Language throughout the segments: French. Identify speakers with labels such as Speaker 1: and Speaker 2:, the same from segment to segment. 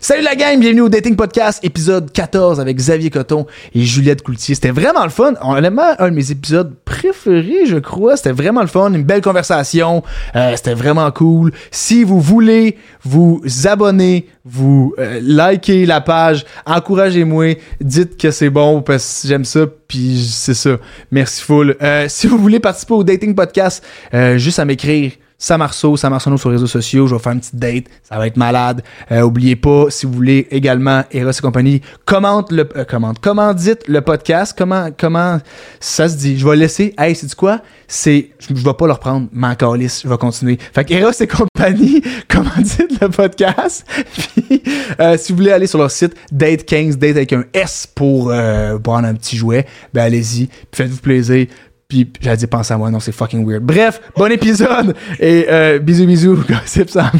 Speaker 1: Salut la gang, bienvenue au Dating Podcast, épisode 14 avec Xavier Coton et Juliette Coultier. C'était vraiment le fun. Honnêtement, un de mes épisodes préférés, je crois. C'était vraiment le fun. Une belle conversation. Euh, C'était vraiment cool. Si vous voulez vous abonner, vous euh, likez la page, encouragez-moi, dites que c'est bon parce que j'aime ça, puis c'est ça. Merci full. Euh, si vous voulez participer au Dating Podcast, euh, juste à m'écrire. Samarceau, Samarceau sur les réseaux sociaux, je vais faire une petite date, ça va être malade. Euh, oubliez pas, si vous voulez également, Eros et compagnie, commente le, euh, commente, comment dites le podcast, comment, comment ça se dit. Je vais laisser, hey, c'est du quoi? C'est, je, je vais pas le reprendre, mais encore lisse, je vais continuer. Fait que Eros et compagnie, comment dites le podcast? Puis, euh, si vous voulez aller sur leur site, date 15, date avec un S pour, euh, prendre un petit jouet, ben allez-y, puis faites-vous plaisir. Puis j'allais dire pense à moi, non, c'est fucking weird. Bref, bon épisode et euh, bisous bisous, gossip Sam.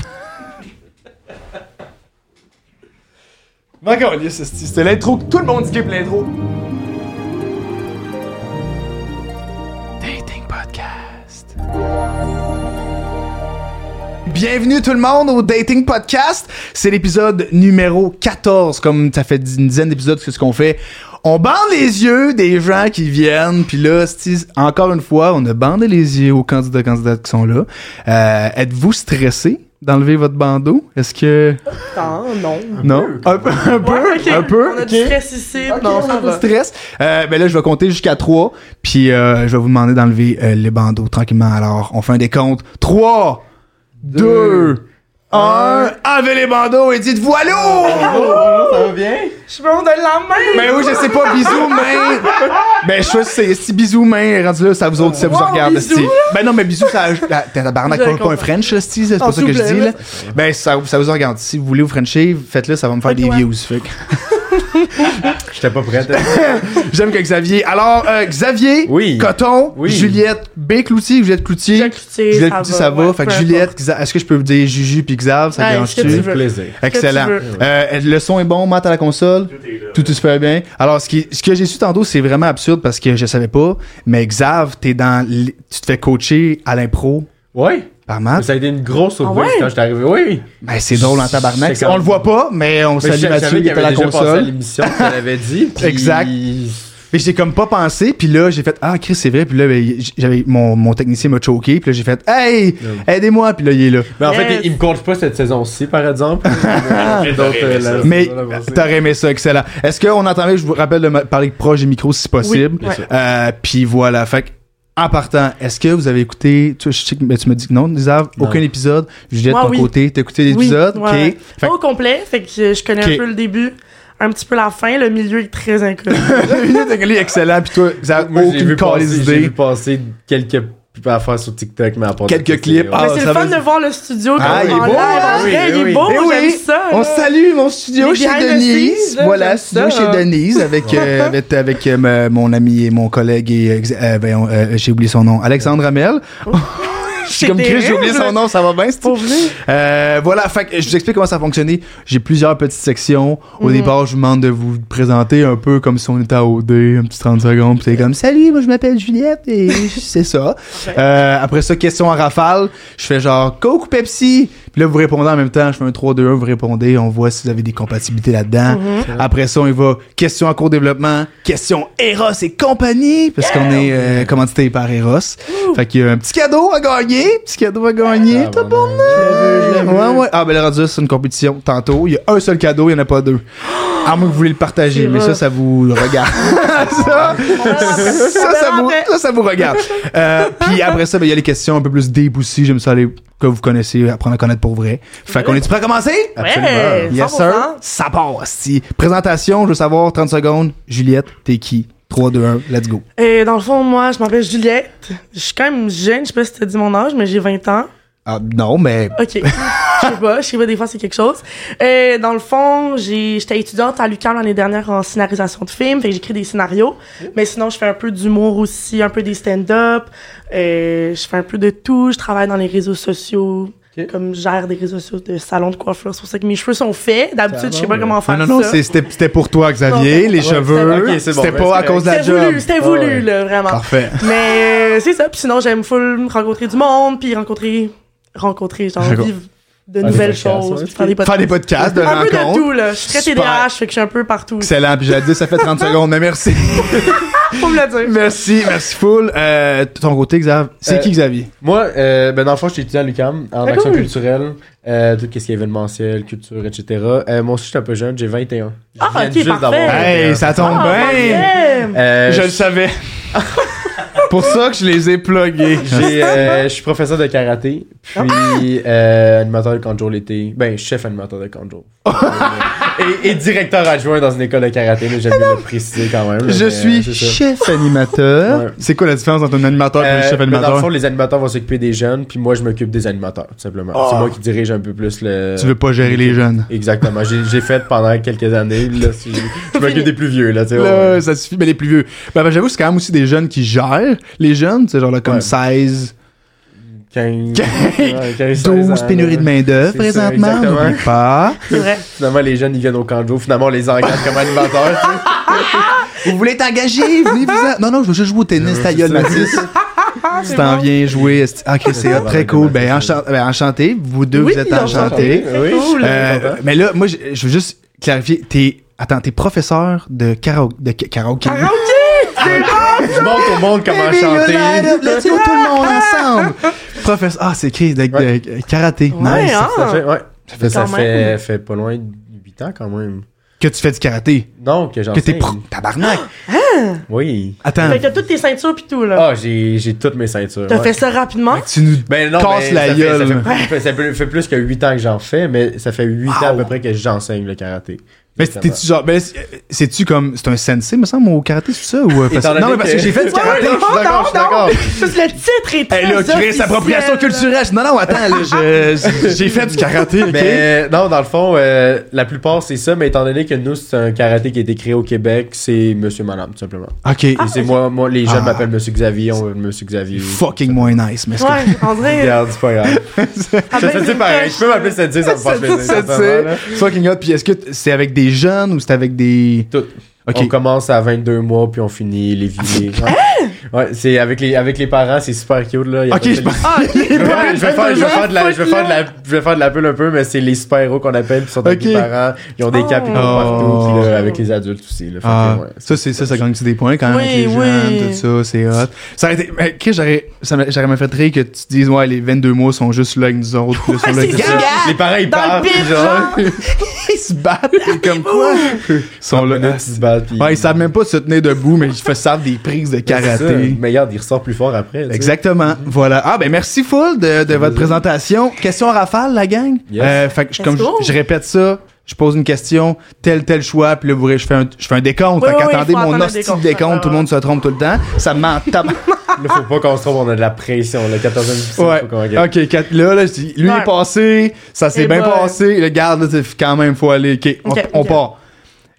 Speaker 1: Manque à lisse, c'est- c'était l'intro que tout le monde skip l'intro. Dating Podcast. Bienvenue tout le monde au Dating Podcast. C'est l'épisode numéro 14, comme ça fait une dizaine d'épisodes que ce qu'on fait. On bande les yeux des gens qui viennent, puis là, c'ti- encore une fois, on a bandé les yeux aux candidats candidates qui sont là. Euh, Êtes-vous stressé d'enlever votre bandeau? Est-ce que...
Speaker 2: Tant, non.
Speaker 1: non? Un peu, un peu,
Speaker 2: Ouais, ok.
Speaker 1: un peu,
Speaker 2: On a
Speaker 1: ok.
Speaker 2: du stress ici.
Speaker 1: Ok,
Speaker 2: non,
Speaker 1: on a
Speaker 2: ça
Speaker 1: pas de
Speaker 2: va.
Speaker 1: stress. Euh, ben là, je vais compter jusqu'à 3, puis euh, je vais vous demander d'enlever euh, les bandeaux tranquillement. Alors, on fait un décompte. 3, 2, 1. Enlevez les bandeaux et dites voilà!
Speaker 3: Ça va bien?
Speaker 2: Je me donne la main.
Speaker 1: Ben oui, je sais pas, bisous, main! Ben, je sais c'est si bisous, main, rendu là, ça vous autres, ça vous
Speaker 2: Wow,
Speaker 1: regarde,
Speaker 2: bisous,
Speaker 1: esti. Ben non, mais bisous, ça. la- T'es un barnac,
Speaker 2: J'avais
Speaker 1: pas un
Speaker 2: compris.
Speaker 1: French, esti, c'est
Speaker 2: Oh,
Speaker 1: pas ça
Speaker 2: s'il
Speaker 1: que
Speaker 2: vous
Speaker 1: je dis,
Speaker 2: plaît,
Speaker 1: là. Ben, ça, ça vous regarde. Si vous voulez vous Frencher, faites-le, ça va me faire des
Speaker 2: ouais.
Speaker 1: views, fait que-
Speaker 3: J'étais pas prête.
Speaker 1: hein. J'aime que Xavier. Alors, euh, Xavier,
Speaker 3: Oui.
Speaker 1: Coton,
Speaker 3: Oui.
Speaker 1: Juliette B. Cloutier, Juliette Cloutier.
Speaker 2: Juliette Cloutier,
Speaker 1: Juliette
Speaker 2: ça
Speaker 1: Cloutier,
Speaker 2: va,
Speaker 1: ça va.
Speaker 2: ouais,
Speaker 1: fait
Speaker 2: peu
Speaker 1: que Juliette, Xa- est-ce que je peux vous dire Juju puis Xav, ça
Speaker 2: Ouais,
Speaker 1: dérange
Speaker 2: ce que tu
Speaker 1: tu
Speaker 2: veux.
Speaker 3: plaisir.
Speaker 1: Excellent.
Speaker 2: ce que tu
Speaker 1: Euh, le son est bon, Matt à la console. Tout est, super bien. Alors, ce, qui- ce que j'ai su tantôt, c'est vraiment absurde parce que je savais pas, mais Xav, t'es dans, l- tu te fais coacher à l'impro
Speaker 3: Ouais.
Speaker 1: par
Speaker 3: Mais
Speaker 1: Matt.
Speaker 3: Ça a été une grosse surprise
Speaker 2: Ah ouais?
Speaker 3: quand j'étais arrivé. Oui.
Speaker 1: Ben, c'est drôle en tabarnak.
Speaker 3: C'est comme-
Speaker 1: On le voit pas, mais on
Speaker 3: Mais je
Speaker 1: salue
Speaker 3: savais
Speaker 1: Mathieu
Speaker 3: qu'il
Speaker 1: qui est à
Speaker 3: avait
Speaker 1: la
Speaker 3: déjà passé à
Speaker 1: console.
Speaker 3: l'émission, je te l'avais dit. puis-
Speaker 1: Exact. Mais j'ai comme pas pensé, puis là j'ai fait ah Chris c'est vrai, puis là ben, j'avais mon, mon technicien m'a choqué, puis là j'ai fait hey aidez-moi, puis là il est là.
Speaker 3: Mais en fait,
Speaker 2: Yes.
Speaker 3: il, il me compte pas cette saison-ci, par exemple. Donc, euh, la-
Speaker 1: Mais
Speaker 3: la- la-
Speaker 1: t'aurais aimé ça, excellent. Est-ce qu'on entendait, je vous rappelle de me- parler proche du micro si possible.
Speaker 2: Oui, bien sûr.
Speaker 1: Euh, puis voilà, fait que, en partant, est-ce que vous avez écouté, tu, je sais que- ben, tu me dis que non, Nisav,
Speaker 3: Non.
Speaker 1: aucun épisode. Juliette,
Speaker 2: Moi,
Speaker 1: ton
Speaker 2: oui.
Speaker 1: côté, t'as écouté l'épisode,
Speaker 2: Oui,
Speaker 1: ok.
Speaker 2: ouais, ouais.
Speaker 1: Fait
Speaker 2: Pas au complet, fait que je, je connais
Speaker 1: Ok.
Speaker 2: un peu le début, un petit peu la fin, le milieu est très inconnu.
Speaker 1: que, Juliette, t'as collé excellent, puis toi, Nisav,
Speaker 3: Moi, j'ai
Speaker 1: aucune
Speaker 3: vu,
Speaker 1: calice
Speaker 3: passer- j'ai
Speaker 1: d'idée.
Speaker 3: vu passer quelques affaires sur TikTok, mais à part
Speaker 1: Quelques
Speaker 3: de-
Speaker 1: clips.
Speaker 3: Ouais.
Speaker 1: Ah,
Speaker 2: Mais c'est
Speaker 1: ça
Speaker 2: le fun
Speaker 1: va-
Speaker 2: de voir le studio comme
Speaker 1: Ah, il est
Speaker 2: en
Speaker 1: beau,
Speaker 2: live,
Speaker 1: hein?
Speaker 2: en vrai,
Speaker 3: Oui,
Speaker 2: il
Speaker 3: oui.
Speaker 2: est beau,
Speaker 1: Eh
Speaker 2: moi,
Speaker 1: oui,
Speaker 2: j'aime ça.
Speaker 1: On
Speaker 2: là.
Speaker 1: salue mon studio
Speaker 2: Les
Speaker 1: chez
Speaker 2: behind the
Speaker 1: Denise.
Speaker 2: scenes, là,
Speaker 1: voilà,
Speaker 2: j'aime
Speaker 1: studio
Speaker 2: ça.
Speaker 1: chez Denise avec, euh, avec, avec, euh, me- mon ami et mon collègue et euh, ex- euh, ben, on- euh, j'ai oublié son nom, Alexandre Hamel. Je suis comme
Speaker 2: C'était
Speaker 1: Chris, j'ai oublié
Speaker 2: horrible.
Speaker 1: son nom, ça va bien, c'est
Speaker 2: Pour vrai.
Speaker 1: euh, voilà, fait que je vous explique comment ça a fonctionné. J'ai plusieurs petites sections. Au départ, je vous demande de vous présenter un peu comme si on était à OD, un petit 30 secondes, puis c'est comme Salut, moi je m'appelle Juliette et c'est ça. Euh, après ça, question en rafale, je fais genre Coke ou Pepsi. Puis là, vous répondez en même temps, je fais un 3, 2, 1, vous répondez, on voit si vous avez des compatibilités là-dedans. Après ça, on y va question en cours développement, question Eros et compagnie, parce qu'on est euh, commandité par Eros. Fait qu'il y a un petit cadeau à gagner, petit cadeau à gagner,
Speaker 3: Ah,
Speaker 1: tout
Speaker 3: bon,
Speaker 1: bon. Ouais, ouais. Ah, ben le rendu, c'est une compétition tantôt. Il y a un seul cadeau, il n'y en a pas deux. À moins que vous voulez le partager,
Speaker 2: Ah! C'est
Speaker 1: mais ça,
Speaker 2: rough.
Speaker 1: ça vous regarde. ça, ça, ça vous, ça, ça vous regarde. Euh, Puis après ça, ben, il y a les questions un peu plus deep aussi. J'aime ça, les que vous connaissez, apprendre à connaître pour vrai. Fait qu'on est-tu prêt à commencer?
Speaker 2: Ouais,
Speaker 1: Yes, sir.
Speaker 2: 100%.
Speaker 1: Ça part, si. Présentation, je veux savoir, 30 secondes. Juliette, t'es qui? 3, 2, 1, let's go.
Speaker 2: Et dans le fond, moi, je m'appelle Juliette. Je suis quand même jeune, je sais pas si t'as dit mon âge, mais j'ai 20 ans.
Speaker 1: Ah, non, mais
Speaker 2: Ok. Je sais pas, je sais pas, des fois c'est quelque chose. Euh, dans le fond, j'ai, j'étais étudiante à l'UQAM l'année dernière en scénarisation de films, fait que j'écris des scénarios.
Speaker 3: Oh.
Speaker 2: Mais sinon, je fais un peu d'humour aussi, un peu des stand-up. Euh, je fais un peu de tout. Je travaille dans les réseaux sociaux.
Speaker 3: Ok.
Speaker 2: Comme je gère des réseaux sociaux de salon de coiffure. C'est pour ça que mes cheveux sont faits. D'habitude, je sais pas comment faire
Speaker 1: Non, non, non,
Speaker 2: Ah, ça.
Speaker 1: c'est- c'était c'était pour toi, Xavier,
Speaker 2: Non,
Speaker 1: les
Speaker 2: ouais,
Speaker 1: cheveux.
Speaker 3: c'était- ok, c'est bon,
Speaker 1: c'était
Speaker 3: ben,
Speaker 1: pas à
Speaker 3: c'est
Speaker 1: cause de la
Speaker 2: C'était
Speaker 1: job.
Speaker 2: voulu, c'était
Speaker 3: Ah
Speaker 2: voulu,
Speaker 3: ouais.
Speaker 2: là, vraiment.
Speaker 1: Parfait.
Speaker 2: Mais euh, c'est ça. Puis sinon, j'aime full rencontrer du monde, puis rencontrer, rencontrer, genre
Speaker 1: D'accord.
Speaker 2: vivre de
Speaker 3: Faire des
Speaker 2: nouvelles
Speaker 3: podcasts,
Speaker 2: choses,
Speaker 3: ouais.
Speaker 2: puis faire des podcasts.
Speaker 1: Faire des podcasts, de
Speaker 2: Ah, un peu de
Speaker 1: rencontres.
Speaker 2: tout, là. Je suis très
Speaker 1: Super.
Speaker 2: TDAH, fait que je suis un peu partout.
Speaker 1: Excellent, puis j'ai dit, ça fait 30 secondes, mais merci.
Speaker 2: Faut me le dire.
Speaker 1: merci, merci full. Euh, ton côté, Xav, c'est
Speaker 3: Euh,
Speaker 1: qui Xavier?
Speaker 3: Moi, euh, ben dans le fond, j'étais étudiant à l'UCAM
Speaker 1: Ben
Speaker 3: en
Speaker 2: Ah,
Speaker 3: action
Speaker 2: cool.
Speaker 3: culturelle, euh, tout ce qui est événementiel, culture, etc. Euh, moi aussi, j'étais un peu jeune, j'ai 21. Je
Speaker 2: Ah,
Speaker 3: viens
Speaker 2: ok,
Speaker 3: juste
Speaker 2: parfait.
Speaker 3: d'avoir 21.
Speaker 1: Hey, ça tombe
Speaker 2: Ah,
Speaker 3: ben,
Speaker 1: bien!
Speaker 2: parfait.
Speaker 3: Euh,
Speaker 1: Je le savais. Pour ça que je les ai pluggés.
Speaker 3: j'ai, euh, je suis professeur de karaté,
Speaker 1: Ah!
Speaker 3: puis euh, animateur de kanjo l'été. Ben, chef animateur de kanjo. Euh, et, et directeur adjoint dans une école de karaté, mais j'aime bien le préciser quand même. là,
Speaker 1: Je
Speaker 3: mais, euh,
Speaker 1: suis
Speaker 3: c'est ça.
Speaker 1: chef animateur.
Speaker 3: Ouais.
Speaker 1: C'est quoi la différence entre un animateur et un
Speaker 3: Euh,
Speaker 1: chef
Speaker 3: mais Dans le
Speaker 1: animateur?
Speaker 3: fond, les animateurs vont s'occuper des jeunes, puis moi, je m'occupe des animateurs, tout simplement.
Speaker 1: Oh.
Speaker 3: C'est moi qui dirige un peu plus le.
Speaker 1: Tu veux pas gérer les jeunes.
Speaker 3: Exactement. J'ai j'ai fait pendant quelques années. Là, si- je m'occupe des plus vieux, là, tu sais.
Speaker 1: Là,
Speaker 3: ouais.
Speaker 1: ça suffit, mais les plus vieux. Ben, ben, j'avoue, c'est quand même aussi des jeunes qui gèrent. Les jeunes, c'est genre là, comme
Speaker 3: Ouais.
Speaker 1: 16,
Speaker 3: 15, ouais, 15,
Speaker 1: 12
Speaker 3: 16 ans,
Speaker 1: pénuries
Speaker 3: là.
Speaker 1: de main-d'œuvre
Speaker 3: C'est ça,
Speaker 1: présentement.
Speaker 3: exactement.
Speaker 1: N'oublie pas.
Speaker 2: C'est vrai.
Speaker 3: Finalement, les jeunes, ils viennent au canjo. Finalement, on les engage comme animateurs, tu sais.
Speaker 1: Vous voulez t'engager? Venez vous en- Non, non, je veux juste jouer au tennis, ta gueule, Mathis. Tu t'en viens jouer. esti- Ah, ok, c'est hot, très cool. Ben, enchan- ben, enchanté. Vous deux,
Speaker 2: Oui,
Speaker 1: vous êtes
Speaker 2: on s'entend.
Speaker 1: enchantés.
Speaker 3: Oui.
Speaker 2: Cool.
Speaker 1: Euh, mais là, moi, je je veux juste clarifier. T'es, attends, t'es professeur de karaoké. De ka- karaoké.
Speaker 3: Je montre au monde comment
Speaker 1: Baby,
Speaker 3: chanter.
Speaker 1: Yoda, Let's go tout le monde ensemble. Professeur, ah, c'est écrit de, de-
Speaker 3: Ouais.
Speaker 1: de- karaté.
Speaker 2: Ouais,
Speaker 1: nice.
Speaker 2: hein.
Speaker 3: Ça fait, ouais. Ça fait, ça
Speaker 2: Quand
Speaker 3: fait,
Speaker 2: même.
Speaker 3: fait pas loin de 8 ans, quand même.
Speaker 1: Que tu fais du karaté.
Speaker 3: Non, que j'en
Speaker 1: Que t'es pro. Tabarnak.
Speaker 3: Oui.
Speaker 1: Attends.
Speaker 2: Fait que t'as toutes tes ceintures pis tout, là.
Speaker 3: Ah, j'ai j'ai toutes mes ceintures.
Speaker 2: T'as
Speaker 3: ouais.
Speaker 2: fait ça rapidement?
Speaker 1: Tu nous
Speaker 3: Ben non,
Speaker 1: casses
Speaker 3: mais
Speaker 1: la
Speaker 3: ça fait-
Speaker 1: gueule.
Speaker 3: ça fait- ça, fait, ça fait- fait plus que 8 ans que j'en fais, mais ça fait 8 ans à peu près que j'enseigne le karaté.
Speaker 1: Mais t'es-tu genre, ben, c'est- euh, c'est-tu comme, c'est un sensei, me semble, au karaté, c'est ça, ou, euh, parce-
Speaker 3: Étant donné
Speaker 1: non, mais parce que
Speaker 3: que-
Speaker 1: j'ai fait du
Speaker 3: Ouais,
Speaker 1: karaté.
Speaker 3: ouais, je suis d'accord, je suis d'accord.
Speaker 2: Juste le titre est très
Speaker 1: Hey, là, Chris,
Speaker 2: officiel,
Speaker 1: appropriation
Speaker 2: là.
Speaker 1: culturelle. Non, non, attends, là, je- j'ai fait du karaté, ok?
Speaker 3: Mais Ben, non, dans le fond, euh, la plupart c'est ça, mais étant donné que nous, c'est un karaté qui a été créé au Québec, c'est Monsieur Madame, tout simplement.
Speaker 1: Ok.
Speaker 2: Ah.
Speaker 3: Et c'est moi, moi, les jeunes
Speaker 1: Ah.
Speaker 3: m'appellent Monsieur Xavier, on m'appelle Monsieur Xavier.
Speaker 1: Fucking moins nice, mais c'est
Speaker 2: Ouais, en vrai.
Speaker 3: Regarde, c'est pas grave.
Speaker 2: ah,
Speaker 3: Je
Speaker 2: ben,
Speaker 3: te
Speaker 2: c'est
Speaker 3: dis pareil,
Speaker 2: fraîche.
Speaker 3: je peux m'appeler Sensei, ça me fait plaisir. hein.
Speaker 1: C'est-
Speaker 3: ça
Speaker 1: c'est-
Speaker 3: me va, là.
Speaker 1: fucking hot. Puis est-ce que t- c'est avec des jeunes ou c'est avec des.
Speaker 3: Tout.
Speaker 1: Ok.
Speaker 3: On commence à 22 mois, puis on finit les vieux. Ouais, Ouais, c'est avec les, avec les parents, c'est super cute, là. Il y a
Speaker 1: Ok,
Speaker 3: pas de-
Speaker 1: je pense-
Speaker 2: Ah,
Speaker 3: Je vais faire- je vais faire- je vais faire de la- je vais faire de la-
Speaker 2: Fuck
Speaker 3: je vais faire de la pub un peu, mais c'est les super-héros qu'on appelle, puis sont avec
Speaker 1: Ok.
Speaker 3: les parents, ils ont des capes, ils vont
Speaker 1: Oh.
Speaker 3: partout, puis là, avec les adultes aussi. Là, Fait que,
Speaker 1: Ah,
Speaker 3: ouais.
Speaker 1: ça, c'est ça, ça gagne des points quand même.
Speaker 2: Oui,
Speaker 1: avec les
Speaker 2: oui.
Speaker 1: jeunes, tout ça, c'est hot. Ça aurait été. mais, Chris, j'aurais ça m'a- j'aurais me fait rire que tu dises, ouais, les 22 mois sont juste là avec nous autres. puis là, ils sont là
Speaker 2: c'est
Speaker 1: avec
Speaker 2: ça.
Speaker 1: nous autres.
Speaker 3: Les parents, ils
Speaker 2: Dans le
Speaker 3: partent,
Speaker 2: pit,
Speaker 3: genre.
Speaker 1: Ils se battent, et comme quoi? Ils sont là.
Speaker 3: Ils se battent, puis-
Speaker 1: Ouais, ils savent même pas se tenir debout, mais ils font ça des prises de
Speaker 3: C'est ça.
Speaker 1: karaté.
Speaker 3: Mais regarde, il ressort plus fort après. tu sais.
Speaker 1: Exactement. Voilà. Ah ben merci full de, de votre présentation. Question en rafale la gang.
Speaker 3: Yes.
Speaker 1: Euh, fait que je,
Speaker 2: Let's
Speaker 1: comme je,
Speaker 2: go.
Speaker 1: je répète ça, je pose une question, tel tel choix, puis là vous voyez, je fais un je fais un décompte.
Speaker 2: Oui,
Speaker 1: fait
Speaker 2: oui,
Speaker 1: qu'attendez
Speaker 2: il faut
Speaker 1: mon
Speaker 2: attendre un
Speaker 1: hostie de décompte,
Speaker 2: décompte.
Speaker 1: tout le monde se trompe tout le temps. Ça m'en tape.
Speaker 3: Là, faut pas qu'on se trompe, on a de la pression, le 14e épisode,
Speaker 1: ouais.
Speaker 3: faut qu'on regarde.
Speaker 1: OK, quatre- là là je dis, lui
Speaker 2: Ouais.
Speaker 1: est passé, ça s'est
Speaker 2: Et
Speaker 1: bien
Speaker 2: bon.
Speaker 1: passé. Le garde là, c'est quand même faut aller. OK, on,
Speaker 2: Ok,
Speaker 1: on
Speaker 2: ok.
Speaker 1: part.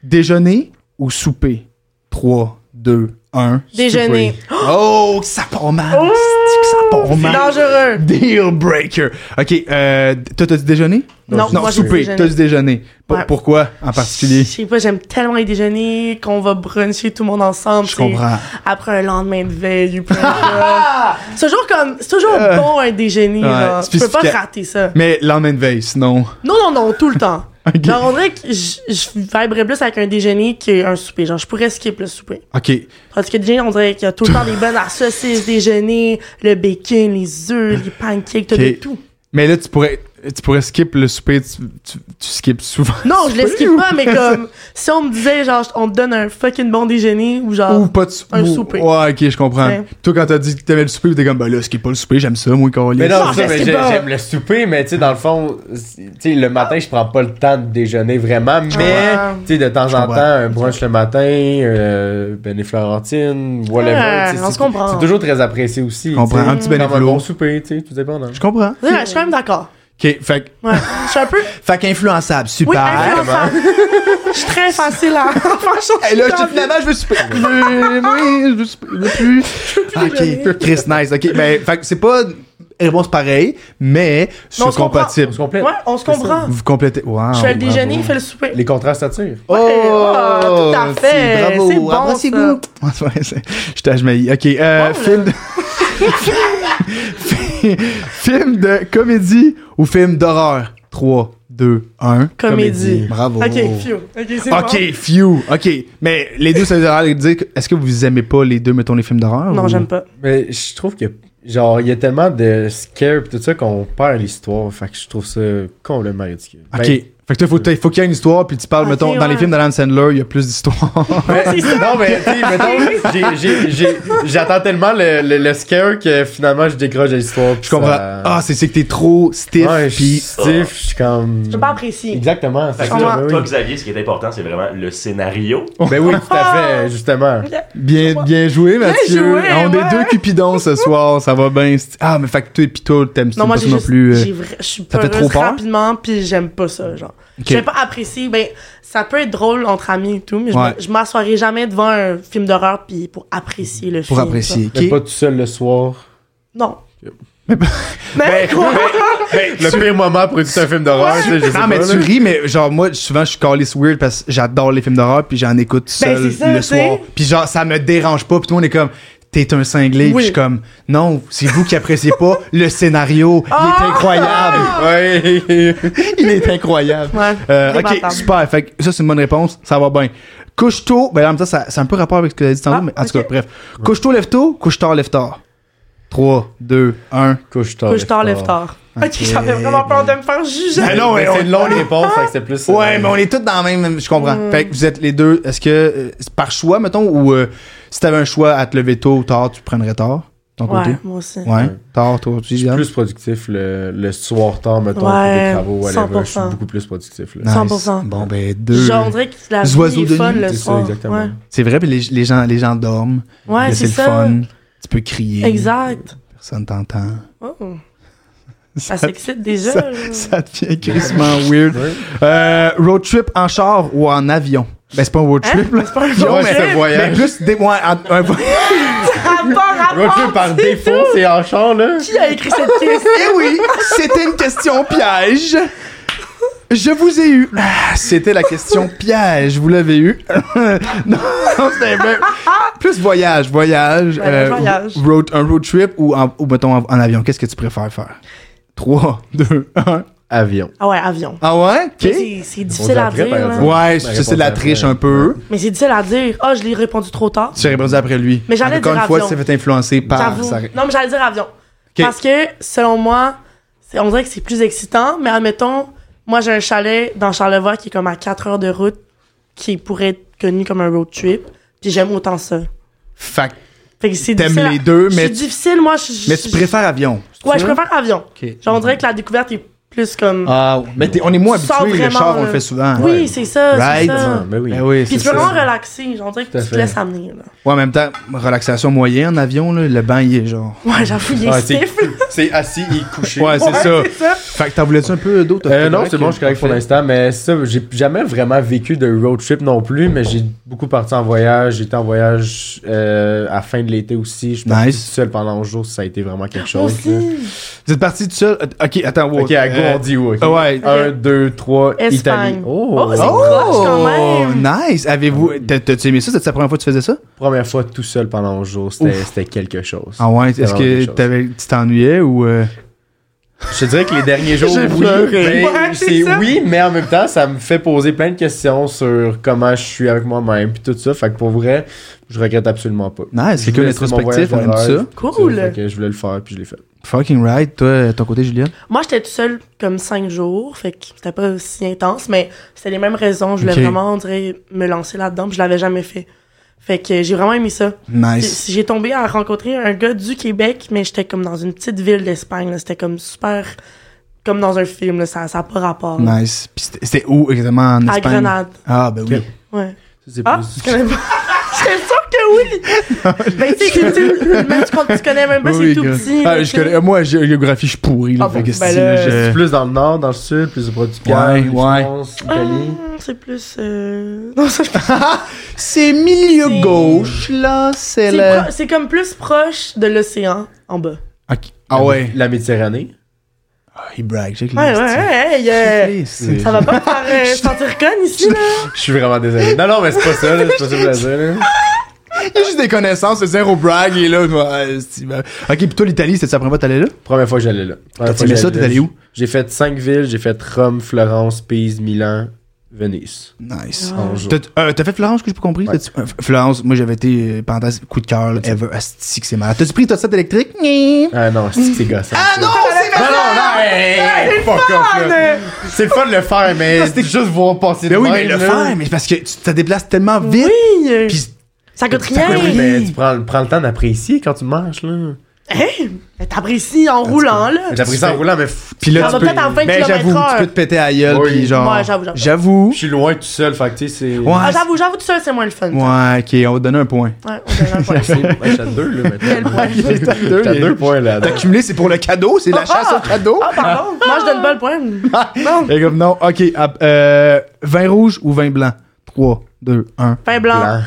Speaker 1: Déjeuner ou souper 3 2 1
Speaker 2: Déjeuner.
Speaker 1: Oh, que ça part mal.
Speaker 2: Oh!
Speaker 1: C'est-tu que ça part
Speaker 2: C'est
Speaker 1: mal.
Speaker 2: dangereux.
Speaker 1: Deal breaker. OK, euh, toi, t'as dit déjeuner?
Speaker 2: Non,
Speaker 1: non,
Speaker 2: moi, j'ai
Speaker 1: souper.
Speaker 2: déjeuné.
Speaker 1: T'as dit déjeuner. P-
Speaker 2: Ouais.
Speaker 1: Pourquoi en particulier?
Speaker 2: Je sais pas, j'aime tellement les déjeuners qu'on va bruncher tout le monde ensemble.
Speaker 1: Je
Speaker 2: tu sais.
Speaker 1: comprends.
Speaker 2: Après un lendemain de veille ou peu importe. C'est toujours comme, c'est toujours
Speaker 1: Euh,
Speaker 2: bon un déjeuner,
Speaker 1: ouais,
Speaker 2: là. Tu peux pas
Speaker 1: spécifique.
Speaker 2: rater ça.
Speaker 1: Mais le lendemain de veille, sinon.
Speaker 2: Non, non, non, tout le temps.
Speaker 1: Ok.
Speaker 2: Genre, on dirait que je je vibrerais plus avec un déjeuner qu'un souper. Genre, je pourrais skip le souper.
Speaker 1: OK.
Speaker 2: Parce que le déjeuner, on dirait qu'il y a tout le temps des bonnes à saucisses, déjeuner, le bacon, les œufs, les pancakes, t'as
Speaker 1: Ok.
Speaker 2: de tout.
Speaker 1: Mais là, tu pourrais, tu pourrais skip le souper. Tu, tu, tu skips souvent.
Speaker 2: Non, je
Speaker 1: le
Speaker 2: les
Speaker 1: souper
Speaker 2: skip
Speaker 1: ou-
Speaker 2: pas, mais comme, si on me disait, genre, on te donne un fucking bon déjeuner, ou genre,
Speaker 1: Ou pas de sou-
Speaker 2: Un
Speaker 1: ou-
Speaker 2: souper.
Speaker 1: Ouais, ok, je comprends.
Speaker 2: Ouais.
Speaker 1: Toi, quand t'as dit que t'aimais le souper, t'es comme, bah là, skip pas le souper, j'aime ça, moi, Caroline.
Speaker 3: Mais non,
Speaker 2: Non,
Speaker 3: ça,
Speaker 2: je
Speaker 3: mais
Speaker 2: sais
Speaker 3: j'ai-
Speaker 2: pas.
Speaker 3: j'aime le souper, mais tu sais, dans le fond, c'est- tu sais, le matin, je prends pas le temps de déjeuner vraiment, mais
Speaker 2: Ah.
Speaker 3: tu sais, de temps
Speaker 1: Je
Speaker 3: en temps,
Speaker 1: comprends.
Speaker 3: un brunch le matin, euh, ben des Florentines, whatever.
Speaker 2: Ouais,
Speaker 3: tu sais,
Speaker 2: on
Speaker 3: c'est-
Speaker 2: se comprend.
Speaker 3: C'est toujours très apprécié aussi.
Speaker 1: Je comprends.
Speaker 3: tu sais,
Speaker 1: Un petit
Speaker 3: comme
Speaker 1: bénévolo.
Speaker 3: un bon souper, tu sais, tout dépendant.
Speaker 1: Je comprends.
Speaker 2: Ouais, je suis quand même d'accord.
Speaker 1: Ok, fait,
Speaker 2: Ouais. Je suis un peu.
Speaker 1: fait qu'influençable, super.
Speaker 2: Oui, influençable. Je suis très facile à à faire changer.
Speaker 1: Et là, je
Speaker 2: d'envie.
Speaker 1: dis finalement, je veux souper. Je veux, oui, je veux souper. Je veux plus. Ok, Chris, nice. Ok, ben, fait que c'est pas une réponse pareille, mais c'est
Speaker 2: on se comprend.
Speaker 1: compatible.
Speaker 3: On se complète.
Speaker 2: Ouais, on se comprend.
Speaker 1: Vous complétez. Wow.
Speaker 2: Je fais le
Speaker 1: Ah, bravo.
Speaker 2: déjeuner, il fait le souper.
Speaker 3: Les contrastes s'attirent.
Speaker 1: Oh,
Speaker 2: ah, tout à
Speaker 1: si,
Speaker 2: fait.
Speaker 1: Bravo.
Speaker 2: C'est bon,
Speaker 1: Embrassez-vous. Ouais, c'est- Je t'ajoute. Ok, euh,
Speaker 2: Wow,
Speaker 1: film de. film de comédie ou film d'horreur? 3, 2, 1.
Speaker 2: Comédie.
Speaker 1: Bravo.
Speaker 2: Ok, phew. Ok, c'est bon.
Speaker 1: OK, few. OK. Mais les deux, ça veut dire, que- est-ce que vous aimez pas les deux, mettons, les films d'horreur?
Speaker 2: Non,
Speaker 1: ou-
Speaker 2: j'aime pas.
Speaker 3: Mais je trouve que, genre, il y a tellement de scare pis tout ça qu'on perd l'histoire. Fait que je trouve ça complètement ridicule.
Speaker 1: OK.
Speaker 3: Ben,
Speaker 1: fait que toi, faut, t'as- faut qu'il y ait une histoire, puis tu parles,
Speaker 2: Ok,
Speaker 1: mettons, dans les
Speaker 2: ouais.
Speaker 1: films d'Alan Sandler, il y a plus d'histoires.
Speaker 3: Mais- non, mais tu sais, mettons, j'ai- j'ai- j'ai- j'attends tellement le, le, le scare que finalement je décroche de l'histoire.
Speaker 1: Je comprends. Ah, c'est c'est que t'es trop stiff,
Speaker 3: ouais, je suis
Speaker 1: puis...
Speaker 3: stiff, je suis comme.
Speaker 2: Je peux pas apprécier.
Speaker 3: Exactement. c'est
Speaker 4: Fait que
Speaker 3: ça,
Speaker 4: toi,
Speaker 1: Ah
Speaker 3: ben
Speaker 4: toi,
Speaker 3: oui.
Speaker 4: Xavier, ce qui est important, c'est vraiment le scénario.
Speaker 3: Ben oui, tout à fait, justement.
Speaker 1: Bien, bien joué, Mathieu. Ah,
Speaker 2: joué,
Speaker 1: On
Speaker 2: ouais.
Speaker 1: est deux cupidons ce soir, ça va bien. C'est- Ah, mais fait que toi et Pito, t'aimes ça
Speaker 2: Non, moi,
Speaker 1: pas
Speaker 2: j'ai
Speaker 1: non
Speaker 2: juste.
Speaker 1: plus. euh,
Speaker 2: j'ai vra- Je suis
Speaker 1: ça fait trop
Speaker 2: peureuse
Speaker 1: peur?
Speaker 2: rapidement, puis j'aime pas ça, genre.
Speaker 1: Ok.
Speaker 2: Je vais pas apprécier. Ben, ça peut être drôle entre amis et tout, mais je
Speaker 1: Ouais.
Speaker 2: me- je m'assoirai jamais devant un film d'horreur puis pour apprécier le film.
Speaker 1: Pour apprécier. Ah,
Speaker 3: Mais
Speaker 1: OK.
Speaker 3: pas tout seul le soir.
Speaker 2: ça. Non. Mais quoi?
Speaker 3: Le pire moment pour écouter un film d'horreur, tu sais, je sais
Speaker 1: Non,
Speaker 3: pas,
Speaker 1: Ah, mais tu
Speaker 3: là.
Speaker 1: ris, mais genre, moi, souvent, je suis callous weird parce que j'adore les films d'horreur, puis j'en écoute
Speaker 2: Ben,
Speaker 1: seul
Speaker 2: c'est ça,
Speaker 1: le
Speaker 2: tu sais.
Speaker 1: soir. Puis genre, ça me dérange pas, puis tout le monde est comme, t'es un cinglé, puis
Speaker 2: Oui.
Speaker 1: je suis comme, non, c'est vous qui appréciez pas le scénario,
Speaker 2: Ah!
Speaker 1: il est incroyable.
Speaker 3: Ouais.
Speaker 1: il est incroyable.
Speaker 2: Ouais,
Speaker 1: Euh, ok,
Speaker 2: débattable.
Speaker 1: super. Fait que ça, c'est une bonne réponse. Ça va bien. Couche-tôt, ben en même temps, ça, c'est un peu rapport avec ce que tu as dit tantôt,
Speaker 2: Ah,
Speaker 1: mais en tout
Speaker 2: ok.
Speaker 1: cas, bref. Couche-tôt, lève-tôt, couche-tard, lève-tard. 3, 2, 1.
Speaker 3: Couche-tard.
Speaker 2: Couche-tard, lève-tard. Ok, j'avais vraiment peur de me faire juger.
Speaker 1: Ben non,
Speaker 3: Mais
Speaker 1: mais on-
Speaker 3: c'est une longue réponse, fait que c'est plus. euh,
Speaker 1: Ouais, mais on est tous dans le même, je comprends.
Speaker 2: Mm.
Speaker 1: Fait que vous êtes les deux, est-ce que euh, c'est par choix, mettons, ou euh, si t'avais un choix à te lever tôt ou tard, tu prendrais tard, ton
Speaker 2: Ouais,
Speaker 1: côté?
Speaker 2: moi aussi.
Speaker 1: Ouais, tard, toi aussi,
Speaker 3: Je suis
Speaker 1: Jeanne?
Speaker 3: plus productif le, le soir tard, mettons,
Speaker 2: Ouais,
Speaker 3: pour des travaux, whatever. Je suis
Speaker 2: 100%.
Speaker 3: beaucoup plus productif. Là.
Speaker 1: Nice.
Speaker 2: 100%.
Speaker 1: Bon, ben deux.
Speaker 2: Genre, on dirait que la
Speaker 1: Les
Speaker 2: vie
Speaker 1: oiseaux de
Speaker 2: est fun
Speaker 1: nuit,
Speaker 2: le
Speaker 3: c'est ça,
Speaker 2: soir.
Speaker 3: exactement.
Speaker 2: Ouais.
Speaker 1: C'est vrai, puis les, les gens, les gens dorment.
Speaker 2: Ouais,
Speaker 1: Là,
Speaker 2: c'est
Speaker 1: le
Speaker 2: ça.
Speaker 1: fun. Tu peux crier.
Speaker 2: Exact.
Speaker 1: Personne t'entend.
Speaker 2: Oh.
Speaker 1: Ça,
Speaker 2: Ça s'excite déjà.
Speaker 1: ça-
Speaker 2: là. Hein?
Speaker 1: ça devient crissement weird.
Speaker 3: Ouais.
Speaker 1: Euh, road trip en char ou en avion? Ben, c'est pas un
Speaker 2: Hein?
Speaker 1: road trip, là.
Speaker 2: C'est pas un
Speaker 1: Non,
Speaker 3: Ouais,
Speaker 2: jour,
Speaker 1: mais-
Speaker 3: c'est un
Speaker 2: mais-
Speaker 1: Mais
Speaker 3: voyage. Eh
Speaker 1: plus des mois. en- un voyage.
Speaker 2: Rapport,
Speaker 3: Road
Speaker 2: Ah, rapport,
Speaker 3: trip par
Speaker 2: c'est
Speaker 3: défaut,
Speaker 2: tout.
Speaker 3: c'est en char, là.
Speaker 2: Qui a écrit cette question?
Speaker 1: Eh oui, c'était une question piège. Je vous ai eu. Ah, C'était la question piège. Vous l'avez eu. non, c'était bien- plus voyage, voyage. euh,
Speaker 2: Voyage, voyage.
Speaker 1: Road, un road trip ou, en, ou mettons en, en avion. Qu'est-ce que tu préfères faire? 3, 2, 1.
Speaker 3: Avion.
Speaker 2: Ah ouais, avion.
Speaker 1: Ah ouais? Ok.
Speaker 2: Mais c'est- C'est difficile à
Speaker 3: après,
Speaker 2: dire.
Speaker 3: par
Speaker 2: là.
Speaker 3: exemple.
Speaker 1: Ouais,
Speaker 3: La
Speaker 1: je sais, c'est de la
Speaker 3: réponse
Speaker 1: triche
Speaker 3: après.
Speaker 1: un peu.
Speaker 2: Mais c'est difficile à dire. Ah, je l'ai répondu trop tard.
Speaker 1: Tu as répondu après lui.
Speaker 2: Mais j'allais
Speaker 1: Encore
Speaker 2: dire
Speaker 1: une fois,
Speaker 2: avion.
Speaker 1: tu t'es fait influencer par.
Speaker 2: J'avoue.
Speaker 1: sa-
Speaker 2: Non, mais j'allais dire avion. Parce que, selon moi, c'est- on dirait que c'est plus excitant, mais admettons, moi, j'ai un chalet dans Charlevoix qui est comme à 4 heures de route, qui pourrait être connu comme un road trip, puis j'aime autant ça.
Speaker 1: Fait que
Speaker 2: Fait que c'est
Speaker 1: T'aimes
Speaker 2: difficile à-
Speaker 1: les deux,
Speaker 2: je
Speaker 1: mais
Speaker 2: suis
Speaker 1: tu-
Speaker 2: difficile, moi, je je-
Speaker 1: Mais tu
Speaker 2: je-
Speaker 1: préfères avion.
Speaker 2: Ouais, je préfère avion.
Speaker 1: Ok.
Speaker 2: Genre, on dirait que la découverte est plus comme...
Speaker 1: Ah, mais t'es- on est moins
Speaker 2: Tu sors
Speaker 1: habitué, le
Speaker 2: vraiment,
Speaker 1: char, on
Speaker 2: là.
Speaker 1: le fait souvent.
Speaker 2: oui,
Speaker 1: Ouais.
Speaker 2: c'est ça,
Speaker 1: Right.
Speaker 2: c'est ça.
Speaker 3: Ah, ben oui.
Speaker 1: Ben oui,
Speaker 2: Puis
Speaker 1: c'est
Speaker 2: tu peux
Speaker 1: ça.
Speaker 2: vraiment relaxer, genre, on dirait que
Speaker 3: Tout à
Speaker 2: tu te
Speaker 3: fait.
Speaker 2: laisses amener, là.
Speaker 1: Ouais, en même temps, relaxation moyenne, avion, là, le bain, il est genre.
Speaker 2: Ouais, j'avoue, il est
Speaker 3: Ah, c'est-
Speaker 2: stiff.
Speaker 3: C'est assis et couché.
Speaker 1: Ouais, c'est ça.
Speaker 2: c'est ça.
Speaker 1: Fait que t'en voulais-tu un peu d'autres?
Speaker 3: Euh, non, c'est bon, je suis correct pour l'instant, mais ça, j'ai jamais vraiment vécu de road trip non plus, mais j'ai beaucoup parti en voyage. J'étais en voyage euh, à la fin de l'été aussi. Je suis parti
Speaker 1: Nice.
Speaker 3: tout seul pendant 11 jours, ça a été vraiment quelque
Speaker 2: Moi
Speaker 3: chose. là.
Speaker 2: aussi.
Speaker 1: Vous êtes parti tout seul? Euh, Ok, attends, wow.
Speaker 3: Ok, à go,
Speaker 1: Euh,
Speaker 3: on dit où? ok?
Speaker 1: Ouais.
Speaker 3: Un, deux, trois,
Speaker 2: Espagne.
Speaker 3: Italie.
Speaker 2: Oh, c'est proche quand même.
Speaker 1: Oh! nice! Avez-vous. t'as- T'as-tu aimé ça? C'était la première fois que tu faisais ça?
Speaker 3: Première fois tout seul pendant 11 jours, c'était c'était quelque chose.
Speaker 1: Ah ouais,
Speaker 3: C'était
Speaker 1: est-ce
Speaker 3: vraiment quelque
Speaker 1: que
Speaker 3: chose.
Speaker 1: t'avais- tu t'ennuyais ou. euh,
Speaker 3: Je te dirais que les derniers jours,
Speaker 1: J'ai
Speaker 3: oui,
Speaker 1: pleuré.
Speaker 3: mais
Speaker 2: Ouais, c'est
Speaker 3: c'est
Speaker 2: ça.
Speaker 3: oui, mais en même temps, ça me fait poser plein de questions sur comment je suis avec moi-même puis tout ça. Fait que pour vrai, je regrette absolument pas.
Speaker 1: Nice,
Speaker 3: Je
Speaker 1: quelqu'un
Speaker 3: voulais- c'est mon
Speaker 1: d'introspectif,
Speaker 3: voyage
Speaker 1: on aime
Speaker 3: de rêve,
Speaker 1: ça.
Speaker 3: tout
Speaker 2: Cool.
Speaker 3: Fait que je voulais le faire puis je l'ai fait.
Speaker 1: Fucking right, toi, euh, ton côté, Julien?
Speaker 2: Moi, j'étais tout seul comme cinq jours, fait que c'était pas si intense, mais c'était les mêmes raisons. Je voulais
Speaker 1: Ok.
Speaker 2: vraiment, on dirait, me lancer là-dedans, puis je l'avais jamais fait. Fait que j'ai vraiment aimé ça. Puis
Speaker 1: Nice.
Speaker 2: J'ai tombé à rencontrer un gars du Québec, mais j'étais comme dans une petite ville d'Espagne, là. C'était comme super, comme dans un film, là. Ça, ça a pas rapport. là.
Speaker 1: Nice. Puis c'était- c'était où exactement en Espagne?
Speaker 2: À Grenade.
Speaker 1: Ah, ben oui.
Speaker 3: Ok.
Speaker 2: Ouais.
Speaker 3: C'est
Speaker 2: Ah, tu connais pas? J'étais sûre que oui! ben, tu sais, c'est tout- même tu, tu connais même pas, c'est
Speaker 1: Oui,
Speaker 2: tout
Speaker 1: gars.
Speaker 2: petit.
Speaker 1: Ah,
Speaker 2: là,
Speaker 1: je
Speaker 2: tu sais.
Speaker 1: connais- Moi, gé- géographie, je suis pourri. Là,
Speaker 2: Ah
Speaker 1: fait
Speaker 2: bon,
Speaker 1: que
Speaker 2: ben
Speaker 1: si,
Speaker 2: là,
Speaker 1: là, je-
Speaker 3: plus dans le nord, dans le sud, plus au bord du Portugal,
Speaker 1: Ouais, ouais.
Speaker 3: France,
Speaker 2: Ah,
Speaker 3: Italie.
Speaker 2: c'est plus. euh, Non, ça, je
Speaker 1: C'est milieu
Speaker 2: C'est-
Speaker 1: gauche, là. C'est
Speaker 2: C'est
Speaker 1: le.
Speaker 2: pro- C'est comme plus proche de l'océan en bas.
Speaker 1: Ok. Ah ouais.
Speaker 3: La Méditerranée.
Speaker 1: Ah, il brague, j'ai que
Speaker 2: Ouais, ouais, ouais, hey, euh,
Speaker 1: C'est
Speaker 2: Ça va pas te faire euh, sentir conne ici, là.
Speaker 3: Je suis vraiment désolé. Non, non, mais c'est pas ça, là, c'est pas ça que je voulais dire. là.
Speaker 1: Il y a juste des connaissances, c'est zéro brag, il est là. moi, ah, c'est- ben. Ok, puis toi, l'Italie, c'était la première fois que t'allais là?
Speaker 3: Première fois que j'allais là. Première
Speaker 1: T'as
Speaker 3: fois que
Speaker 1: aimé ça?
Speaker 3: j'allais
Speaker 1: T'es
Speaker 3: là,
Speaker 1: allé où?
Speaker 3: J'ai fait cinq villes. J'ai fait Rome, Florence, Pise, Milan, Venise.
Speaker 2: Ah.
Speaker 1: Nice.
Speaker 3: En jour.
Speaker 1: T'as euh, t'as fait Florence, que j'ai pas compris?
Speaker 3: Ouais.
Speaker 1: T'as-tu- euh, Florence, moi, j'avais été, euh, parenthèse, coup de cœur, là, ever, asti que c'est malade. T'as-tu pris ta set électrique?
Speaker 3: Ah non, c'est que c'est gossant.
Speaker 1: Ah
Speaker 3: ça.
Speaker 1: non, c'est
Speaker 3: Non,
Speaker 1: malade!
Speaker 3: non, non, hey, hey, hey, fuck off, là. C'est le fun de le faire, mais c'était juste voir passer de
Speaker 1: Ben oui,
Speaker 3: même,
Speaker 1: mais le
Speaker 3: là.
Speaker 1: faire, mais parce que tu te déplaces tellement vite.
Speaker 2: Oui!
Speaker 1: Puis
Speaker 2: euh. ça coûte
Speaker 3: Ça coûte rien,
Speaker 2: rien!
Speaker 3: mais tu prends, prends le temps d'apprécier quand tu marches, là.
Speaker 1: Ah,
Speaker 2: Hey, mais T'apprécies en roulant, là!
Speaker 3: J'apprécie ça en roulant, mais f-
Speaker 1: Puis là,
Speaker 2: Ça
Speaker 1: tu
Speaker 2: va
Speaker 1: peux,
Speaker 2: peut-être en 20
Speaker 1: ben, j'avoue,
Speaker 2: km/h.
Speaker 1: tu peux te péter à la gueule,
Speaker 3: Oui.
Speaker 1: puis genre.
Speaker 2: Ouais, j'avoue, j'avoue.
Speaker 1: J'avoue.
Speaker 3: je suis loin tout seul, fait que tu sais, c'est.
Speaker 1: Ouais.
Speaker 2: Ah, j'avoue, j'avoue, tout seul, c'est moins le fun. Ouais,
Speaker 1: Ouais, ok, on va te donner un point.
Speaker 2: on donne un point.
Speaker 3: C'est- ouais, je suis à deux, là, maintenant.
Speaker 1: T'as
Speaker 3: Je suis à deux points, là.
Speaker 1: Accumulé, c'est pour le cadeau, c'est la chasse au cadeau.
Speaker 2: Ah, pardon! Moi, je donne pas le point. Non!
Speaker 1: Et comme non, ok, ah, euh, vin rouge ou vin blanc 3, 2, 1.
Speaker 2: Pain blanc.
Speaker 3: Blanc.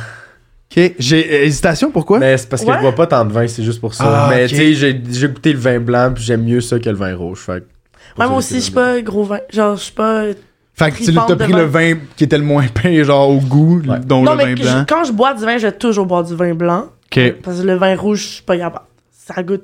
Speaker 1: Ok, j'ai euh, hésitation, pourquoi
Speaker 3: Mais c'est parce que
Speaker 2: Ouais.
Speaker 3: je bois pas tant de vin, c'est juste pour ça.
Speaker 1: Ah,
Speaker 3: mais
Speaker 1: ok.
Speaker 3: tu sais, j'ai- j'ai goûté le vin blanc, puis j'aime mieux ça que le vin rouge. Fait que pour
Speaker 2: Ouais,
Speaker 3: ça,
Speaker 2: moi aussi,
Speaker 3: c'est
Speaker 2: je suis
Speaker 3: le blanc.
Speaker 2: pas gros vin. Genre, je suis pas.
Speaker 1: Fait que tu l'as-
Speaker 2: Tripante
Speaker 1: t'as
Speaker 2: de
Speaker 1: pris le vin qui était le moins pire, genre au goût,
Speaker 3: Ouais.
Speaker 1: dont
Speaker 2: Non,
Speaker 1: le vin
Speaker 2: mais que je-
Speaker 1: blanc.
Speaker 2: quand je bois du vin, je vais toujours boire du vin blanc. Euh,
Speaker 1: Ok,
Speaker 2: Parce que le vin rouge, je suis pas capable. Ça goûte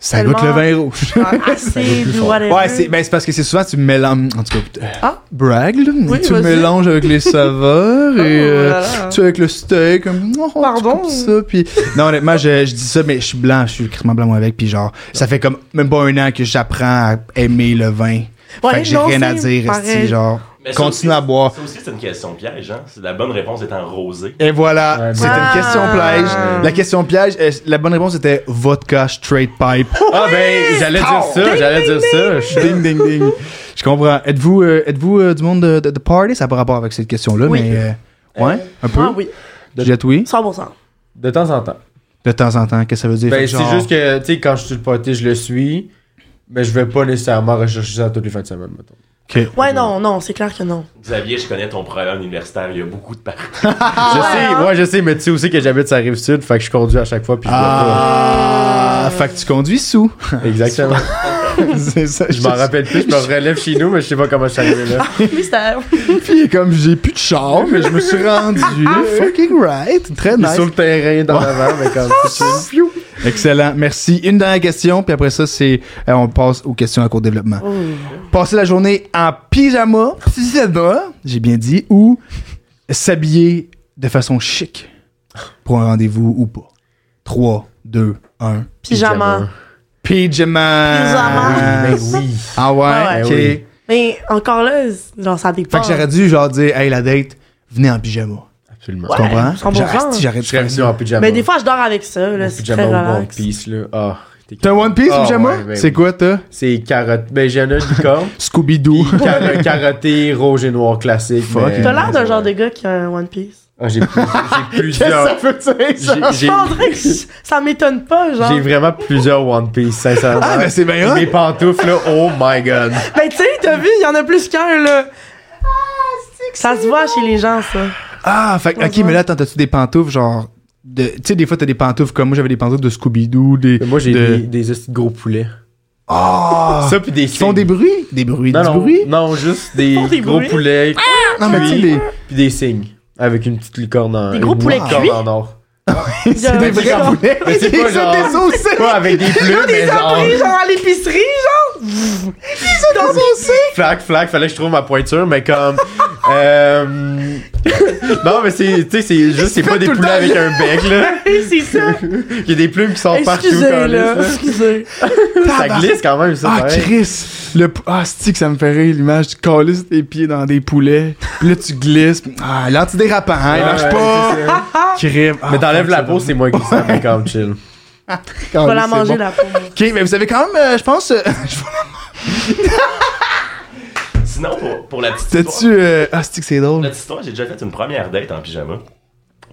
Speaker 1: ça goûte le
Speaker 2: tellement-
Speaker 1: vin rouge.
Speaker 3: goûte
Speaker 2: acide
Speaker 3: plus
Speaker 2: ou
Speaker 3: fort.
Speaker 2: whatever.
Speaker 1: Ouais, c'est ben, c'est parce que c'est souvent tu mélanges. En tout cas, euh,
Speaker 2: Ah.
Speaker 1: brag, là.
Speaker 2: Oui,
Speaker 1: tu
Speaker 2: vas-y.
Speaker 1: mélanges avec les saveurs et euh,
Speaker 2: là là.
Speaker 1: tu avec le steak. comme, oh, tu
Speaker 2: Pardon.
Speaker 1: coupes ça, puis non, honnêtement, je, je dis ça, mais je suis blanc, je suis crissement blanc moi, avec. Puis genre, ça fait comme même pas un an que j'apprends à aimer le vin.
Speaker 2: Ouais,
Speaker 1: fait que j'ai
Speaker 2: non,
Speaker 1: rien à
Speaker 2: c'est
Speaker 1: dire.
Speaker 2: pareil.
Speaker 1: esti, genre,
Speaker 4: Mais ça
Speaker 1: continue
Speaker 4: aussi-
Speaker 1: à boire.
Speaker 4: Ça aussi, c'est une question piège, hein. C'est- La bonne réponse étant rosée.
Speaker 1: Et voilà,
Speaker 3: Ouais,
Speaker 1: c'est
Speaker 3: non.
Speaker 1: une question
Speaker 2: Ah.
Speaker 1: piège. La question piège, euh, la bonne réponse était vodka straight pipe.
Speaker 3: Ah ben, j'allais dire ça, j'allais dire ça. Je suis
Speaker 1: ding, ding, ding. Je comprends. Êtes-vous euh, êtes-vous euh, du monde de, de- de party? Ça n'a pas rapport avec cette question-là,
Speaker 2: Oui.
Speaker 1: mais. euh, ouais, un peu.
Speaker 2: Ah oui,
Speaker 1: Juliette, oui.
Speaker 2: 100%.
Speaker 3: De temps en temps.
Speaker 1: De temps en temps, qu'est-ce que ça veut dire? Fait
Speaker 3: Ben,
Speaker 1: que
Speaker 3: c'est
Speaker 1: genre-
Speaker 3: juste que, tu sais, quand je suis le pâté, je le suis, mais je vais pas nécessairement rechercher ça toutes les fins de semaine, mettons.
Speaker 1: Ok.
Speaker 2: Ouais, non, non, c'est clair que non.
Speaker 4: Xavier, je connais ton programme universitaire, il y a beaucoup de parties.
Speaker 3: je
Speaker 2: ouais,
Speaker 3: sais,
Speaker 2: hein?
Speaker 3: ouais, je sais, mais tu sais aussi que j'habite sur la rive sud, fait que je conduis à chaque fois, puis je
Speaker 1: Ah, fait que tu conduis sous.
Speaker 3: bois pas. Exactement.
Speaker 1: c'est ça.
Speaker 3: je m'en rappelle plus, je me relève chez nous, mais je sais pas comment je suis arrivé là.
Speaker 2: Mystère.
Speaker 1: Puis comme j'ai plus de char, mais je me suis rendu. Ah, Fucking right. Très
Speaker 3: Puis
Speaker 1: nice.
Speaker 3: sur le terrain, dans l'avant, mais comme c'est chill.
Speaker 1: Excellent. Merci. Une dernière question, puis après ça, c'est euh, on passe aux questions à court développement.
Speaker 2: Oh.
Speaker 1: Passer la journée en pyjama, pyjama, j'ai bien dit, ou s'habiller de façon chic pour un rendez-vous ou pas. 3, 2, 1.
Speaker 2: Pyjama.
Speaker 1: Pyjama.
Speaker 2: Pyjama.
Speaker 3: Ben oui.
Speaker 1: Ah ouais,
Speaker 2: Ah
Speaker 1: ok.
Speaker 3: ouais.
Speaker 2: Mais encore là, c'est- genre, ça dépend.
Speaker 1: Fait que j'aurais dû genre dire, hey, la date, venez en pyjama.
Speaker 3: Absolument.
Speaker 1: Tu comprends?
Speaker 2: 100%.
Speaker 1: J'aurais- asti, J'aurais
Speaker 3: Je
Speaker 1: dû
Speaker 3: serais
Speaker 1: faire
Speaker 3: venu
Speaker 1: ça.
Speaker 3: en pyjama.
Speaker 2: Mais des fois, je dors avec ça, là,
Speaker 3: Mon
Speaker 2: c'est très
Speaker 3: pyjama au One
Speaker 2: relax.
Speaker 3: Piece, là. Ah, t'es-
Speaker 1: T'as un One Piece,
Speaker 3: Ah,
Speaker 1: ou pyjama?
Speaker 3: ouais, ben
Speaker 1: c'est
Speaker 3: oui.
Speaker 1: quoi, toi?
Speaker 3: C'est carotte. Ben, j'ai un unicorn.
Speaker 1: Scooby-Doo.
Speaker 3: Car- carotté, rouge et noir classique.
Speaker 1: Fuck.
Speaker 3: mais-
Speaker 2: T'as l'air d'un genre de gars qui a un One Piece.
Speaker 3: Ah, j'ai plus- j'ai plusieurs.
Speaker 1: veut dire, ça?
Speaker 3: j'ai- j'ai-
Speaker 2: On dirait que je- ça m'étonne pas, genre.
Speaker 3: J'ai vraiment plusieurs One Piece, sincèrement.
Speaker 1: Ah, ben c'est bien
Speaker 3: Et
Speaker 1: hot.
Speaker 3: Mes pantoufles, là, oh my god.
Speaker 2: Ben, tu sais, t'as vu, il y en a plus qu'un, là. Ça se voit chez les gens, ça.
Speaker 1: Ah, fait que- ok, mais là, attends, t'as-tu des pantoufles genre. de- Tu sais, des fois, t'as des pantoufles comme moi, j'avais des pantoufles de Scooby-Doo, des.
Speaker 3: Mais moi, j'ai
Speaker 1: de-
Speaker 3: des, des hosties de gros poulets.
Speaker 1: Ah!
Speaker 3: Ça, puis des
Speaker 1: Ils font
Speaker 3: cygnes.
Speaker 1: des bruits? Des bruits,
Speaker 3: non,
Speaker 1: du
Speaker 3: non,
Speaker 1: bruit?
Speaker 3: non, juste des,
Speaker 2: font des
Speaker 3: gros
Speaker 2: bruits.
Speaker 3: poulets,
Speaker 1: Non, Ah, mais tu sais, les.
Speaker 3: puis des cygnes. Avec une petite licorne en
Speaker 2: Des gros
Speaker 3: une
Speaker 2: poulets
Speaker 3: licorne
Speaker 2: cuits?
Speaker 3: en or.
Speaker 1: C'est des vrais
Speaker 2: genre-
Speaker 1: poulets!
Speaker 3: Mais c'est pas
Speaker 1: Ils sont
Speaker 3: genre-
Speaker 1: des saucisses!
Speaker 3: Pas avec des plumes,
Speaker 2: Des
Speaker 3: mais genre.
Speaker 2: abris, genre à l'épicerie, genre.
Speaker 1: Ils sont des saucisses!
Speaker 3: Flac, flac, fallait que je trouve ma pointure, mais comme. euh, non, mais c'est. Tu sais, c'est juste, c'est pas des
Speaker 1: tout le
Speaker 3: poulets
Speaker 1: temps.
Speaker 3: avec un bec, là.
Speaker 2: Hey, c'est ça.
Speaker 3: Il y a des plumes qui sont partout
Speaker 2: Excusez,
Speaker 3: quand
Speaker 2: là. Excusez. Ah, bah.
Speaker 3: Ça glisse quand même, ça,
Speaker 1: Ah,
Speaker 3: pareil.
Speaker 1: Chris! Le. p- Ah, cest que ça me fait rire l'image? Tu calisses tes pieds dans des poulets, puis là, tu glisses. Ah, l'antidérapant, hein, il
Speaker 3: Ouais,
Speaker 1: lâche
Speaker 3: ouais,
Speaker 1: pas! Ah,
Speaker 3: c'est ça.
Speaker 1: Crime.
Speaker 3: Mais t'enlèves la peau,
Speaker 1: pause
Speaker 3: c'est moins glissant, mais comme chill.
Speaker 2: Je vais la manger, la peau. moi.
Speaker 1: Ok, mais vous avez quand même, euh, je pense. euh, je
Speaker 4: Sinon, pour, pour la petite histoire,
Speaker 1: T'as-tu. euh, Ah, cest que c'est
Speaker 4: la
Speaker 1: drôle?
Speaker 4: petite histoire, j'ai déjà fait une première date en pyjama.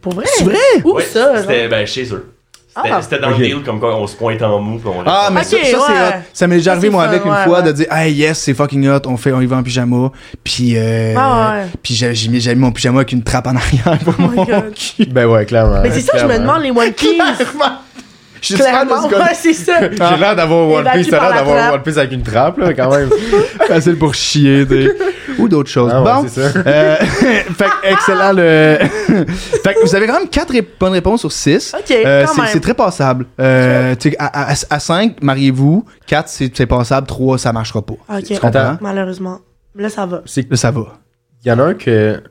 Speaker 2: Pour vrai?
Speaker 1: C'est vrai?
Speaker 2: Où
Speaker 4: Ouais,
Speaker 2: ça? genre?
Speaker 4: C'était ben, chez eux. C'était
Speaker 2: Ah.
Speaker 4: c'était dans
Speaker 3: Ok.
Speaker 4: le deal, comme quoi on se pointe en mou. puis on
Speaker 1: Ah, mais
Speaker 2: Ok,
Speaker 1: ça, ça, c'est
Speaker 2: ouais.
Speaker 1: hot. Ça m'est déjà
Speaker 2: Ça,
Speaker 1: arrivé,
Speaker 2: c'est
Speaker 1: moi,
Speaker 2: fun,
Speaker 1: avec une
Speaker 2: ouais,
Speaker 1: fois,
Speaker 2: ouais.
Speaker 1: de dire, hey, yes, c'est fucking hot, on fait, on y va en pyjama. Puis, euh,
Speaker 2: Ah ouais.
Speaker 1: puis j'ai, j'ai mis, j'ai mis mon pyjama avec une trappe en arrière pour
Speaker 2: Oh my
Speaker 1: mon
Speaker 2: God.
Speaker 1: cul.
Speaker 3: Ben ouais, clairement.
Speaker 2: Mais c'est ça, je me demande, les One Piece.
Speaker 1: Je suis fan de
Speaker 2: Clairement,
Speaker 1: ce Ah. gars
Speaker 2: ouais, c'est ça.
Speaker 3: J'ai l'air d'avoir un One
Speaker 2: Évacue
Speaker 3: Piece, t'as
Speaker 2: par
Speaker 3: l'air
Speaker 2: la
Speaker 3: d'avoir un
Speaker 2: trappe.
Speaker 3: One Piece avec une trappe, là, quand même.
Speaker 1: facile pour chier, tu sais. ou d'autres choses.
Speaker 3: Ah ouais,
Speaker 1: bon,
Speaker 3: c'est ça.
Speaker 1: euh, fait que excellent le. fait que vous avez quand même 4 bonnes réponses sur 6.
Speaker 2: Ok, quand même.
Speaker 1: c'est très passable. Euh, tu sais, à, 5, mariez-vous. 4, c'est c'est passable. 3, ça marchera pas.
Speaker 2: Ok.
Speaker 1: Tu comprends?
Speaker 3: Attends.
Speaker 2: Malheureusement. Là, ça va.
Speaker 3: C'est
Speaker 1: Là, ça va.
Speaker 3: Il y en a un que.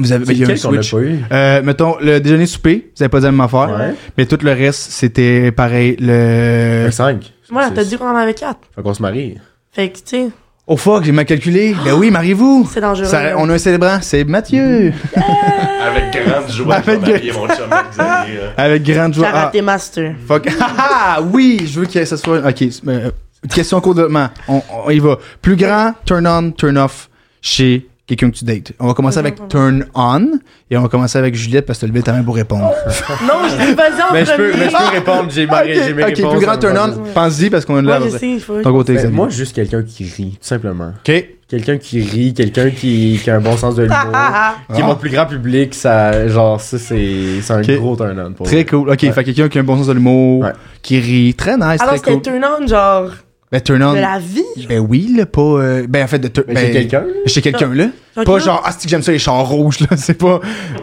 Speaker 1: Vous avez,
Speaker 3: C'est
Speaker 1: il y a un
Speaker 3: lequel qu'on a
Speaker 1: switch.
Speaker 3: pas eu?
Speaker 1: Euh, mettons, le déjeuner souper, vous avez pas dit la même affaire.
Speaker 3: Ouais.
Speaker 1: Mais tout le reste, c'était pareil. Le...
Speaker 3: 5.
Speaker 2: Voilà, t'as dit qu'on en avait quatre.
Speaker 3: Faut qu'on se marie.
Speaker 2: Fait que, tu sais,
Speaker 1: Oh fuck, j'ai mal calculé. Ben oui, mariez-vous.
Speaker 2: c'est dangereux.
Speaker 1: Ça-
Speaker 2: là.
Speaker 1: on a un célébrant, c'est
Speaker 3: Mm-hmm.
Speaker 1: Mathieu.
Speaker 4: Avec grande joie, je vais
Speaker 1: Avec-
Speaker 4: marier mon chum Xavier. là.
Speaker 1: Avec grande joie. Ah,
Speaker 2: Karaté Master.
Speaker 1: fuck. Ah, oui, je veux que ça soit. Ok, euh, question cours de main. On, on y va. Plus grand, turn on, turn off chez quelqu'un que tu dates. On va commencer avec turn on et on va commencer avec Juliette parce que tu as levé ta main pour répondre.
Speaker 2: non, je l'ai basé en
Speaker 3: Mais je peux,
Speaker 2: premier. Ah,
Speaker 3: mais je peux répondre, j'ai
Speaker 1: ok,
Speaker 3: marié, j'ai mes
Speaker 1: ok,
Speaker 3: réponses.
Speaker 1: plus grand,
Speaker 3: ça
Speaker 1: turn
Speaker 3: me va
Speaker 1: on. Pense-y parce qu'on a
Speaker 2: Ouais,
Speaker 1: là.
Speaker 2: je sais, il faut.
Speaker 1: Ton côté,
Speaker 3: bien. Ben,
Speaker 1: Xavier.
Speaker 3: Moi, juste quelqu'un qui rit, tout simplement.
Speaker 1: Ok.
Speaker 3: Quelqu'un qui rit, quelqu'un qui, qui a un bon sens de
Speaker 2: Ah,
Speaker 3: l'humour.
Speaker 1: Ah,
Speaker 3: Qui est mon plus grand public, ça, genre, ça, c'est c'est un
Speaker 1: Ok.
Speaker 3: gros turn on pour
Speaker 1: Très
Speaker 3: moi.
Speaker 1: cool. Ok,
Speaker 3: Ouais.
Speaker 1: fait quelqu'un qui a un bon sens de l'humour,
Speaker 3: Ouais.
Speaker 1: qui rit. Très nice,
Speaker 2: Alors,
Speaker 1: très cool.
Speaker 2: c'était turn on, genre,
Speaker 1: Ben, turn on.
Speaker 2: de la vie.
Speaker 1: Ben oui, là, pas. euh, Ben en fait, de tur-
Speaker 3: Mais
Speaker 1: ben,
Speaker 3: chez quelqu'un?
Speaker 1: Chez quelqu'un, là.
Speaker 2: Genre
Speaker 1: Pas
Speaker 2: que-
Speaker 1: genre, ah, c'est que j'aime ça les chars rouges, là. C'est pas.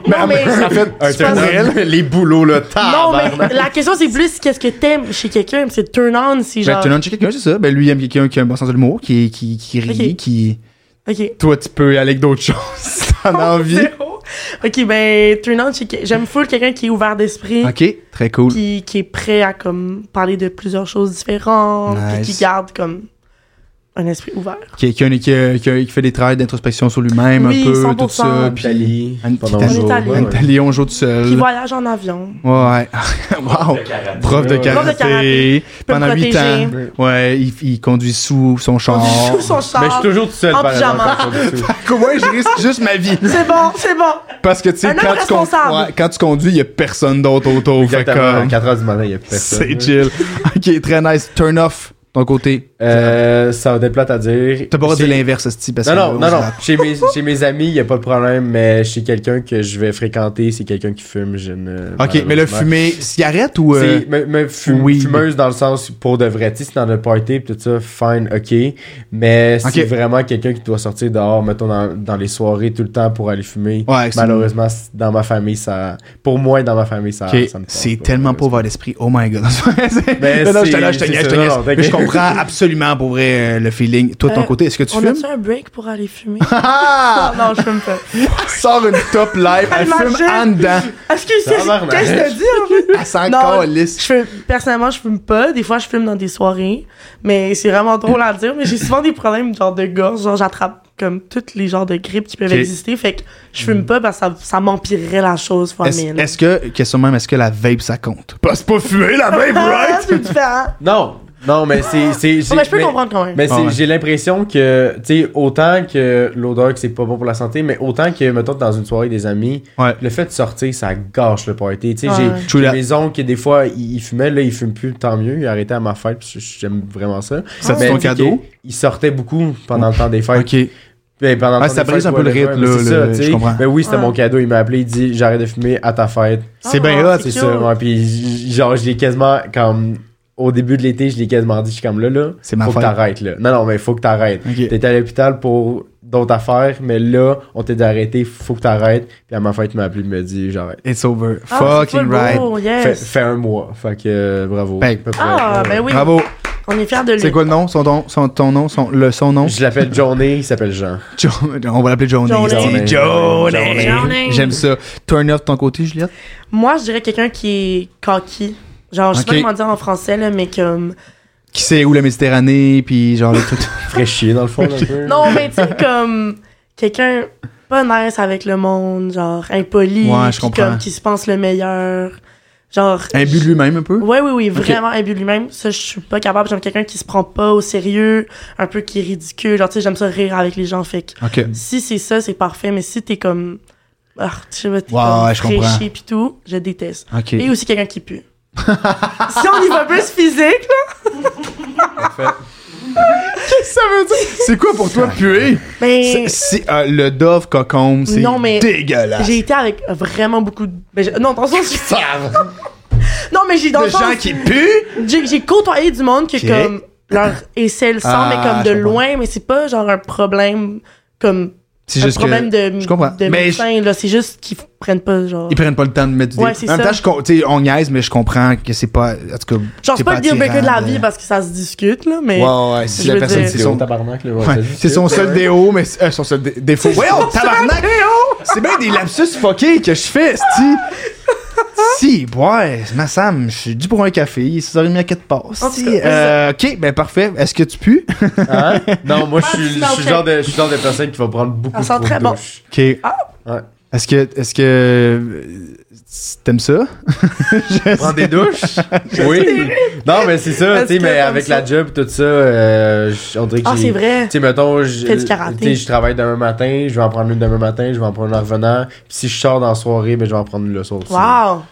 Speaker 1: Ben,
Speaker 2: Non, mais-
Speaker 1: en fait,
Speaker 3: Un
Speaker 1: c'est pas
Speaker 3: turn
Speaker 1: réel.
Speaker 3: on. Les boulots, là,
Speaker 1: Ah,
Speaker 2: Non, mais
Speaker 1: bah,
Speaker 3: tabarnak.
Speaker 2: la question, c'est plus qu'est-ce que t'aimes chez quelqu'un. C'est turn on, c'est
Speaker 1: Ben,
Speaker 2: genre.
Speaker 1: turn on chez quelqu'un, c'est ça. Ben lui, il aime quelqu'un qui a un bon sens de l'humour, qui, qui, qui rit,
Speaker 2: Ok.
Speaker 1: qui.
Speaker 2: Ok.
Speaker 1: Toi, tu peux aller avec d'autres choses si t'en as envie.
Speaker 2: Zéro. Ok, ben, turn on, chez que- j'aime full quelqu'un qui est ouvert d'esprit.
Speaker 1: Ok, très cool.
Speaker 2: Qui, qui est prêt à comme parler de plusieurs choses différentes, puis
Speaker 1: Nice.
Speaker 2: qui garde comme un esprit ouvert.
Speaker 1: Qui, qui, a une- qui, a- qui, a- qui fait des travails d'introspection sur lui-même,
Speaker 2: Oui,
Speaker 1: un peu,
Speaker 2: 100%.
Speaker 1: tout ça. Puis
Speaker 3: Italie,
Speaker 1: Un
Speaker 3: pendant
Speaker 1: petit
Speaker 3: un jour.
Speaker 2: Italie.
Speaker 3: ouais, ouais.
Speaker 1: t'as Léon joue tout
Speaker 2: Qui
Speaker 1: seul.
Speaker 2: voyage en avion.
Speaker 1: Ouais. wow.
Speaker 4: De karaté.
Speaker 1: Prof de
Speaker 3: Ouais, ouais.
Speaker 1: karaté.
Speaker 2: Prof de karaté. Peut me
Speaker 1: Pendant 8 ans.
Speaker 2: protéger.
Speaker 1: Ouais, il, il conduit sous son char.
Speaker 2: Sous
Speaker 1: Ben,
Speaker 2: son char.
Speaker 3: Mais je suis toujours tout seul,
Speaker 2: En
Speaker 3: par exemple.
Speaker 2: pyjama.
Speaker 3: quand je suis sous.
Speaker 1: Comment je risque juste ma vie?
Speaker 2: C'est bon, c'est bon.
Speaker 1: Parce que, tu sais,
Speaker 2: Un homme
Speaker 1: quand, tu con-
Speaker 2: responsable.
Speaker 1: ouais, quand tu conduis, il y a personne d'autre autour. Fait
Speaker 3: Exactement, à
Speaker 1: que,
Speaker 3: 4h du matin, il y a personne.
Speaker 1: c'est chill. ok, très nice. Turn off, ton côté.
Speaker 3: Euh, ça va être plate à dire.
Speaker 1: T'as pas le droit de
Speaker 3: Chez-
Speaker 1: l'inverse, ce type. parce
Speaker 3: Non,
Speaker 1: que
Speaker 3: non,
Speaker 1: là,
Speaker 3: non,
Speaker 1: on
Speaker 3: non.
Speaker 1: se tape.
Speaker 3: Chez mes, chez mes amis, il n'y a pas de problème, mais chez quelqu'un que je vais fréquenter, c'est quelqu'un qui fume. Je ne,
Speaker 1: Ok, mais le
Speaker 3: malheureusement.
Speaker 1: fumer, cigarette ou. euh,
Speaker 3: C'est me- me fume-
Speaker 1: Oui.
Speaker 3: fumeuse dans le sens pour de vrai. Tu sais, c'est dans le party pis tout ça, fine, ok. Mais c'est
Speaker 1: Ok.
Speaker 3: vraiment quelqu'un qui doit sortir dehors, mettons, dans, dans les soirées tout le temps pour aller fumer.
Speaker 1: Ouais, c'est-
Speaker 3: Malheureusement, c'est- dans ma famille, ça. Pour moi et dans ma famille, ça.
Speaker 1: Ok,
Speaker 3: Ah, ça me
Speaker 1: c'est
Speaker 3: tente
Speaker 1: tellement pas ouvert d'esprit. Oh my god.
Speaker 3: Mais
Speaker 1: non, non, je te
Speaker 3: Ben, c'est-
Speaker 1: lâche, je te
Speaker 3: c'est
Speaker 1: niaise, je
Speaker 3: ça,
Speaker 1: te niaise.
Speaker 3: non,
Speaker 1: Mais je
Speaker 3: t'inquiète.
Speaker 1: comprends absolument pour vrai euh, le feeling. Toi, de ton
Speaker 2: Euh,
Speaker 1: côté, est-ce que tu
Speaker 2: On
Speaker 1: fumes?
Speaker 2: a-tu un break pour aller fumer?
Speaker 1: Ah!
Speaker 2: non, je fume pas.
Speaker 1: Sort une top live, elle
Speaker 2: Imagine.
Speaker 1: fume en dedans.
Speaker 2: Excusez,
Speaker 3: Tabarnak.
Speaker 2: Ah, qu'est-ce que t'as dit en fait?
Speaker 1: Elle s'en
Speaker 2: Non,
Speaker 1: calisse.
Speaker 2: je fume- personnellement, je fume pas. Des fois, je fume dans des soirées. Mais c'est vraiment drôle à dire. Mais j'ai souvent des problèmes genre de gorge. Genre, j'attrape comme tous les genres de grippes qui peuvent
Speaker 1: Ok.
Speaker 2: exister. Fait que je fume pas parce que ça, ça m'empirerait la chose fois
Speaker 1: Est-ce
Speaker 2: mille.
Speaker 1: est-ce que, question même, est-ce que la vape ça compte? Parce que Bah, pas fumer la vape,
Speaker 2: Ah,
Speaker 1: right?
Speaker 2: c'est différent.
Speaker 3: Non, non, mais c'est. c'est
Speaker 2: Oh,
Speaker 3: j'ai-
Speaker 2: mais je peux
Speaker 3: mais-
Speaker 2: comprendre quand même.
Speaker 3: Mais c'est-
Speaker 1: Ah ouais.
Speaker 3: j'ai l'impression que, tu sais, autant que l'odeur, que c'est pas bon pour la santé, mais autant que, mettons, dans une soirée des amis,
Speaker 1: Ouais.
Speaker 3: le fait de sortir, ça gâche le party. Tu sais,
Speaker 2: Ouais.
Speaker 3: j'ai-
Speaker 1: True
Speaker 3: j'ai
Speaker 1: that.
Speaker 3: mes oncles qui, des fois, ils ils fumaient, là, ils fument plus, tant mieux, ils arrêtaient à ma fête, puis je- j'aime vraiment ça.
Speaker 1: Ça,
Speaker 3: Mais
Speaker 1: c'est ton
Speaker 3: tu sais
Speaker 1: cadeau?
Speaker 3: que Ils sortaient beaucoup pendant le temps des fêtes.
Speaker 1: Ok.
Speaker 3: Ben, pendant le
Speaker 1: Ah,
Speaker 3: temps
Speaker 1: ça
Speaker 3: des
Speaker 1: brise
Speaker 3: fêtes,
Speaker 1: un peu le
Speaker 3: whatever,
Speaker 1: rythme,
Speaker 3: mais
Speaker 1: là, le-
Speaker 3: c'est ça, tu sais.
Speaker 1: je comprends.
Speaker 3: Ben oui, c'était
Speaker 2: Ouais.
Speaker 3: mon cadeau, il m'a appelé, il dit, j'arrête de fumer à ta fête.
Speaker 1: C'est
Speaker 2: Ah,
Speaker 1: bien hot,
Speaker 3: C'est
Speaker 2: cute.
Speaker 3: ça, ouais, puis genre, je l'ai quasiment, comme, au début de l'été, je l'ai quasiment dit, je suis comme là, là,
Speaker 1: C'est ma
Speaker 3: faut que
Speaker 1: fête.
Speaker 3: t'arrêtes, là. Non, non, mais faut que t'arrêtes.
Speaker 1: Ok.
Speaker 3: T'étais à l'hôpital pour d'autres affaires, mais là, on t'a dit d'arrêter, faut que t'arrêtes. Puis à ma fête, il m'a appelé, il m'a dit, j'arrête.
Speaker 1: It's over.
Speaker 2: Ah, c'est
Speaker 1: Fucking
Speaker 2: full
Speaker 1: right.
Speaker 2: beau,
Speaker 3: Fait,
Speaker 2: yes.
Speaker 3: fait un mois. Fait que, euh, bravo.
Speaker 1: Ben.
Speaker 3: À peu près.
Speaker 2: Ah, ben oui.
Speaker 1: Bravo.
Speaker 2: On est fiers de lui.
Speaker 1: C'est quoi le nom? Son, ton, son, ton nom? Son, le, son nom?
Speaker 3: Je l'appelle Johnny, il s'appelle Jean.
Speaker 1: Jo- On va l'appeler Johnny.
Speaker 2: Johnny.
Speaker 1: Johnny. Johnny.
Speaker 2: Johnny.
Speaker 1: J'aime ça. Turn off de ton côté, Juliette?
Speaker 2: Moi, je dirais quelqu'un qui est cocky. Genre, je sais
Speaker 1: Ok.
Speaker 2: pas comment dire en français, là, mais comme.
Speaker 1: Qui sait où la Méditerranée, puis genre le tout.
Speaker 3: Ferait chier, dans le fond, un peu.
Speaker 2: Non, mais tu sais, comme. Quelqu'un pas nice avec le monde, genre impoli.
Speaker 1: Ouais, je
Speaker 2: puis
Speaker 1: comprends.
Speaker 2: Comme qui se pense le meilleur. Genre.
Speaker 1: Imbu de lui-même un peu?
Speaker 2: Ouais, oui, oui, vraiment imbu de lui-même. Ça, je suis pas capable. J'aime quelqu'un qui se prend pas au sérieux, un peu qui est ridicule. Genre, tu sais, j'aime ça rire avec les gens. Fait que
Speaker 1: Ok.
Speaker 2: si c'est ça, c'est parfait. Mais si t'es comme. Ah, tu sais, t'es
Speaker 1: Ouais,
Speaker 2: comme
Speaker 1: ouais, je comprends.
Speaker 2: fraîché pis tout, je déteste.
Speaker 1: Ok.
Speaker 2: Et aussi quelqu'un qui pue. si on y va plus physique, là.
Speaker 1: ça veut dire? C'est quoi pour toi puer? C'est-
Speaker 2: Mais
Speaker 1: C'est euh, le Dove Cocombe, c'est
Speaker 2: Non, mais-
Speaker 1: dégueulasse.
Speaker 2: j'ai été avec vraiment beaucoup de. ben, j'ai- non, dans le sens.
Speaker 1: Des
Speaker 2: Non, mais j'ai dans le
Speaker 1: gens
Speaker 2: sens.
Speaker 1: qui puent?
Speaker 2: J'ai j'ai côtoyé du monde que,
Speaker 1: Ok.
Speaker 2: comme, leur aisselle sent,
Speaker 1: Ah,
Speaker 2: mais comme
Speaker 1: je
Speaker 2: de
Speaker 1: comprends.
Speaker 2: loin, mais c'est pas genre un problème comme
Speaker 1: C'est
Speaker 2: un
Speaker 1: juste que-
Speaker 2: problème de,
Speaker 1: je comprends.
Speaker 2: de
Speaker 1: Mais
Speaker 2: médecin, là. C'est juste qu'ils f- prennent pas, genre.
Speaker 1: Ils prennent pas le temps de mettre du
Speaker 2: Ouais,
Speaker 1: dé-
Speaker 2: c'est
Speaker 1: En même
Speaker 2: ça.
Speaker 1: temps, je com- tu sais, on niaise, mais je comprends que c'est pas. En tout cas.
Speaker 2: Genre,
Speaker 1: t'es
Speaker 2: c'est pas le deal breaker de la
Speaker 1: attirant,
Speaker 2: vie parce que ça se discute, là, mais.
Speaker 1: Ouais, ouais, ouais, si
Speaker 2: Je
Speaker 1: la
Speaker 2: veux
Speaker 1: personne,
Speaker 2: dire-
Speaker 1: c'est son,
Speaker 3: tabarnak, là.
Speaker 1: ouais, c'est son seul déo, mais c'est- euh, son seul dé- défaut. Voyons, tabarnak! C'est bien des lapsus fuckés que je fais, sti. Si, ouais, ma Sam, je suis dû pour un café, il est 6h30 à 4
Speaker 2: En
Speaker 1: passes.
Speaker 2: tout cas,
Speaker 1: Euh, ok, ben parfait. Est-ce que tu pues?
Speaker 3: Hein? Non, moi, je suis
Speaker 2: Ah,
Speaker 3: je suis le genre de je suis le genre de personne qui va prendre beaucoup
Speaker 2: Ça
Speaker 3: de
Speaker 2: sent très bon.
Speaker 3: douche.
Speaker 1: Ok.
Speaker 3: Ouais.
Speaker 1: Est-ce que, est-ce que, euh, t'aimes ça?
Speaker 3: Prends des douches? oui. Non, mais c'est ça,
Speaker 2: Est-ce
Speaker 3: tu sais,
Speaker 2: que
Speaker 3: mais
Speaker 2: comme
Speaker 3: avec
Speaker 2: ça-
Speaker 3: la job, tout ça, euh, j- on dirait que
Speaker 2: Ah,
Speaker 3: j'ai-
Speaker 2: c'est vrai.
Speaker 3: Tu sais, mettons, je,
Speaker 2: Fais du karaté.
Speaker 3: tu sais, je travaille demain matin, je vais en prendre une demain matin, je vais en prendre une en revenant. Puis si je sors dans la soirée, ben, je vais en prendre une le soir aussi.
Speaker 2: Wow.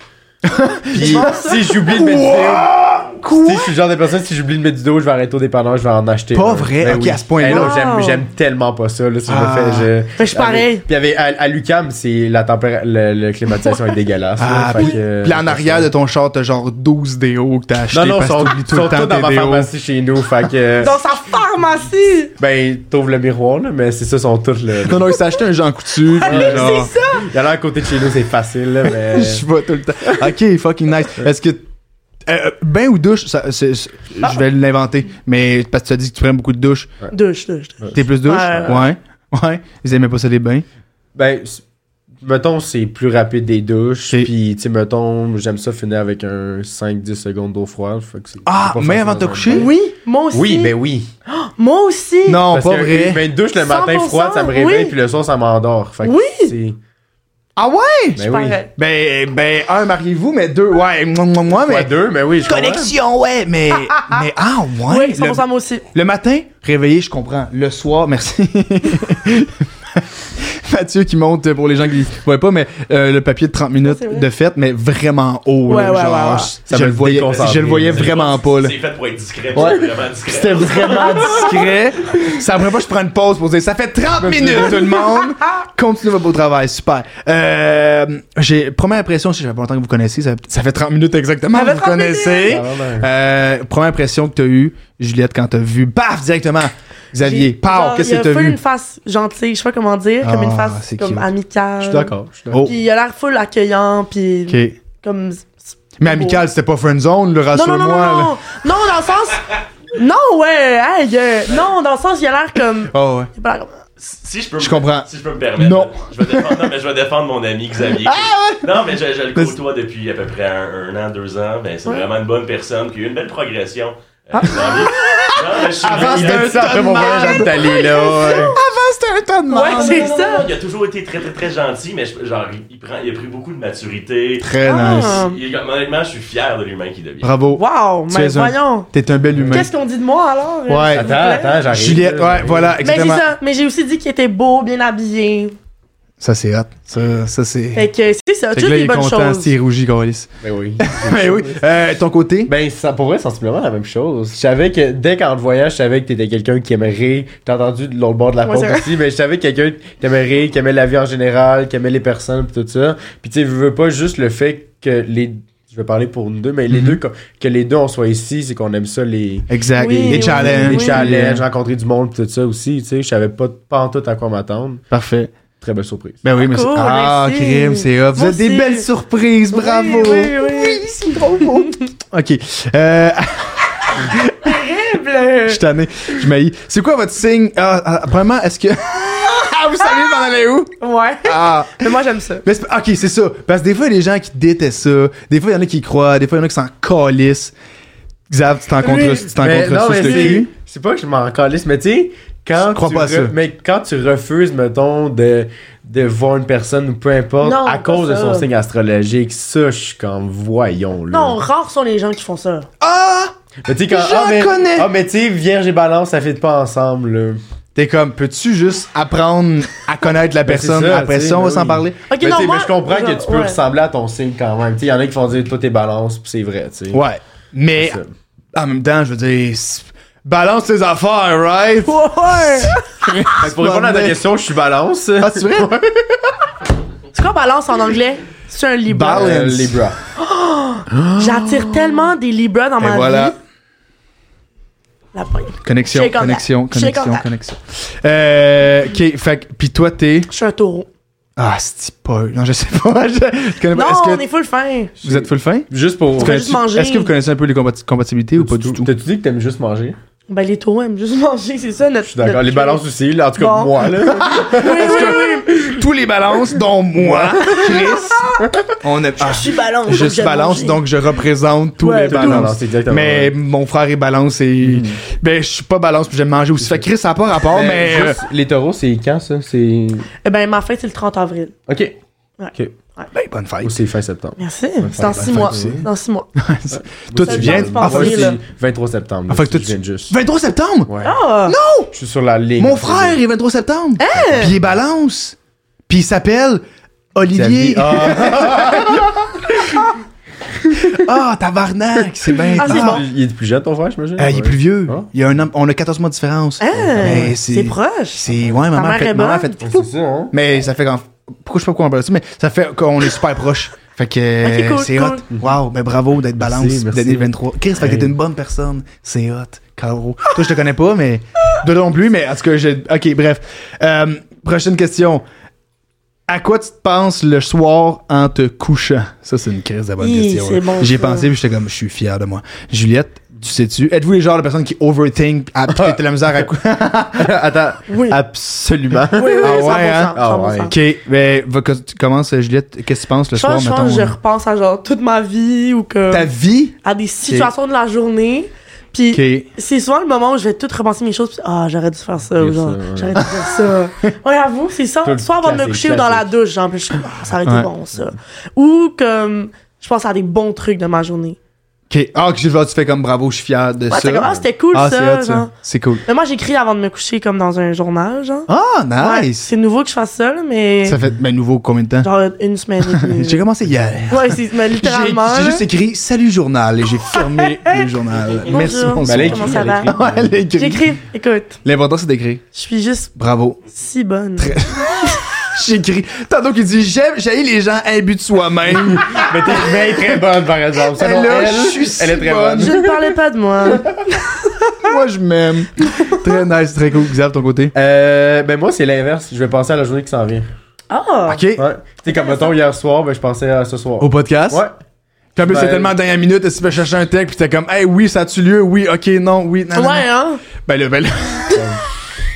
Speaker 3: Puis si j'oublie de mettre du
Speaker 1: Quoi?
Speaker 3: Tu sais, je suis le genre de personne, si j'oublie de mettre du dos, je vais arrêter au dépanneur, je vais en acheter.
Speaker 1: Pas
Speaker 3: un.
Speaker 1: vrai? Ok, à ce point-là.
Speaker 3: Eh non,
Speaker 2: Wow.
Speaker 3: j'aime- J'aime tellement pas ça, là, si
Speaker 1: Ah.
Speaker 3: je le fais. Je...
Speaker 2: Fait que Ben, je suis pareil.
Speaker 3: Avec- Puis avec, à, à l'UCAM, c'est la température, le, le climatisation est dégueulasse.
Speaker 1: Ah,
Speaker 3: là, fait que-
Speaker 1: Puis là, en arrière de ton char, t'as genre 12 déos que t'as acheté
Speaker 3: Non, non, ils
Speaker 1: parce
Speaker 3: sont,
Speaker 1: que t'oublies tout
Speaker 3: sont
Speaker 1: le temps
Speaker 3: tous dans ma
Speaker 1: tes déos.
Speaker 3: pharmacie chez nous, fait que.
Speaker 2: Dans sa pharmacie!
Speaker 3: ben, t'ouvres le miroir, là, mais c'est ça, ils sont tous là.
Speaker 1: Non, non, il s'est acheté un Jean Coutu. puis
Speaker 3: Ouais,
Speaker 1: genre,
Speaker 2: C'est ça!
Speaker 3: Il y en a à côté de chez nous, c'est facile, là, mais.
Speaker 1: je vois tout le temps. Ok, fucking nice. Est-ce que. euh, bain ou douche, ça, c'est- c'est- je vais l'inventer, mais parce que tu as dit que tu prenais beaucoup de douches.
Speaker 2: Douche, douche, douche.
Speaker 1: T'es plus douche?
Speaker 2: Ouais,
Speaker 1: Ouais. ouais. Ils aimaient pas ça les bains.
Speaker 3: Ben, c- mettons, c'est plus rapide des douches.
Speaker 1: Et-
Speaker 3: Puis, tu sais, mettons, j'aime ça finir avec un 5-10 secondes d'eau froide. Fait que c'est-
Speaker 1: Ah,
Speaker 3: c'est pas
Speaker 1: mais
Speaker 3: facile
Speaker 1: avant de te
Speaker 3: dans un
Speaker 1: coucher?
Speaker 3: bain.
Speaker 2: Oui, moi aussi.
Speaker 3: Oui, ben oui.
Speaker 2: Moi aussi.
Speaker 1: Non,
Speaker 3: Parce
Speaker 1: pas
Speaker 3: que,
Speaker 1: vrai.
Speaker 3: Ben, une douche le matin
Speaker 2: 100%,
Speaker 3: froide, ça me réveille,
Speaker 2: oui.
Speaker 3: puis le soir, ça m'endort. Fait que
Speaker 2: Oui.
Speaker 3: c'est-
Speaker 1: Ah ouais?
Speaker 3: Ben oui.
Speaker 2: Pareil.
Speaker 1: Ben, ben, un, mariez-vous, mais deux, ouais, moi, moi, moi,
Speaker 3: Fois
Speaker 1: mais.
Speaker 3: deux, mais oui, je comprends.
Speaker 1: Connexion, ouais, mais. mais ah, ouais.
Speaker 2: Oui,
Speaker 1: le-
Speaker 2: 100% moi aussi.
Speaker 1: Le matin, réveillé, je comprends. Le soir, merci. Mathieu qui monte euh, pour les gens qui ne voient pas, mais euh, le papier de 30 minutes
Speaker 2: c'est vrai.
Speaker 1: de fête, mais vraiment haut. là,
Speaker 2: Ouais, ouais,
Speaker 1: genre,
Speaker 2: ouais, ouais.
Speaker 1: je-
Speaker 3: Ça
Speaker 1: Je
Speaker 3: me
Speaker 1: le voyais,
Speaker 3: déconcentre.
Speaker 1: je le voyais vraiment pas. là.
Speaker 4: C'est fait pour être discret.
Speaker 1: Ouais.
Speaker 4: Ouais. Vraiment discret.
Speaker 1: C'était vraiment discret. Ça ne pas que je prends une pause pour dire ça fait 30 minutes tout le monde. Continuez votre beau travail, super. Euh, j'ai première impression, si ça fait pas longtemps que vous connaissez, ça, ça fait 30 minutes exactement
Speaker 2: Ça
Speaker 1: que
Speaker 2: fait
Speaker 1: vous
Speaker 2: 30
Speaker 1: connaissez.
Speaker 3: minutes.
Speaker 1: Euh, première impression que tu as eue, Juliette, quand t'as vu, paf, directement, Xavier,
Speaker 2: J'ai-
Speaker 1: paf,
Speaker 2: genre,
Speaker 1: qu'est-ce que
Speaker 2: Il
Speaker 1: t'as
Speaker 2: a full
Speaker 1: vu?
Speaker 2: une face gentille, je sais pas comment dire, comme
Speaker 1: Ah,
Speaker 2: une face
Speaker 1: c'est
Speaker 2: comme
Speaker 1: cute.
Speaker 2: amicale.
Speaker 3: Je suis d'accord. je suis d'accord.
Speaker 1: Oh,
Speaker 2: Puis il a l'air full accueillant, puis
Speaker 1: ok.
Speaker 2: comme.
Speaker 1: Mais amical, c'était pas friend zone, le
Speaker 2: Non, Oh. non,
Speaker 1: rassure-moi.
Speaker 2: non, non,
Speaker 1: là.
Speaker 2: non. Non, dans le sens. Non, ouais, hey, euh, non, dans le sens, il a l'air comme.
Speaker 1: Ah ouais.
Speaker 2: il a pas l'air comme-
Speaker 4: Si je peux
Speaker 1: Je
Speaker 4: me-
Speaker 1: comprends.
Speaker 4: Si je peux me permettre.
Speaker 1: Non.
Speaker 4: Je vais défendre, non, mais je vais défendre mon ami Xavier. Non, mais je, je le côtoie depuis à peu près un, un an, deux ans. Ben, c'est
Speaker 2: Ouais.
Speaker 4: vraiment une bonne personne qui a eu une belle progression. Euh, dans vie. Non, mais je suis
Speaker 1: Avant,
Speaker 4: vraiment-
Speaker 1: c'était
Speaker 3: Il
Speaker 1: un
Speaker 3: dit ça après mon
Speaker 1: tonnerre.
Speaker 3: voyage en Italie, là. ouais.
Speaker 1: Avant, c'était un tas de
Speaker 2: Ouais,
Speaker 1: merde.
Speaker 2: c'est
Speaker 4: Non, non,
Speaker 2: ça.
Speaker 4: non, Il a toujours été très, très, très gentil, mais je- genre, il, il prend, il a pris beaucoup de maturité.
Speaker 1: Très
Speaker 2: Ah.
Speaker 1: nice.
Speaker 4: Il- honnêtement, je suis fier de l'humain qu'il devient.
Speaker 1: Bravo.
Speaker 2: Wow,
Speaker 1: Tu
Speaker 2: mais
Speaker 1: es un-
Speaker 2: voyons.
Speaker 1: T'es un bel humain.
Speaker 2: Qu'est-ce qu'on dit de moi alors? euh,
Speaker 1: Ouais.
Speaker 2: s'il vous
Speaker 3: Attends,
Speaker 2: plaît?
Speaker 3: attends, j'arrive.
Speaker 1: Juliette, ouais, voilà,
Speaker 2: Mais Ben, c'est
Speaker 1: exactement.
Speaker 2: ça, mais j'ai aussi dit qu'il était beau, bien habillé.
Speaker 1: Ça, c'est hot. Ça, ça c'est.
Speaker 2: Fait que c'est ça,
Speaker 1: Fait que
Speaker 2: juste
Speaker 1: là,
Speaker 2: des
Speaker 1: il est
Speaker 2: bonnes
Speaker 1: content,
Speaker 2: choses.
Speaker 1: c'est rougi, Gaulis.
Speaker 3: Ben oui.
Speaker 1: Mais oui. Euh, ton côté?
Speaker 3: Ben, ça, pour vrai, sensiblement la même chose. Je savais que dès qu'on te voyait, je savais que t'étais quelqu'un qui aimerait rire. T'as entendu de l'autre bord de la
Speaker 2: Ouais,
Speaker 3: porte
Speaker 2: c'est vrai.
Speaker 3: aussi, mais je savais que quelqu'un qui aimait rire, qui aimait la vie en général, qui aimait les personnes, pis tout ça. Puis tu sais, je veux pas juste le fait que les. Je veux parler pour nous deux, mais les
Speaker 1: Mhm.
Speaker 3: deux, que, que les deux on soit ici, c'est qu'on aime ça, les.
Speaker 1: Exact.
Speaker 2: Oui,
Speaker 1: les
Speaker 2: oui,
Speaker 1: challenges.
Speaker 3: Les
Speaker 2: oui.
Speaker 3: challenges, rencontrer du monde, pis tout ça aussi, tu sais. Je savais pas, pas en tout à quoi m'attendre.
Speaker 1: Parfait.
Speaker 3: Très belle surprise.
Speaker 1: Ben oui,
Speaker 2: Ah,
Speaker 1: mais c'est-
Speaker 2: cool,
Speaker 1: Ah,
Speaker 2: merci.
Speaker 1: crime, c'est hop. Vous
Speaker 2: Moi
Speaker 1: êtes des
Speaker 2: aussi.
Speaker 1: belles surprises, bravo.
Speaker 2: Oui, oui, oui.
Speaker 1: c'est trop beau. OK. Euh, je suis tanné. Je m'haïs. C'est quoi votre signe? Ah, ah, premièrement, est-ce que... Ah, vous savez, vous en allez où?
Speaker 2: Ouais.
Speaker 1: Ah.
Speaker 2: Mais moi, j'aime ça.
Speaker 1: Mais c'est pas- ok, c'est ça. Parce que des fois, il y a des gens qui détestent ça. Des fois, il y en a qui y croient. Des fois, il y en a qui s'en calissent. Xav, tu t'en
Speaker 2: Oui.
Speaker 1: contre, tu t'en
Speaker 3: Mais
Speaker 1: contre
Speaker 3: non,
Speaker 1: sous
Speaker 3: mais
Speaker 1: le
Speaker 3: c'est,
Speaker 1: cul.
Speaker 3: c'est pas que je m'en calisse, mais tu sais, quand
Speaker 1: Je crois
Speaker 3: tu
Speaker 1: pas à ça.
Speaker 3: mais quand tu refuses, mettons, de, de voir une personne ou peu importe,
Speaker 2: Non,
Speaker 3: à
Speaker 2: pas
Speaker 3: cause de
Speaker 2: ça.
Speaker 3: son signe astrologique, ça, je suis comme, voyons, là.
Speaker 2: Non, rares sont les gens qui font ça.
Speaker 1: Ah!
Speaker 3: mais tu sais, quand,
Speaker 1: j'en
Speaker 3: ah, mais,
Speaker 1: connais.
Speaker 3: Ah, mais tu sais, Vierge et Balance, ça fait pas ensemble, là.
Speaker 1: T'es comme, peux-tu juste apprendre à connaître la
Speaker 3: Ben, c'est
Speaker 1: personne?
Speaker 3: ça,
Speaker 1: Après
Speaker 3: tu sais,
Speaker 1: ça, on va
Speaker 3: ben
Speaker 1: s'en
Speaker 3: oui.
Speaker 1: parler.
Speaker 2: Ok,
Speaker 3: mais, tu
Speaker 2: non,
Speaker 3: sais,
Speaker 2: moi.
Speaker 3: mais je comprends que tu peux
Speaker 2: ouais.
Speaker 3: ressembler à ton signe quand même. Tu sais, il y en a qui vont dire, toi, t'es Balance, pis c'est vrai, tu sais.
Speaker 1: Ouais. Mais
Speaker 3: C'est ça.
Speaker 1: en même temps, je veux dire, c'est- balance tes affaires, right?
Speaker 2: Ouais!
Speaker 3: Fait que pour répondre à ta question, je suis Balance.
Speaker 1: Ah, c'est vrai?
Speaker 2: C'est quoi balance en anglais? C'est un Libra.
Speaker 1: Balance.
Speaker 3: Euh, Libra.
Speaker 2: J'attire tellement des Libras dans
Speaker 1: oh. Et
Speaker 2: ma
Speaker 1: voilà.
Speaker 2: vie. la poigne.
Speaker 1: Connexion,
Speaker 2: Je suis content.
Speaker 1: connexion,
Speaker 2: Je suis
Speaker 1: connexion,
Speaker 2: content.
Speaker 1: connexion. Euh, ok, fait que- pis toi, t'es.
Speaker 2: Je suis un taureau.
Speaker 1: Ah, c'est pas. Non, je sais pas. Je, je connais
Speaker 2: Non,
Speaker 1: pas. Est-ce
Speaker 2: on
Speaker 1: que
Speaker 2: est full fin.
Speaker 1: vous êtes full fin?
Speaker 3: Juste pour.
Speaker 1: Vous
Speaker 2: peux juste
Speaker 1: connaissez-
Speaker 2: manger.
Speaker 1: Est-ce que vous connaissez un peu les compati- compatibilités ou pas du tout?
Speaker 3: T'as-tu dit que t'aimes juste manger?
Speaker 2: Ben, les taureaux aiment juste manger, c'est ça notre.
Speaker 3: Je suis d'accord. Les balances aussi, là, en tout cas,
Speaker 2: Bon.
Speaker 3: moi, là.
Speaker 2: Oui, oui, oui.
Speaker 1: Tous les balances, dont moi, Chris. On a. ah,
Speaker 2: Je suis balance.
Speaker 1: je
Speaker 2: donc
Speaker 1: suis
Speaker 2: j'aime
Speaker 1: balance,
Speaker 2: manger.
Speaker 1: donc je représente tous
Speaker 2: Ouais,
Speaker 1: les hein,
Speaker 2: tout.
Speaker 1: balances.
Speaker 3: c'est exactement.
Speaker 1: Mais mon frère est balance et. Ben, je suis pas balance, puis j'aime manger aussi. Fait que Chris, ça n'a pas rapport, mais. euh,
Speaker 3: juste, les taureaux, c'est quand ça? C'est.
Speaker 2: Eh ben, ma fête, c'est le 30 avril.
Speaker 3: Ok.
Speaker 1: Ben, bonne fête.
Speaker 3: Ou c'est fin septembre.
Speaker 2: Merci. C'est
Speaker 3: ben,
Speaker 2: dans six
Speaker 3: ben,
Speaker 2: mois.
Speaker 3: c'est-
Speaker 2: Dans six mois.
Speaker 1: Toi,
Speaker 2: Ça
Speaker 1: tu
Speaker 2: dépend
Speaker 1: viens.
Speaker 2: du
Speaker 1: Ah,
Speaker 2: pensée,
Speaker 1: fait que
Speaker 2: là.
Speaker 1: tu-
Speaker 3: 23 septembre.
Speaker 1: Ah, fait que toi,
Speaker 3: tu
Speaker 1: tu-
Speaker 3: viens juste.
Speaker 1: 23 septembre?
Speaker 3: Ouais.
Speaker 2: Ah! Non!
Speaker 3: Je suis sur la ligne.
Speaker 1: Mon frère est 23 septembre.
Speaker 2: Hein?
Speaker 1: Puis il est balance. Puis il s'appelle Olivier.
Speaker 3: Xavier.
Speaker 1: Ah,
Speaker 3: Ah,
Speaker 1: Ah, tabarnak, c'est bien.
Speaker 2: Ah, c'est
Speaker 1: tard.
Speaker 2: bon.
Speaker 3: Il est plus jeune, ton frère, j'imagine?
Speaker 1: Euh, il est plus vieux.
Speaker 3: Ah.
Speaker 1: Il y a un an- on a 14 mois de différence. Mais
Speaker 2: C'est proche.
Speaker 1: C'est ouais, maman
Speaker 2: Hein? mère
Speaker 1: fait,
Speaker 2: est
Speaker 1: maman
Speaker 2: bonne.
Speaker 1: fait-
Speaker 3: C'est ça, hein?
Speaker 1: Mais ça fait qu'en- pourquoi je sais pas pourquoi on parle de ça, mais ça fait qu'on est super proches. Fait que euh,
Speaker 2: Ok, cool,
Speaker 1: c'est
Speaker 2: cool.
Speaker 1: hot. Wow, ben bravo d'être balance
Speaker 3: Merci, merci.
Speaker 1: d'année 23. Chris, fait que
Speaker 3: Hey.
Speaker 1: t'es une bonne personne. C'est hot, Caro. Toi, je te connais pas, mais de non plus, mais en tout cas, j'ai. Ok, bref. Euh, prochaine question. À quoi tu te penses le soir en te couchant? Ça, c'est une crise de bonne
Speaker 2: Hi,
Speaker 1: question.
Speaker 2: c'est
Speaker 1: là.
Speaker 2: bon,
Speaker 1: J'ai
Speaker 2: ça.
Speaker 1: pensé, puis j'étais comme, je suis fier de moi. Juliette, tu sais-tu? Êtes-vous les genres de personnes qui overthink, à puis t'as de la misère à quoi?
Speaker 3: Attends.
Speaker 2: Oui.
Speaker 3: Absolument.
Speaker 2: Oui, oui,
Speaker 1: Ah ouais,
Speaker 2: 100%.
Speaker 1: hein?
Speaker 3: Ah
Speaker 2: 100%.
Speaker 3: ouais.
Speaker 1: Ok, mais va- que- tu commences, euh, Juliette, qu'est-ce que tu penses le
Speaker 2: Je
Speaker 1: soir,
Speaker 2: pense, je
Speaker 1: mettons?
Speaker 2: pense que je
Speaker 1: euh,
Speaker 2: repense à genre toute ma vie ou que
Speaker 1: Ta vie?
Speaker 2: à des situations de la journée. Puis
Speaker 1: Ok.
Speaker 2: c'est souvent le moment où je vais tout repenser mes choses. puis, ah, j'aurais dû faire ça.
Speaker 3: Dire
Speaker 2: ou genre,
Speaker 3: ça, ouais.
Speaker 2: j'aurais dû faire ça. ouais, avoue, c'est ça.
Speaker 3: Tout le
Speaker 2: Soit avant de me
Speaker 3: classique,
Speaker 2: coucher ou dans la
Speaker 3: classique.
Speaker 2: douche. Genre, puis je suis comme, Ah, ça aurait été
Speaker 1: Ouais.
Speaker 2: bon, ça. Ou comme, je pense à des bons trucs de ma journée.
Speaker 1: Ok. Ah, que je vois, tu fais comme bravo, je suis fier de
Speaker 2: Ouais,
Speaker 1: ça.
Speaker 2: c'est comme, ah, c'était cool,
Speaker 1: Ah,
Speaker 2: ça.
Speaker 1: c'est hot,
Speaker 2: genre.
Speaker 1: ça. C'est cool.
Speaker 2: Mais moi, j'écris avant de me coucher, comme dans un journal, genre.
Speaker 1: Ah,
Speaker 2: Ouais,
Speaker 1: nice.
Speaker 2: c'est nouveau que je fasse ça, là, mais.
Speaker 1: Ça fait, ben, nouveau, combien de temps?
Speaker 2: Genre une semaine et demie.
Speaker 1: J'ai commencé hier.
Speaker 2: Ouais, c'est mais
Speaker 1: J'ai
Speaker 2: littéralement.
Speaker 1: j'ai
Speaker 2: là.
Speaker 1: juste écrit Salut journal et j'ai fermé le journal.
Speaker 2: Bonjour.
Speaker 1: Merci, mon
Speaker 3: Ben, elle a
Speaker 2: Comment
Speaker 3: écrit,
Speaker 2: ça
Speaker 3: elle
Speaker 2: va?
Speaker 3: a écrit.
Speaker 1: Ouais, elle a écrit.
Speaker 2: J'écris, écoute,
Speaker 1: L'important, c'est d'écrire.
Speaker 2: je suis juste
Speaker 1: Bravo.
Speaker 2: si bonne.
Speaker 1: J'écris. Tantôt qu'il dit J'aime, j'haïs les gens imbus de soi-même.
Speaker 3: Mais, t'es- mais elle est très bonne, par exemple. Selon
Speaker 1: Elle, Eh, là,
Speaker 3: elle,
Speaker 1: je suis si
Speaker 3: elle est très
Speaker 1: bonne.
Speaker 3: bonne.
Speaker 2: Je ne parlais pas de moi.
Speaker 1: Moi, je m'aime. très nice, très cool. Xav, ton côté.
Speaker 3: Euh, ben moi, c'est l'inverse. Je vais penser à la journée qui s'en vient.
Speaker 2: Ah!
Speaker 1: Ok.
Speaker 3: Ouais. Tu sais, comme mettons, hier soir, ben je pensais à ce soir.
Speaker 1: Au podcast.
Speaker 3: Ouais.
Speaker 1: Puis en plus, c'est
Speaker 3: Ben-
Speaker 1: tellement dernière minute, est-ce que tu vas chercher un texte, puis t'es comme, hey, oui, ça a-tu lieu? Oui, ok, non, oui, non, non, non.
Speaker 2: Ouais, hein?
Speaker 1: Ben là, ben là.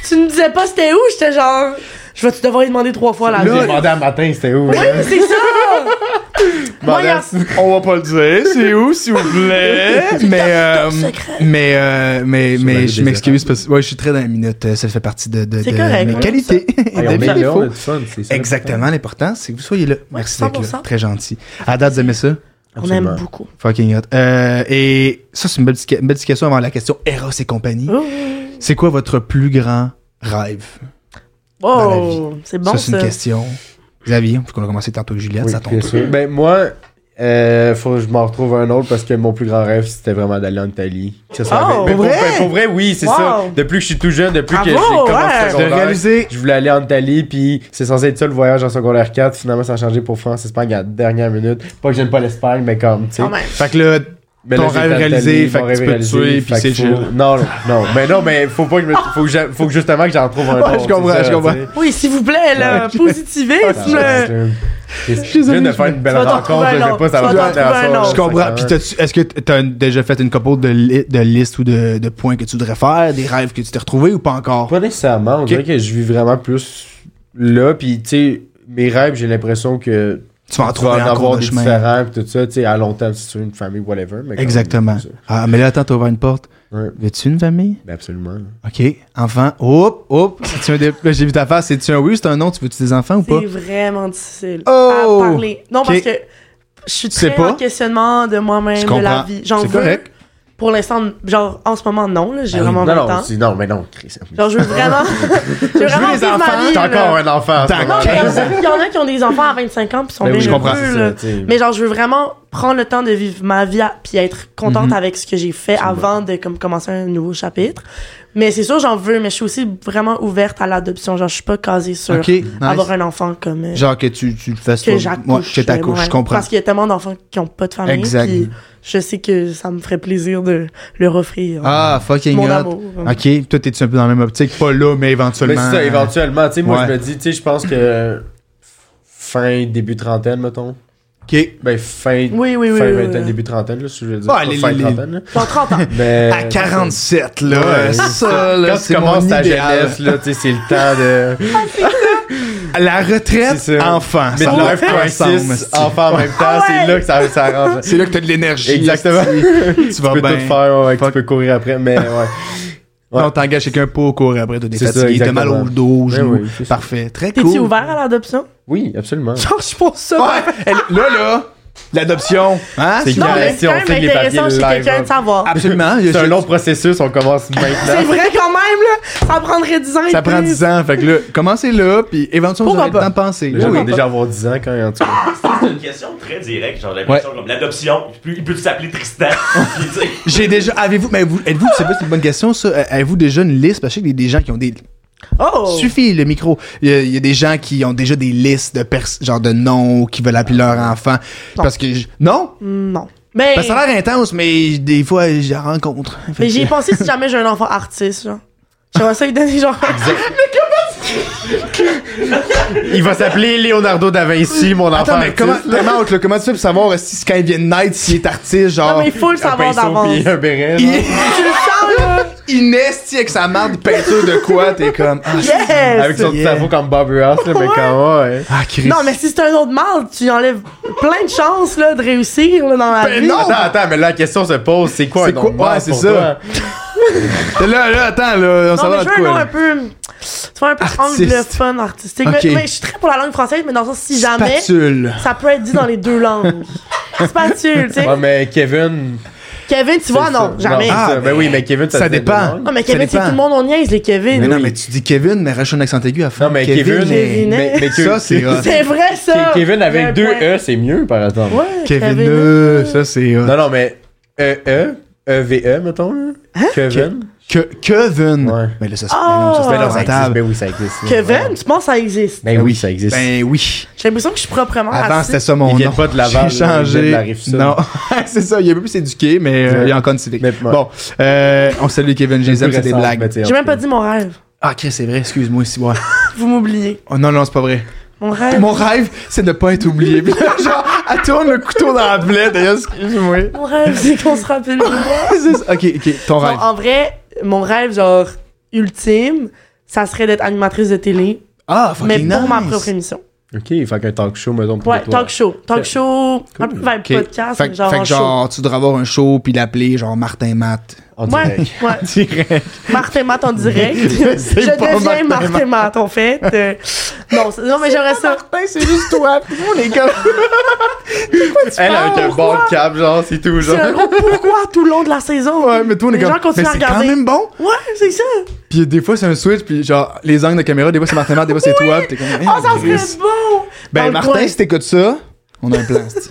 Speaker 2: Tu ne disais pas c'était où? J'étais genre, je vais te devoir y demander trois fois la
Speaker 3: J'ai
Speaker 1: Là, euh,
Speaker 2: vie.
Speaker 3: demandé un matin, c'était où?
Speaker 2: Oui,
Speaker 3: hein?
Speaker 2: c'est ça!
Speaker 1: Bah,
Speaker 2: Moi, hier,
Speaker 3: Demandais-
Speaker 1: On va pas le dire, c'est où, s'il vous plaît? mais, euh,
Speaker 2: secret.
Speaker 1: mais, euh, mais,
Speaker 3: Sur la
Speaker 1: mais,
Speaker 3: vie
Speaker 1: je
Speaker 3: des
Speaker 1: m'excuse parce que, ouais, je suis très dans la minute, euh, ça fait partie de, de,
Speaker 2: C'est
Speaker 1: de
Speaker 2: correct,
Speaker 1: mes
Speaker 2: on
Speaker 1: qualités. et
Speaker 3: Hey, on
Speaker 1: de mes
Speaker 3: est là,
Speaker 1: défauts.
Speaker 3: on a du fun, c'est ça.
Speaker 1: Exactement, l'important, c'est que vous soyez là. Merci d'être là.
Speaker 2: 100%.
Speaker 1: Très gentil. À date, vous aimez ça?
Speaker 2: on aime beaucoup.
Speaker 1: Fucking hot. Euh, et ça, c'est une belle, petite- une belle petite question avant la question Eros et compagnie.
Speaker 2: Oh,
Speaker 1: C'est quoi votre plus grand rêve?
Speaker 2: Oh, c'est bon
Speaker 1: ça,
Speaker 2: ça.
Speaker 1: c'est une question. Xavier, parce qu'on a commencé tantôt avec Juliette,
Speaker 3: Oui,
Speaker 1: ça tombe.
Speaker 3: bien sûr. Ben moi, euh, faut que je m'en retrouve un autre parce que mon plus grand rêve, c'était vraiment d'aller en Italie. Que ce soit
Speaker 2: Oh,
Speaker 3: avec- ben,
Speaker 1: pour
Speaker 3: pour,
Speaker 1: vrai? Ah
Speaker 3: ben, pour vrai, oui, c'est
Speaker 2: Wow.
Speaker 3: ça. Depuis que je suis tout jeune, depuis que j'ai
Speaker 2: Bravo,
Speaker 3: commencé
Speaker 2: ouais.
Speaker 3: le
Speaker 1: De
Speaker 3: secondaire,
Speaker 1: réaliser.
Speaker 3: je voulais aller en Italie, puis c'est censé être ça le voyage en secondaire 4. Finalement, ça a changé pour France, Espagne à la dernière minute. Pas que j'aime pas l'Espagne, mais comme, tu sais.
Speaker 2: Quand même.
Speaker 1: Fait que là,
Speaker 3: Mais
Speaker 1: Ton
Speaker 3: là, j'ai
Speaker 1: rêve
Speaker 3: été en
Speaker 1: réalisé,
Speaker 3: Italie,
Speaker 1: fait
Speaker 3: mon
Speaker 1: que tu
Speaker 3: rêve
Speaker 1: peux te
Speaker 3: réalisé,
Speaker 1: tuer,
Speaker 3: fait
Speaker 1: puis c'est
Speaker 3: qu'il faut-
Speaker 1: chill.
Speaker 3: Non, non, non. Mais non, mais faut pas que je me- faut que j'a- faut que justement que j'en trouve un
Speaker 1: Ouais,
Speaker 3: autre,
Speaker 1: je comprends,
Speaker 3: c'est ça,
Speaker 1: je comprends.
Speaker 3: tu sais.
Speaker 2: Oui, s'il vous plaît, là, positivisme.
Speaker 3: Ah,
Speaker 2: là.
Speaker 1: suis
Speaker 3: je- Je viens
Speaker 1: désolé,
Speaker 3: de faire une belle
Speaker 2: Tu vas t'en
Speaker 3: rencontre,
Speaker 2: trouver
Speaker 3: je
Speaker 2: un
Speaker 3: sais pas, ça
Speaker 2: autre.
Speaker 3: va
Speaker 2: Tu vas
Speaker 3: faire
Speaker 2: t'en trouver un
Speaker 3: la
Speaker 2: autre.
Speaker 1: je comprends. Puis t'as-tu- est-ce que t'as déjà fait une couple de, li- de listes ou de, de points que tu voudrais faire, des rêves que tu t'es retrouvé ou pas encore?
Speaker 3: Pas nécessairement, on dirait que je vis vraiment plus là, puis tu sais, mes rêves, j'ai l'impression que
Speaker 1: Tu vas en
Speaker 3: tu vas
Speaker 1: trouver
Speaker 3: en
Speaker 1: en cours
Speaker 3: avoir
Speaker 1: de
Speaker 3: des
Speaker 1: chemin.
Speaker 3: différents, puis tout ça, tu sais, à long terme, si tu veux une famille, whatever. mais quand même,
Speaker 1: Exactement.
Speaker 3: c'est ça.
Speaker 1: Ah, mais là, attends, t'as ouvert une porte.
Speaker 3: Ouais,
Speaker 1: Veux-tu une famille?
Speaker 3: ben absolument.
Speaker 1: OK. Enfant. Hop, hop. C'est-tu un dé- Là, J'ai vu ta face. C'est-tu un oui ou c'est un non? Tu veux-tu des enfants ou pas?
Speaker 2: C'est vraiment difficile
Speaker 1: Oh!
Speaker 2: à parler. Non,
Speaker 1: Ok.
Speaker 2: parce que je suis
Speaker 1: Tu sais
Speaker 2: très
Speaker 1: pas?
Speaker 2: en questionnement de
Speaker 1: Je
Speaker 2: moi-même, de
Speaker 1: comprends.
Speaker 2: la vie. J'en
Speaker 1: C'est
Speaker 2: veux.
Speaker 1: correct.
Speaker 2: Pour l'instant, genre, en ce moment, non. là, J'ai
Speaker 1: Ben oui.
Speaker 2: vraiment
Speaker 3: Non,
Speaker 2: 20
Speaker 3: non,
Speaker 2: ans.
Speaker 3: c'est- non, mais non, Chris.
Speaker 2: Genre, je veux vraiment. je veux vraiment
Speaker 1: les
Speaker 2: vivre
Speaker 1: enfants,
Speaker 2: ma vie.
Speaker 3: T'es
Speaker 2: là.
Speaker 3: encore un enfant.
Speaker 1: T'as
Speaker 2: Non, mais il y en
Speaker 1: 15
Speaker 2: a- il y en a qui ont des enfants à 25 ans puis sont
Speaker 3: Ben
Speaker 2: bien
Speaker 3: oui, je comprends,
Speaker 2: heureux,
Speaker 3: c'est ça,
Speaker 2: là.
Speaker 3: tu sais.
Speaker 2: Mais genre, je veux vraiment prendre le temps de
Speaker 1: Mhm.
Speaker 2: vivre ma vie à- puis être contente avec ce que j'ai fait avant de comme, commencer un nouveau chapitre. Mais c'est sûr, j'en veux, mais je suis aussi vraiment ouverte à l'adoption. Genre, je suis pas casée sur
Speaker 1: Ok, nice.
Speaker 2: avoir un enfant comme. euh,
Speaker 1: Genre que tu, tu le fasses
Speaker 2: que
Speaker 1: toi-
Speaker 2: j'accouche.
Speaker 1: Ouais, que t'accouches,
Speaker 2: ouais.
Speaker 1: je comprends.
Speaker 2: Parce qu'il y a tellement d'enfants qui ont pas de famille.
Speaker 1: Exact.
Speaker 2: puis je sais que ça me ferait plaisir de leur offrir.
Speaker 1: Ah, fucking
Speaker 2: Mon
Speaker 1: hot.
Speaker 2: amour.
Speaker 1: Ok, toi, t'es-tu un peu dans la même optique? Pas là, mais
Speaker 3: Mais
Speaker 1: éventuellement.
Speaker 3: Ben, c'est ça, éventuellement. Tu sais, moi,
Speaker 1: Ouais.
Speaker 3: je me dis, tu sais, je pense que fin, début trentaine, mettons.
Speaker 1: Ok.
Speaker 3: Ben, fin,
Speaker 2: Oui, oui, oui,
Speaker 3: fin
Speaker 2: oui,
Speaker 3: vingtaine,
Speaker 2: oui.
Speaker 3: début trentaine, là, si je veux dire.
Speaker 1: Ouais,
Speaker 3: pas
Speaker 1: les-
Speaker 3: fin
Speaker 1: les-
Speaker 3: trentaine, là.
Speaker 2: Dans 30 ans.
Speaker 3: Mais,
Speaker 1: À 47, là.
Speaker 3: Ouais.
Speaker 1: ça, là,
Speaker 3: Quand tu
Speaker 1: c'est mon
Speaker 3: commences ta
Speaker 1: idéal.
Speaker 3: jeunesse, là, tu sais, c'est le temps de.
Speaker 1: La retraite,
Speaker 3: C'est ça.
Speaker 1: enfant. ça va
Speaker 3: Midlife
Speaker 1: faire ensemble,
Speaker 3: crisis,
Speaker 1: esti.
Speaker 3: enfant en même temps, c'est
Speaker 2: ouais.
Speaker 3: là que ça, ça rentre.
Speaker 1: C'est là que t'as de l'énergie.
Speaker 3: Exactement.
Speaker 1: esti. Tu vas
Speaker 3: Tu peux
Speaker 1: bien.
Speaker 3: tout faire, ouais, que tu peux courir après, mais ouais. Ouais.
Speaker 1: On t'engage quelqu'un pas au cours après, t'es
Speaker 3: C'est ça,
Speaker 1: fatigué, t'as mal au
Speaker 3: exactement.
Speaker 1: dos, aux
Speaker 3: Ben
Speaker 1: genoux.
Speaker 3: oui, c'est ça.
Speaker 1: Parfait. Très
Speaker 2: T'es-tu
Speaker 1: cool.
Speaker 2: ouvert à l'adoption?
Speaker 3: Oui, absolument.
Speaker 2: Genre, je pense ça.
Speaker 1: Ouais, elle- là, là, l'adoption. Hein?
Speaker 3: C'est
Speaker 2: Non,
Speaker 3: clair.
Speaker 2: mais c'est quand
Speaker 3: Si on fait
Speaker 2: même
Speaker 3: les
Speaker 2: intéressant
Speaker 3: papiers
Speaker 2: chez
Speaker 3: live,
Speaker 2: quelqu'un
Speaker 3: hein.
Speaker 2: de savoir.
Speaker 1: Ah, Absolument.
Speaker 3: C'est un long processus, on commence
Speaker 2: C'est
Speaker 3: maintenant.
Speaker 2: vrai quand même, là. Ça prendrait 10 ans.
Speaker 1: ah. Ça prend 10 ans. Fait que là, commencez là, puis éventuellement, vous
Speaker 2: Pourquoi
Speaker 1: aurez le temps
Speaker 2: pas?
Speaker 1: de penser.
Speaker 3: Les gens
Speaker 1: Oui.
Speaker 3: vont déjà avoir 10 ans quand, en tout cas.
Speaker 4: C'est une question très directe, genre l'adoption, comme l'adoption, il peut- il peut s'appeler Tristan. Puis, tu sais,
Speaker 1: J'ai déjà. Avez-vous. Mais vous, êtes-vous. C'est pas c'est une bonne question, ça. Euh, Avez-vous déjà une liste? Parce que je sais qu'il y a des gens qui ont des.
Speaker 2: Oh!
Speaker 1: Suffit le micro. Il y, a, il y a des gens qui ont déjà des listes de pers- genre de noms qui veulent appeler leur enfant. Parce que. je- Non?
Speaker 2: Non. Mais,
Speaker 1: Parce que Ben, ça a l'air intense, mais des fois, je la rencontre. Fait
Speaker 2: Ben, mais
Speaker 1: que-
Speaker 2: j'y ai pensé si jamais j'ai un enfant artiste, genre. J'aimerais ça lui donner, genre.
Speaker 1: Ah,
Speaker 3: Il va s'appeler Leonardo da Vinci, mon enfant.
Speaker 1: Attends, mais
Speaker 3: artiste,
Speaker 1: comment,
Speaker 3: là.
Speaker 1: comment, out, là, comment tu fais pour savoir euh, si quand il vient de naître, s'il est artiste, genre.
Speaker 2: Non, mais il faut le
Speaker 3: Un
Speaker 2: savoir
Speaker 3: pinceau
Speaker 2: d'avance.
Speaker 3: puis un béret.
Speaker 1: Il,
Speaker 3: genre.
Speaker 1: il naît, si, avec sa marde de peinture de quoi, t'es comme. Ah,
Speaker 2: Yes!
Speaker 3: Avec son
Speaker 1: Yeah.
Speaker 3: cerveau comme Bobby Ross, là,
Speaker 2: Ouais.
Speaker 3: mais comment, ouais.
Speaker 1: ah Christ.
Speaker 2: Non, mais si c'est un autre mal, tu enlèves plein de chances, là, de réussir, là, dans la
Speaker 1: Ben
Speaker 2: vie.
Speaker 1: non!
Speaker 3: Attends, attends, mais là, la question se pose, c'est quoi
Speaker 1: C'est
Speaker 3: un
Speaker 1: quoi-
Speaker 3: nom de mort
Speaker 1: ouais, c'est
Speaker 3: pour
Speaker 1: ça.
Speaker 3: toi?
Speaker 1: Là, là, attends, là, on
Speaker 2: Non,
Speaker 1: s'en va dans de
Speaker 2: mais je veux un
Speaker 1: quoi.
Speaker 2: nom
Speaker 1: là?
Speaker 2: un peu. hum, Tu vois, un peu
Speaker 1: Artiste.
Speaker 2: anglophone, artistique.
Speaker 1: Ok.
Speaker 2: Mais, mais je suis très pour la langue française, mais dans le sens, si jamais,
Speaker 1: Spatule.
Speaker 2: ça peut être dit dans les deux langues. Spatule, tu sais.
Speaker 3: Ouais, mais Kevin.
Speaker 2: Kevin, tu vois,
Speaker 3: c'est
Speaker 2: non,
Speaker 3: ça.
Speaker 2: jamais.
Speaker 3: c'est
Speaker 1: Ah,
Speaker 3: ça. ben oui, mais Kevin, ça
Speaker 1: ça
Speaker 3: se fait
Speaker 1: dépend.
Speaker 3: de
Speaker 2: Non,
Speaker 3: langue.
Speaker 2: mais
Speaker 1: Ça
Speaker 2: Kevin, c'est
Speaker 1: dépend.
Speaker 2: tout le monde, on niaise les Kevin.
Speaker 1: Mais non,
Speaker 2: oui.
Speaker 1: mais tu dis Kevin, mais rajoute un accent aigu à faire.
Speaker 3: Non, mais Kevin,
Speaker 1: mais-
Speaker 2: Kevin.
Speaker 3: mais, mais que-
Speaker 1: Ça, c'est hot.
Speaker 2: C'est vrai, ça.
Speaker 3: Ke- Kevin
Speaker 2: Il y a un
Speaker 3: avec deux
Speaker 2: point.
Speaker 3: E, c'est mieux, par exemple.
Speaker 2: Ouais,
Speaker 1: Kevin,
Speaker 2: Kevin.
Speaker 1: euh, ça c'est hot.
Speaker 3: Non, non, mais E, E, E, V, E, mettons, là. Kevin.
Speaker 1: Que, Kevin.
Speaker 3: Ouais.
Speaker 1: Mais là, ça c'est
Speaker 2: Ah.
Speaker 1: non, ça, c'est
Speaker 3: Ben non, ça existe.
Speaker 1: présentable.
Speaker 3: Ben oui, ça existe. là.
Speaker 2: Kevin, tu penses que ça existe?
Speaker 3: Ben oui, ça existe. Ah,
Speaker 1: Ben oui.
Speaker 2: J'ai l'impression que je suis proprement
Speaker 1: Avant, c'était
Speaker 2: raciste.
Speaker 1: ça mon
Speaker 3: Ils viennent
Speaker 1: nom.
Speaker 3: pas de Laval,
Speaker 1: J'ai
Speaker 3: là, ils viennent
Speaker 1: changé.
Speaker 3: de la Rive-Sud.
Speaker 1: non, c'est ça. Il est un peu plus éduqué, mais euh,
Speaker 3: Ouais.
Speaker 1: il est encore une civique.
Speaker 3: Mais- ouais.
Speaker 1: Bon, euh, on salue Kevin. Je les aime, c'est des
Speaker 3: Récent,
Speaker 1: blagues.
Speaker 3: mais t'sais,
Speaker 2: J'ai même
Speaker 3: en
Speaker 2: pas
Speaker 3: fait.
Speaker 2: dit mon rêve.
Speaker 1: Ah, Chris, c'est vrai. Excuse-moi si ouais.
Speaker 2: Vous m'oubliez.
Speaker 1: Oh, non, non, c'est pas vrai.
Speaker 2: Mon rêve.
Speaker 1: Mon rêve, c'est de ne pas être oublié. Puis là, genre, elle tourne le couteau dans la plaie. D'ailleurs, excuse-moi.
Speaker 2: Mon rêve, c'est qu'on se rappelle.
Speaker 1: C'est ça. ok, ok. Ton
Speaker 2: Non,
Speaker 1: rêve.
Speaker 2: en vrai, mon rêve, genre, ultime, ça serait d'être animatrice de télé,
Speaker 1: Ah, fucking
Speaker 2: mais pour
Speaker 1: nice.
Speaker 2: ma propre émission.
Speaker 3: Ok, fait qu'un talk show, mettons, pour
Speaker 2: Ouais,
Speaker 3: toi.
Speaker 2: talk show. Talk show, un peu
Speaker 3: Cool.
Speaker 2: vibe
Speaker 1: Ok.
Speaker 2: podcast,
Speaker 1: fait,
Speaker 2: mais genre
Speaker 1: fait
Speaker 2: en
Speaker 1: que
Speaker 2: show.
Speaker 1: genre, tu devrais avoir un show puis l'appeler genre Martin Matt.
Speaker 3: En
Speaker 2: Ouais,
Speaker 3: direct.
Speaker 2: ouais. Martin Matt en direct. Je
Speaker 1: C'est pas Martin
Speaker 2: deviens Martin Matt, en fait. Euh, non, c'est- non, mais j'aimerais ça.
Speaker 1: Martin, c'est juste toi. On est comme.
Speaker 3: Elle avec un
Speaker 2: Pourquoi?
Speaker 3: bon cap, genre, c'est tout,
Speaker 2: C'est un
Speaker 3: genre.
Speaker 2: gros pourquoi tout le long de la saison.
Speaker 1: Ouais, mais toi, on est
Speaker 2: Les
Speaker 1: comme.
Speaker 2: gens
Speaker 1: mais
Speaker 2: continuent à
Speaker 1: c'est quand
Speaker 2: regarder.
Speaker 1: même bon.
Speaker 2: Ouais, c'est ça.
Speaker 1: Puis des fois, c'est un switch, puis genre, les angles de caméra, des fois, c'est Martin Matt, des fois, c'est toi. Puis t'es comme.
Speaker 2: Oh,
Speaker 1: eh,
Speaker 2: ça
Speaker 1: Chris.
Speaker 2: serait bon. Dans
Speaker 1: Ben,
Speaker 2: le
Speaker 1: Martin,
Speaker 2: coin.
Speaker 1: si t'écoutes ça, on a un plan. c'est-tu.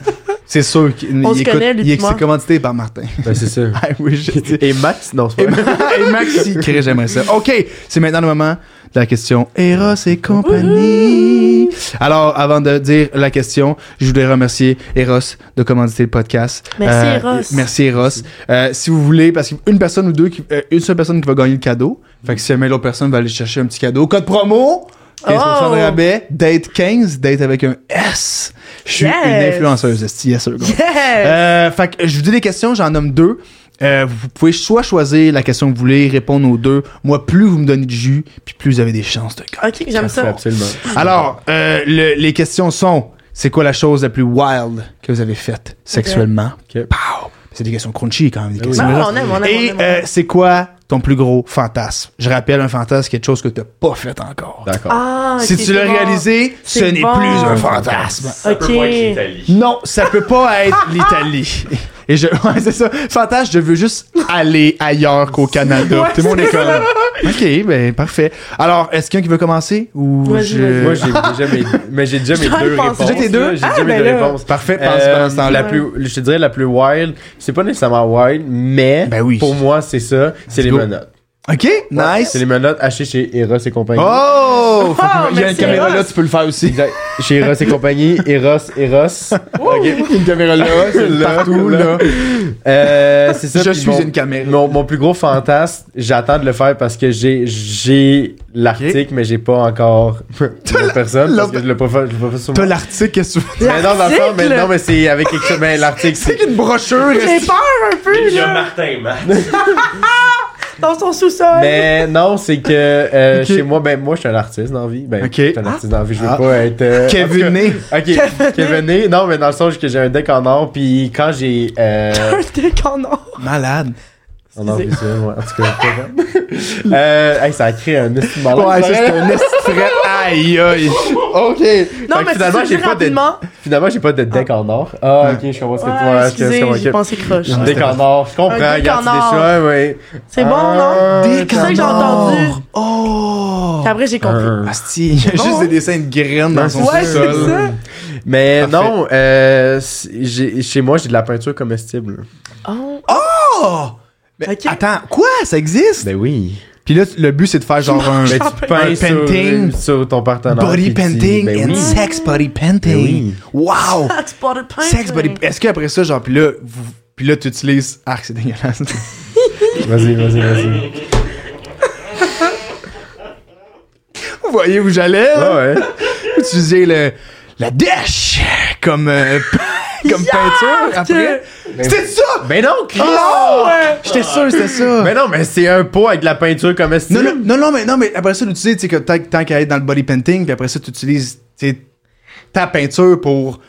Speaker 1: C'est sûr qu'il
Speaker 2: On
Speaker 1: il
Speaker 2: se
Speaker 1: écoute-
Speaker 2: connaît, lui
Speaker 1: il est-
Speaker 2: puis moi.
Speaker 1: c'est commandité par Martin.
Speaker 3: Ben, c'est ça.
Speaker 1: I wish.
Speaker 3: Et Max, non, c'est
Speaker 1: Et
Speaker 3: pas vrai.
Speaker 1: Maxi, Chris, j'aimerais ça. OK, c'est maintenant le moment de la question Eros et compagnie. Alors, avant de dire la question, je voulais remercier Eros de commanditer le podcast.
Speaker 2: Merci,
Speaker 1: Euh,
Speaker 2: Eros.
Speaker 1: Merci Eros. Euh, si vous voulez, parce qu'une personne ou deux, qui, euh, une seule personne qui va gagner le cadeau. Fait que si jamais l'autre personne va aller chercher un petit cadeau, code promo. 15% de
Speaker 2: Oh!
Speaker 1: rabais, date 15, date avec un S. Je suis une
Speaker 2: Yes!
Speaker 1: influenceuse, esti, yes, sir, gros.
Speaker 2: Yeah.
Speaker 1: Euh, fait que je vous dis des questions, j'en nomme deux. Euh, vous pouvez soit choisir la question que vous voulez, répondre aux deux. Moi, plus vous me donnez de jus, puis plus vous avez des chances de gagner.
Speaker 2: Ok, j'aime ça.
Speaker 3: Absolument.
Speaker 1: Alors, euh, le- les questions sont c'est quoi la chose la plus wild que vous avez faite sexuellement
Speaker 3: Ok. Ah
Speaker 1: Pow! C'est des questions crunchy quand même. Des
Speaker 3: oui.
Speaker 1: questions
Speaker 2: Non, Ah, on aime, on aime.
Speaker 1: Et
Speaker 2: on aime, on
Speaker 1: euh,
Speaker 2: aime.
Speaker 1: c'est quoi ton plus gros fantasme Je rappelle, un fantasme, quelque chose que tu n'as pas fait encore.
Speaker 3: D'accord.
Speaker 2: Ah,
Speaker 1: si
Speaker 2: ok,
Speaker 1: tu l'as
Speaker 2: c'est bon.
Speaker 1: réalisé, ce
Speaker 2: C'est
Speaker 1: n'est
Speaker 2: bon.
Speaker 1: plus un fantasme.
Speaker 4: Ça peut
Speaker 2: Ok.
Speaker 4: pas être l'Italie.
Speaker 1: Non, ça peut pas être l'Italie. Et je, ouais, c'est ça. Fantasme, je veux juste aller ailleurs qu'au Canada. Tout le monde est comme. Ok, ben parfait. Alors, est-ce qu'il y en a qui veut commencer ou
Speaker 2: Vas-y, vas-y.
Speaker 1: je...
Speaker 3: Moi, j'ai déjà mes, mais j'ai déjà mes
Speaker 2: Je t'en
Speaker 3: deux
Speaker 2: pense.
Speaker 3: réponses.
Speaker 2: J'ai
Speaker 1: Euh, déjà tes deux?
Speaker 3: là. J'ai
Speaker 2: Ah,
Speaker 3: déjà mes
Speaker 2: ben
Speaker 3: deux
Speaker 2: là.
Speaker 3: réponses. Euh,
Speaker 1: Parfais, pense pendant ce temps-là.
Speaker 3: la plus, je te dirais la plus wild. C'est pas nécessairement wild, mais
Speaker 1: Ben oui.
Speaker 3: pour moi, c'est ça. C'est
Speaker 1: Let's
Speaker 3: les
Speaker 1: go.
Speaker 3: menottes.
Speaker 1: OK, nice.
Speaker 3: C'est les menottes achetées chez Eros et compagnie.
Speaker 1: Oh!
Speaker 2: Oh,
Speaker 3: Ah,
Speaker 1: Faut que- il y a une
Speaker 2: merci,
Speaker 1: caméra là,
Speaker 2: Ross.
Speaker 1: tu peux le faire aussi.
Speaker 3: Exact. Chez Eros et compagnie, Eros, Eros. Ok, Une caméra là, c'est
Speaker 1: Là,
Speaker 3: partout
Speaker 1: là.
Speaker 3: là. Euh, c'est ça.
Speaker 1: Je
Speaker 3: puis
Speaker 1: suis
Speaker 3: mon-
Speaker 1: une caméra.
Speaker 3: Mon, mon plus gros fantasme, j'attends de le faire parce que j'ai j'ai l'article, mais j'ai pas encore la personne parce que je l'ai pas fait, je l'ai pas fait sur
Speaker 1: T'as
Speaker 3: moi.
Speaker 1: l'article, qu'est-ce que tu veux?
Speaker 3: Mais non, dans le fond, mais
Speaker 2: L'article?
Speaker 3: non, mais c'est avec quelque chose. Mais l'article, c'est.
Speaker 1: C'est une brochure.
Speaker 2: J'ai peur un peu,
Speaker 4: Il y a
Speaker 2: là,
Speaker 4: Martin, Matt.
Speaker 2: dans son sous-sol.
Speaker 3: Mais non, c'est que euh,
Speaker 1: Ok.
Speaker 3: chez moi, ben moi, je suis un artiste dans la vie. Ben,
Speaker 1: Ok.
Speaker 3: je suis un artiste dans la vie, je veux
Speaker 1: Ah.
Speaker 3: pas être. euh, en tout cas,
Speaker 1: Kevin Ney.
Speaker 3: Ok, Kevin Ney. Non, mais dans le sens que j'ai un deck en or, puis quand j'ai. euh,
Speaker 2: Un deck en or.
Speaker 1: Malade.
Speaker 3: en or
Speaker 2: Excusez.
Speaker 3: visuel, ouais, en tout cas. je comprends. euh, hey, ça a créé un estime malade.
Speaker 1: Ouais, ça, c'est un estret. Aïe, aïe.
Speaker 2: Non,
Speaker 3: Ok. Fait que
Speaker 2: mais
Speaker 3: finalement,
Speaker 2: tu
Speaker 3: j'ai
Speaker 2: le dis
Speaker 3: pas de,
Speaker 2: rapidement.
Speaker 3: finalement, j'ai pas de deck en or. Ah, ok, je comprends ce que tu vois.
Speaker 2: Ouais,
Speaker 3: je comprends ce que-
Speaker 2: excusez, j'ai
Speaker 3: ok.
Speaker 2: pensé croche.
Speaker 3: Un deck en or, je comprends.
Speaker 2: Un deck en
Speaker 3: Regarde, c'est
Speaker 2: or.
Speaker 3: déjà, ouais.
Speaker 2: C'est bon,
Speaker 3: Ah.
Speaker 2: non?
Speaker 1: Des
Speaker 2: C'est ça que j'ai entendu.
Speaker 1: canards. Oh!
Speaker 2: Puis après, j'ai compris.
Speaker 3: Un-
Speaker 1: Asti, Oh! il y a
Speaker 2: bon,
Speaker 1: juste
Speaker 2: hein?
Speaker 1: des dessins de graines dans son
Speaker 2: Ouais, c'est
Speaker 1: sous-sol.
Speaker 2: ça.
Speaker 3: Mais
Speaker 1: Parfait.
Speaker 3: non, euh, c'est- j'ai- chez moi, j'ai de la peinture comestible.
Speaker 2: Oh.
Speaker 1: Oh! Mais
Speaker 2: Ok.
Speaker 1: attends, quoi? Ça existe?
Speaker 3: Ben oui.
Speaker 1: Puis là, le but, c'est de faire genre un
Speaker 3: Mais Ben, tu
Speaker 2: Un
Speaker 3: peins sur,
Speaker 1: painting.
Speaker 3: sur ton partenaire.
Speaker 1: body
Speaker 3: puis tu-
Speaker 1: painting
Speaker 3: Ben
Speaker 1: and
Speaker 3: oui.
Speaker 1: sex body
Speaker 3: Ben
Speaker 1: painting.
Speaker 3: oui.
Speaker 1: Wow!
Speaker 2: Sex body painting.
Speaker 1: Sex body... Est-ce qu'après ça, genre, puis là, vous- puis là, tu utilises... Ah, c'est dégueulasse.
Speaker 3: Vas-y, vas-y, vas-y.
Speaker 1: vous voyez où j'allais? là?
Speaker 3: Ah ouais.
Speaker 1: utiliser le, la dèche comme, euh, comme peinture après. C'était ça!
Speaker 3: Ben non, Chris!
Speaker 1: Oh! J'étais sûr que c'était ça.
Speaker 3: Ben non, mais c'est un pot avec de la peinture comestible.
Speaker 1: non, non, non, non, mais, non, mais après ça, l'utiliser, tu sais, que tant, tant qu'à être dans le body painting, puis après ça, tu utilises tu sais, ta peinture pour.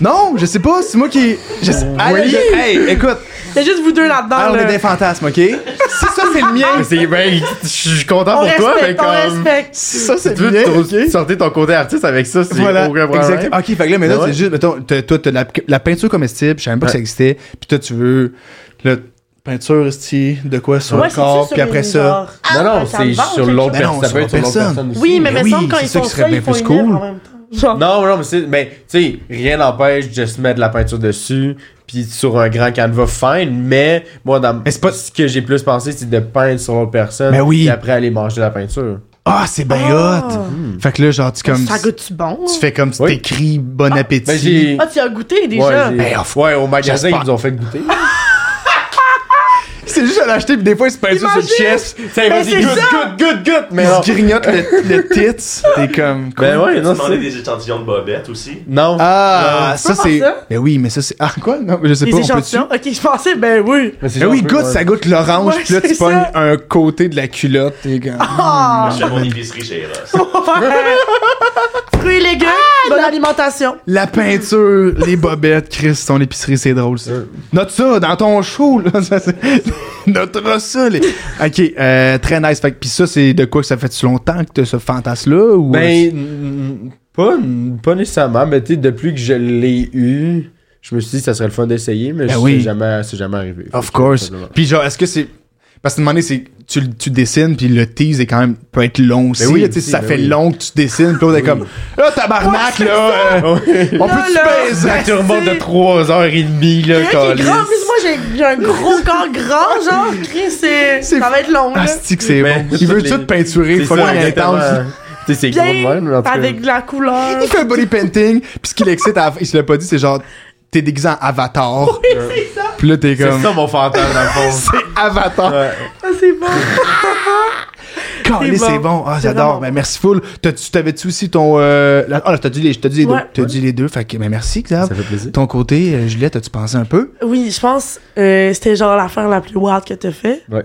Speaker 1: Non, je sais pas, c'est moi qui. Je sais... Hey,
Speaker 3: Oui.
Speaker 1: je- hey, écoute,
Speaker 2: Il y a juste vous deux là-dedans.
Speaker 1: alors, Ah, on est
Speaker 2: là.
Speaker 1: des fantasmes, ok? Si ça, c'est le
Speaker 3: Mais
Speaker 1: mien,
Speaker 3: c'est- Ben, je suis content
Speaker 2: on
Speaker 3: pour toi, mais
Speaker 2: respecte, on
Speaker 3: comme.
Speaker 2: respecte.
Speaker 1: si ça, c'est
Speaker 3: Tu
Speaker 1: le
Speaker 3: veux
Speaker 1: mien.
Speaker 3: te- sortir ton côté artiste avec ça, c'est
Speaker 1: Voilà,
Speaker 3: aucun problème.
Speaker 1: exactement. Ok, fait que là, mais là,
Speaker 3: Ouais.
Speaker 1: c'est juste, mettons, t'as- toi, t'as la, la peinture comestible, je savais même pas que ça
Speaker 3: Ouais.
Speaker 1: existait, puis toi, tu veux la peinture, esti, de quoi sur
Speaker 2: Ouais,
Speaker 1: le
Speaker 2: c'est-tu
Speaker 1: corps,
Speaker 2: sur
Speaker 1: puis après
Speaker 2: une
Speaker 1: ça...
Speaker 2: genre- Ah,
Speaker 3: Non, non,
Speaker 2: un
Speaker 3: c'est
Speaker 2: canevas ou
Speaker 3: sur
Speaker 2: quelque
Speaker 3: l'autre
Speaker 1: Ben non,
Speaker 3: personne. Ça
Speaker 1: sur
Speaker 3: peut être sur l'autre
Speaker 1: personne.
Speaker 3: personne aussi.
Speaker 2: Oui, mais,
Speaker 1: Mais
Speaker 2: me
Speaker 1: oui,
Speaker 2: semble quand
Speaker 1: c'est
Speaker 2: ils
Speaker 1: ça
Speaker 2: font
Speaker 1: qui serait
Speaker 2: ça,
Speaker 1: bien
Speaker 2: ils font
Speaker 1: plus
Speaker 2: une
Speaker 1: cool.
Speaker 2: œuvre en même temps. Genre,
Speaker 3: Non, non, mais c'est. Mais, tu sais, rien n'empêche de se mettre de la peinture dessus, puis sur un grand canevas fine, mais moi, dans
Speaker 1: Mais c'est pas-
Speaker 3: ce que j'ai plus pensé, c'est de peindre sur l'autre personne,
Speaker 1: Mais oui.
Speaker 3: puis après aller manger de la peinture.
Speaker 1: Ah, c'est bien
Speaker 2: Ah.
Speaker 1: hot! Fait que là, genre, tu comme...
Speaker 2: ça goûte-tu bon?
Speaker 1: Tu fais comme si
Speaker 3: Oui.
Speaker 1: t'écris bon appétit.
Speaker 3: Ben, j'ai.
Speaker 2: Ah, tu as goûté
Speaker 3: Ouais,
Speaker 2: déjà?
Speaker 3: j'ai-
Speaker 1: Ben, enfin,
Speaker 3: ouais, au magasin, ils
Speaker 1: j'espère.
Speaker 3: nous ont fait goûter.
Speaker 1: c'est juste à l'acheter, puis des fois, il se peint sur le
Speaker 2: Imagine!
Speaker 1: chest,
Speaker 3: Tiens,
Speaker 2: Ben,
Speaker 3: vas-y,
Speaker 2: c'est
Speaker 3: good,
Speaker 2: ça!
Speaker 3: good, good, good, mais
Speaker 1: il
Speaker 3: non.
Speaker 1: se grignote le, le tits, t'es comme...
Speaker 3: Ben, ouais,
Speaker 4: Tu
Speaker 3: non,
Speaker 4: demandais
Speaker 3: c'est.
Speaker 4: des échantillons de Bobette aussi.
Speaker 3: Non.
Speaker 1: Ah,
Speaker 2: Ouais.
Speaker 1: ça,
Speaker 2: Tu peux
Speaker 1: c'est...
Speaker 2: faire ça?
Speaker 1: Ben oui, mais ça, c'est... Ah, quoi? Non, mais je sais
Speaker 2: Les
Speaker 1: pas, on peut-tu...
Speaker 2: échantillons? Ok, je pensais, ben oui.
Speaker 3: Mais c'est
Speaker 1: Ben
Speaker 3: genre
Speaker 1: oui,
Speaker 3: un peu,
Speaker 1: goûte,
Speaker 3: ouais.
Speaker 1: ça goûte l'orange,
Speaker 2: Ouais,
Speaker 1: puis là, tu
Speaker 2: c'est
Speaker 1: pognes
Speaker 2: ça.
Speaker 1: un côté de la culotte, t'es comme...
Speaker 2: Ah!
Speaker 4: Je fais mon épicerie chez Ross.
Speaker 2: Ouais. Fruits et légumes,
Speaker 3: Ah,
Speaker 2: bonne alimentation.
Speaker 1: La peinture, les bobettes, Chris, ton épicerie, c'est drôle, ça.
Speaker 3: Euh.
Speaker 1: Note ça, dans ton show, là. ça, c'est- Notera ça, les... OK, euh, très nice. Fait que, pis ça, c'est de quoi que ça fait longtemps que t'as ce fantasme-là, ou...
Speaker 3: Ben, n- pas, pas nécessairement, mais tu sais, depuis que je l'ai eu, je me suis dit que ça serait le fun d'essayer, mais
Speaker 1: Ben
Speaker 3: c'est
Speaker 1: oui. Ah,
Speaker 3: jamais, c'est jamais arrivé.
Speaker 1: Of course.
Speaker 3: Simplement.
Speaker 1: Puis genre, est-ce que c'est... Parce que demander, c'est... Tu, le- tu dessines, puis le tease est quand même... peut être long aussi.
Speaker 3: Ben oui,
Speaker 1: là, tu sais,
Speaker 3: aussi,
Speaker 1: ça
Speaker 3: ben
Speaker 1: fait
Speaker 3: oui.
Speaker 1: long que tu dessines, puis là, t'es
Speaker 3: Oui.
Speaker 1: comme... Là, tabarnak,
Speaker 2: Ouais,
Speaker 1: là... euh, on
Speaker 2: Là,
Speaker 1: peut-tu
Speaker 2: là, ben,
Speaker 1: baiser?
Speaker 3: La turbo
Speaker 2: C'est-
Speaker 3: de 3h30,
Speaker 2: Il y
Speaker 3: là,
Speaker 2: en a qui est
Speaker 3: câlisse.
Speaker 2: grand, plus moi j'ai j'ai un gros corps grand, genre, Chris, c'est-
Speaker 1: C'est-
Speaker 2: ça va être long,
Speaker 3: Ah,
Speaker 2: là.
Speaker 1: Asti que c'est
Speaker 3: Mais-
Speaker 1: bon. Il veut
Speaker 3: Ben, les-
Speaker 1: tout peinturer,
Speaker 3: C'est
Speaker 1: faut
Speaker 3: ça,
Speaker 1: le
Speaker 3: exactement.
Speaker 1: intense.
Speaker 3: Tu sais, c'est gros de
Speaker 2: Bien,
Speaker 3: même, mais en tout cas.
Speaker 2: avec de la couleur.
Speaker 1: Il fait un body painting, puis ce qui l'excite, à- il se l'a pas dit, c'est genre, t'es déguisé en avatar.
Speaker 2: c'est ça,
Speaker 1: Puis là, t'es
Speaker 3: C'est
Speaker 1: comme,
Speaker 3: ça mon fantôme, dans le fond.
Speaker 1: c'est avatar.
Speaker 3: Ouais.
Speaker 2: Ah, c'est bon.
Speaker 1: Calé,
Speaker 2: bon.
Speaker 1: c'est bon. Ah,
Speaker 2: C'est
Speaker 1: j'adore.
Speaker 2: vraiment
Speaker 1: Ben,
Speaker 2: bon.
Speaker 1: merci, full. T'as-tu- T'avais-tu aussi ton. Euh, la- ah, là, t'as dit les, t'as dit les
Speaker 2: Ouais.
Speaker 1: deux. T'as dit les deux. Fait que, ben, merci,
Speaker 3: Ça
Speaker 1: Xav.
Speaker 3: fait plaisir.
Speaker 1: Ton côté, euh, Juliette, as-tu pensé un peu?
Speaker 2: Oui, je pense euh, c'était genre l'affaire la plus wild que t'as fait.
Speaker 1: Ouais,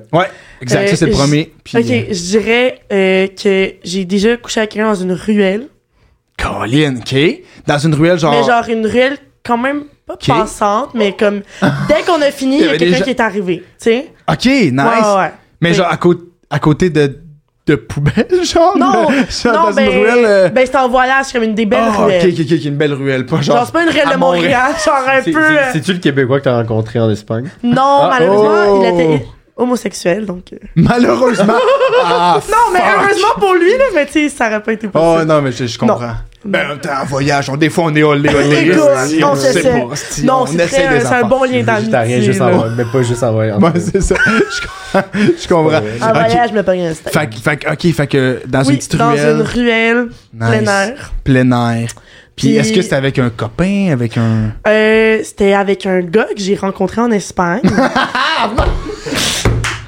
Speaker 1: exact. ça,
Speaker 2: Euh,
Speaker 1: c'est le
Speaker 2: j-
Speaker 1: premier. Puis,
Speaker 2: ok, je dirais euh, que j'ai déjà couché avec quelqu'un dans une ruelle.
Speaker 1: Colin, OK? Dans une ruelle, genre.
Speaker 2: Mais genre une ruelle quand même pas
Speaker 1: Ok.
Speaker 2: passante, mais comme dès qu'on a fini,
Speaker 1: Il
Speaker 2: il
Speaker 1: y
Speaker 2: y a
Speaker 1: avait
Speaker 2: quelqu'un
Speaker 1: des gens-
Speaker 2: qui est arrivé. Tu sais?
Speaker 1: OK, nice.
Speaker 2: Ouais, ouais.
Speaker 1: Mais
Speaker 2: Oui.
Speaker 1: genre, à, côté à côté de, de poubelle, genre?
Speaker 2: Non,
Speaker 1: genre,
Speaker 2: non,
Speaker 1: dans
Speaker 2: ben,
Speaker 1: une ruelle. euh,
Speaker 2: ben c'était en voyage comme une des belles
Speaker 1: Ah,
Speaker 2: ruelles.
Speaker 1: ok, Ah, ok, ok, une belle ruelle, pas genre.
Speaker 2: Genre, c'est pas une ruelle
Speaker 1: à
Speaker 2: de Montréal, genre un
Speaker 3: C'est-
Speaker 2: peu. euh,
Speaker 3: c'est- C'est-tu le Québécois que t'as rencontré en Espagne?
Speaker 2: Non,
Speaker 3: Ah,
Speaker 2: malheureusement,
Speaker 1: oh.
Speaker 2: il était. homosexuel, donc. euh.
Speaker 1: Malheureusement. Ah,
Speaker 2: Non, mais
Speaker 1: fuck.
Speaker 2: heureusement pour lui, là, mais tu sais, ça aurait pas été possible.
Speaker 1: Oh non, mais je, je comprends. Ben, en même temps, en voyage, on, des fois on est olé, olé.
Speaker 2: Écoute,
Speaker 1: si
Speaker 2: on
Speaker 1: sait
Speaker 2: s'essaie.
Speaker 1: pas, si
Speaker 2: Non,
Speaker 1: on
Speaker 2: c'est
Speaker 1: essaie des
Speaker 2: très, euh, c'est un
Speaker 1: affaires.
Speaker 2: bon lien
Speaker 3: Végétarien,
Speaker 2: d'amitié.
Speaker 3: juste
Speaker 2: là.
Speaker 3: en mais pas juste en voyant.
Speaker 1: Ouais, c'est ça. Je comprends. Je comprends.
Speaker 3: Ouais.
Speaker 2: Un
Speaker 1: Ok.
Speaker 2: voyage, je me pogne un steak.
Speaker 1: Fait, que- fait que, ok, fait que dans une
Speaker 2: Oui,
Speaker 1: petite
Speaker 2: dans
Speaker 1: ruelle,
Speaker 2: une ruelle, plein
Speaker 1: Nice.
Speaker 2: air.
Speaker 1: plein air. Puis,
Speaker 2: Puis-
Speaker 1: est-ce que c'était avec un copain, avec un.
Speaker 2: Euh, C'était avec un gars que j'ai rencontré en Espagne.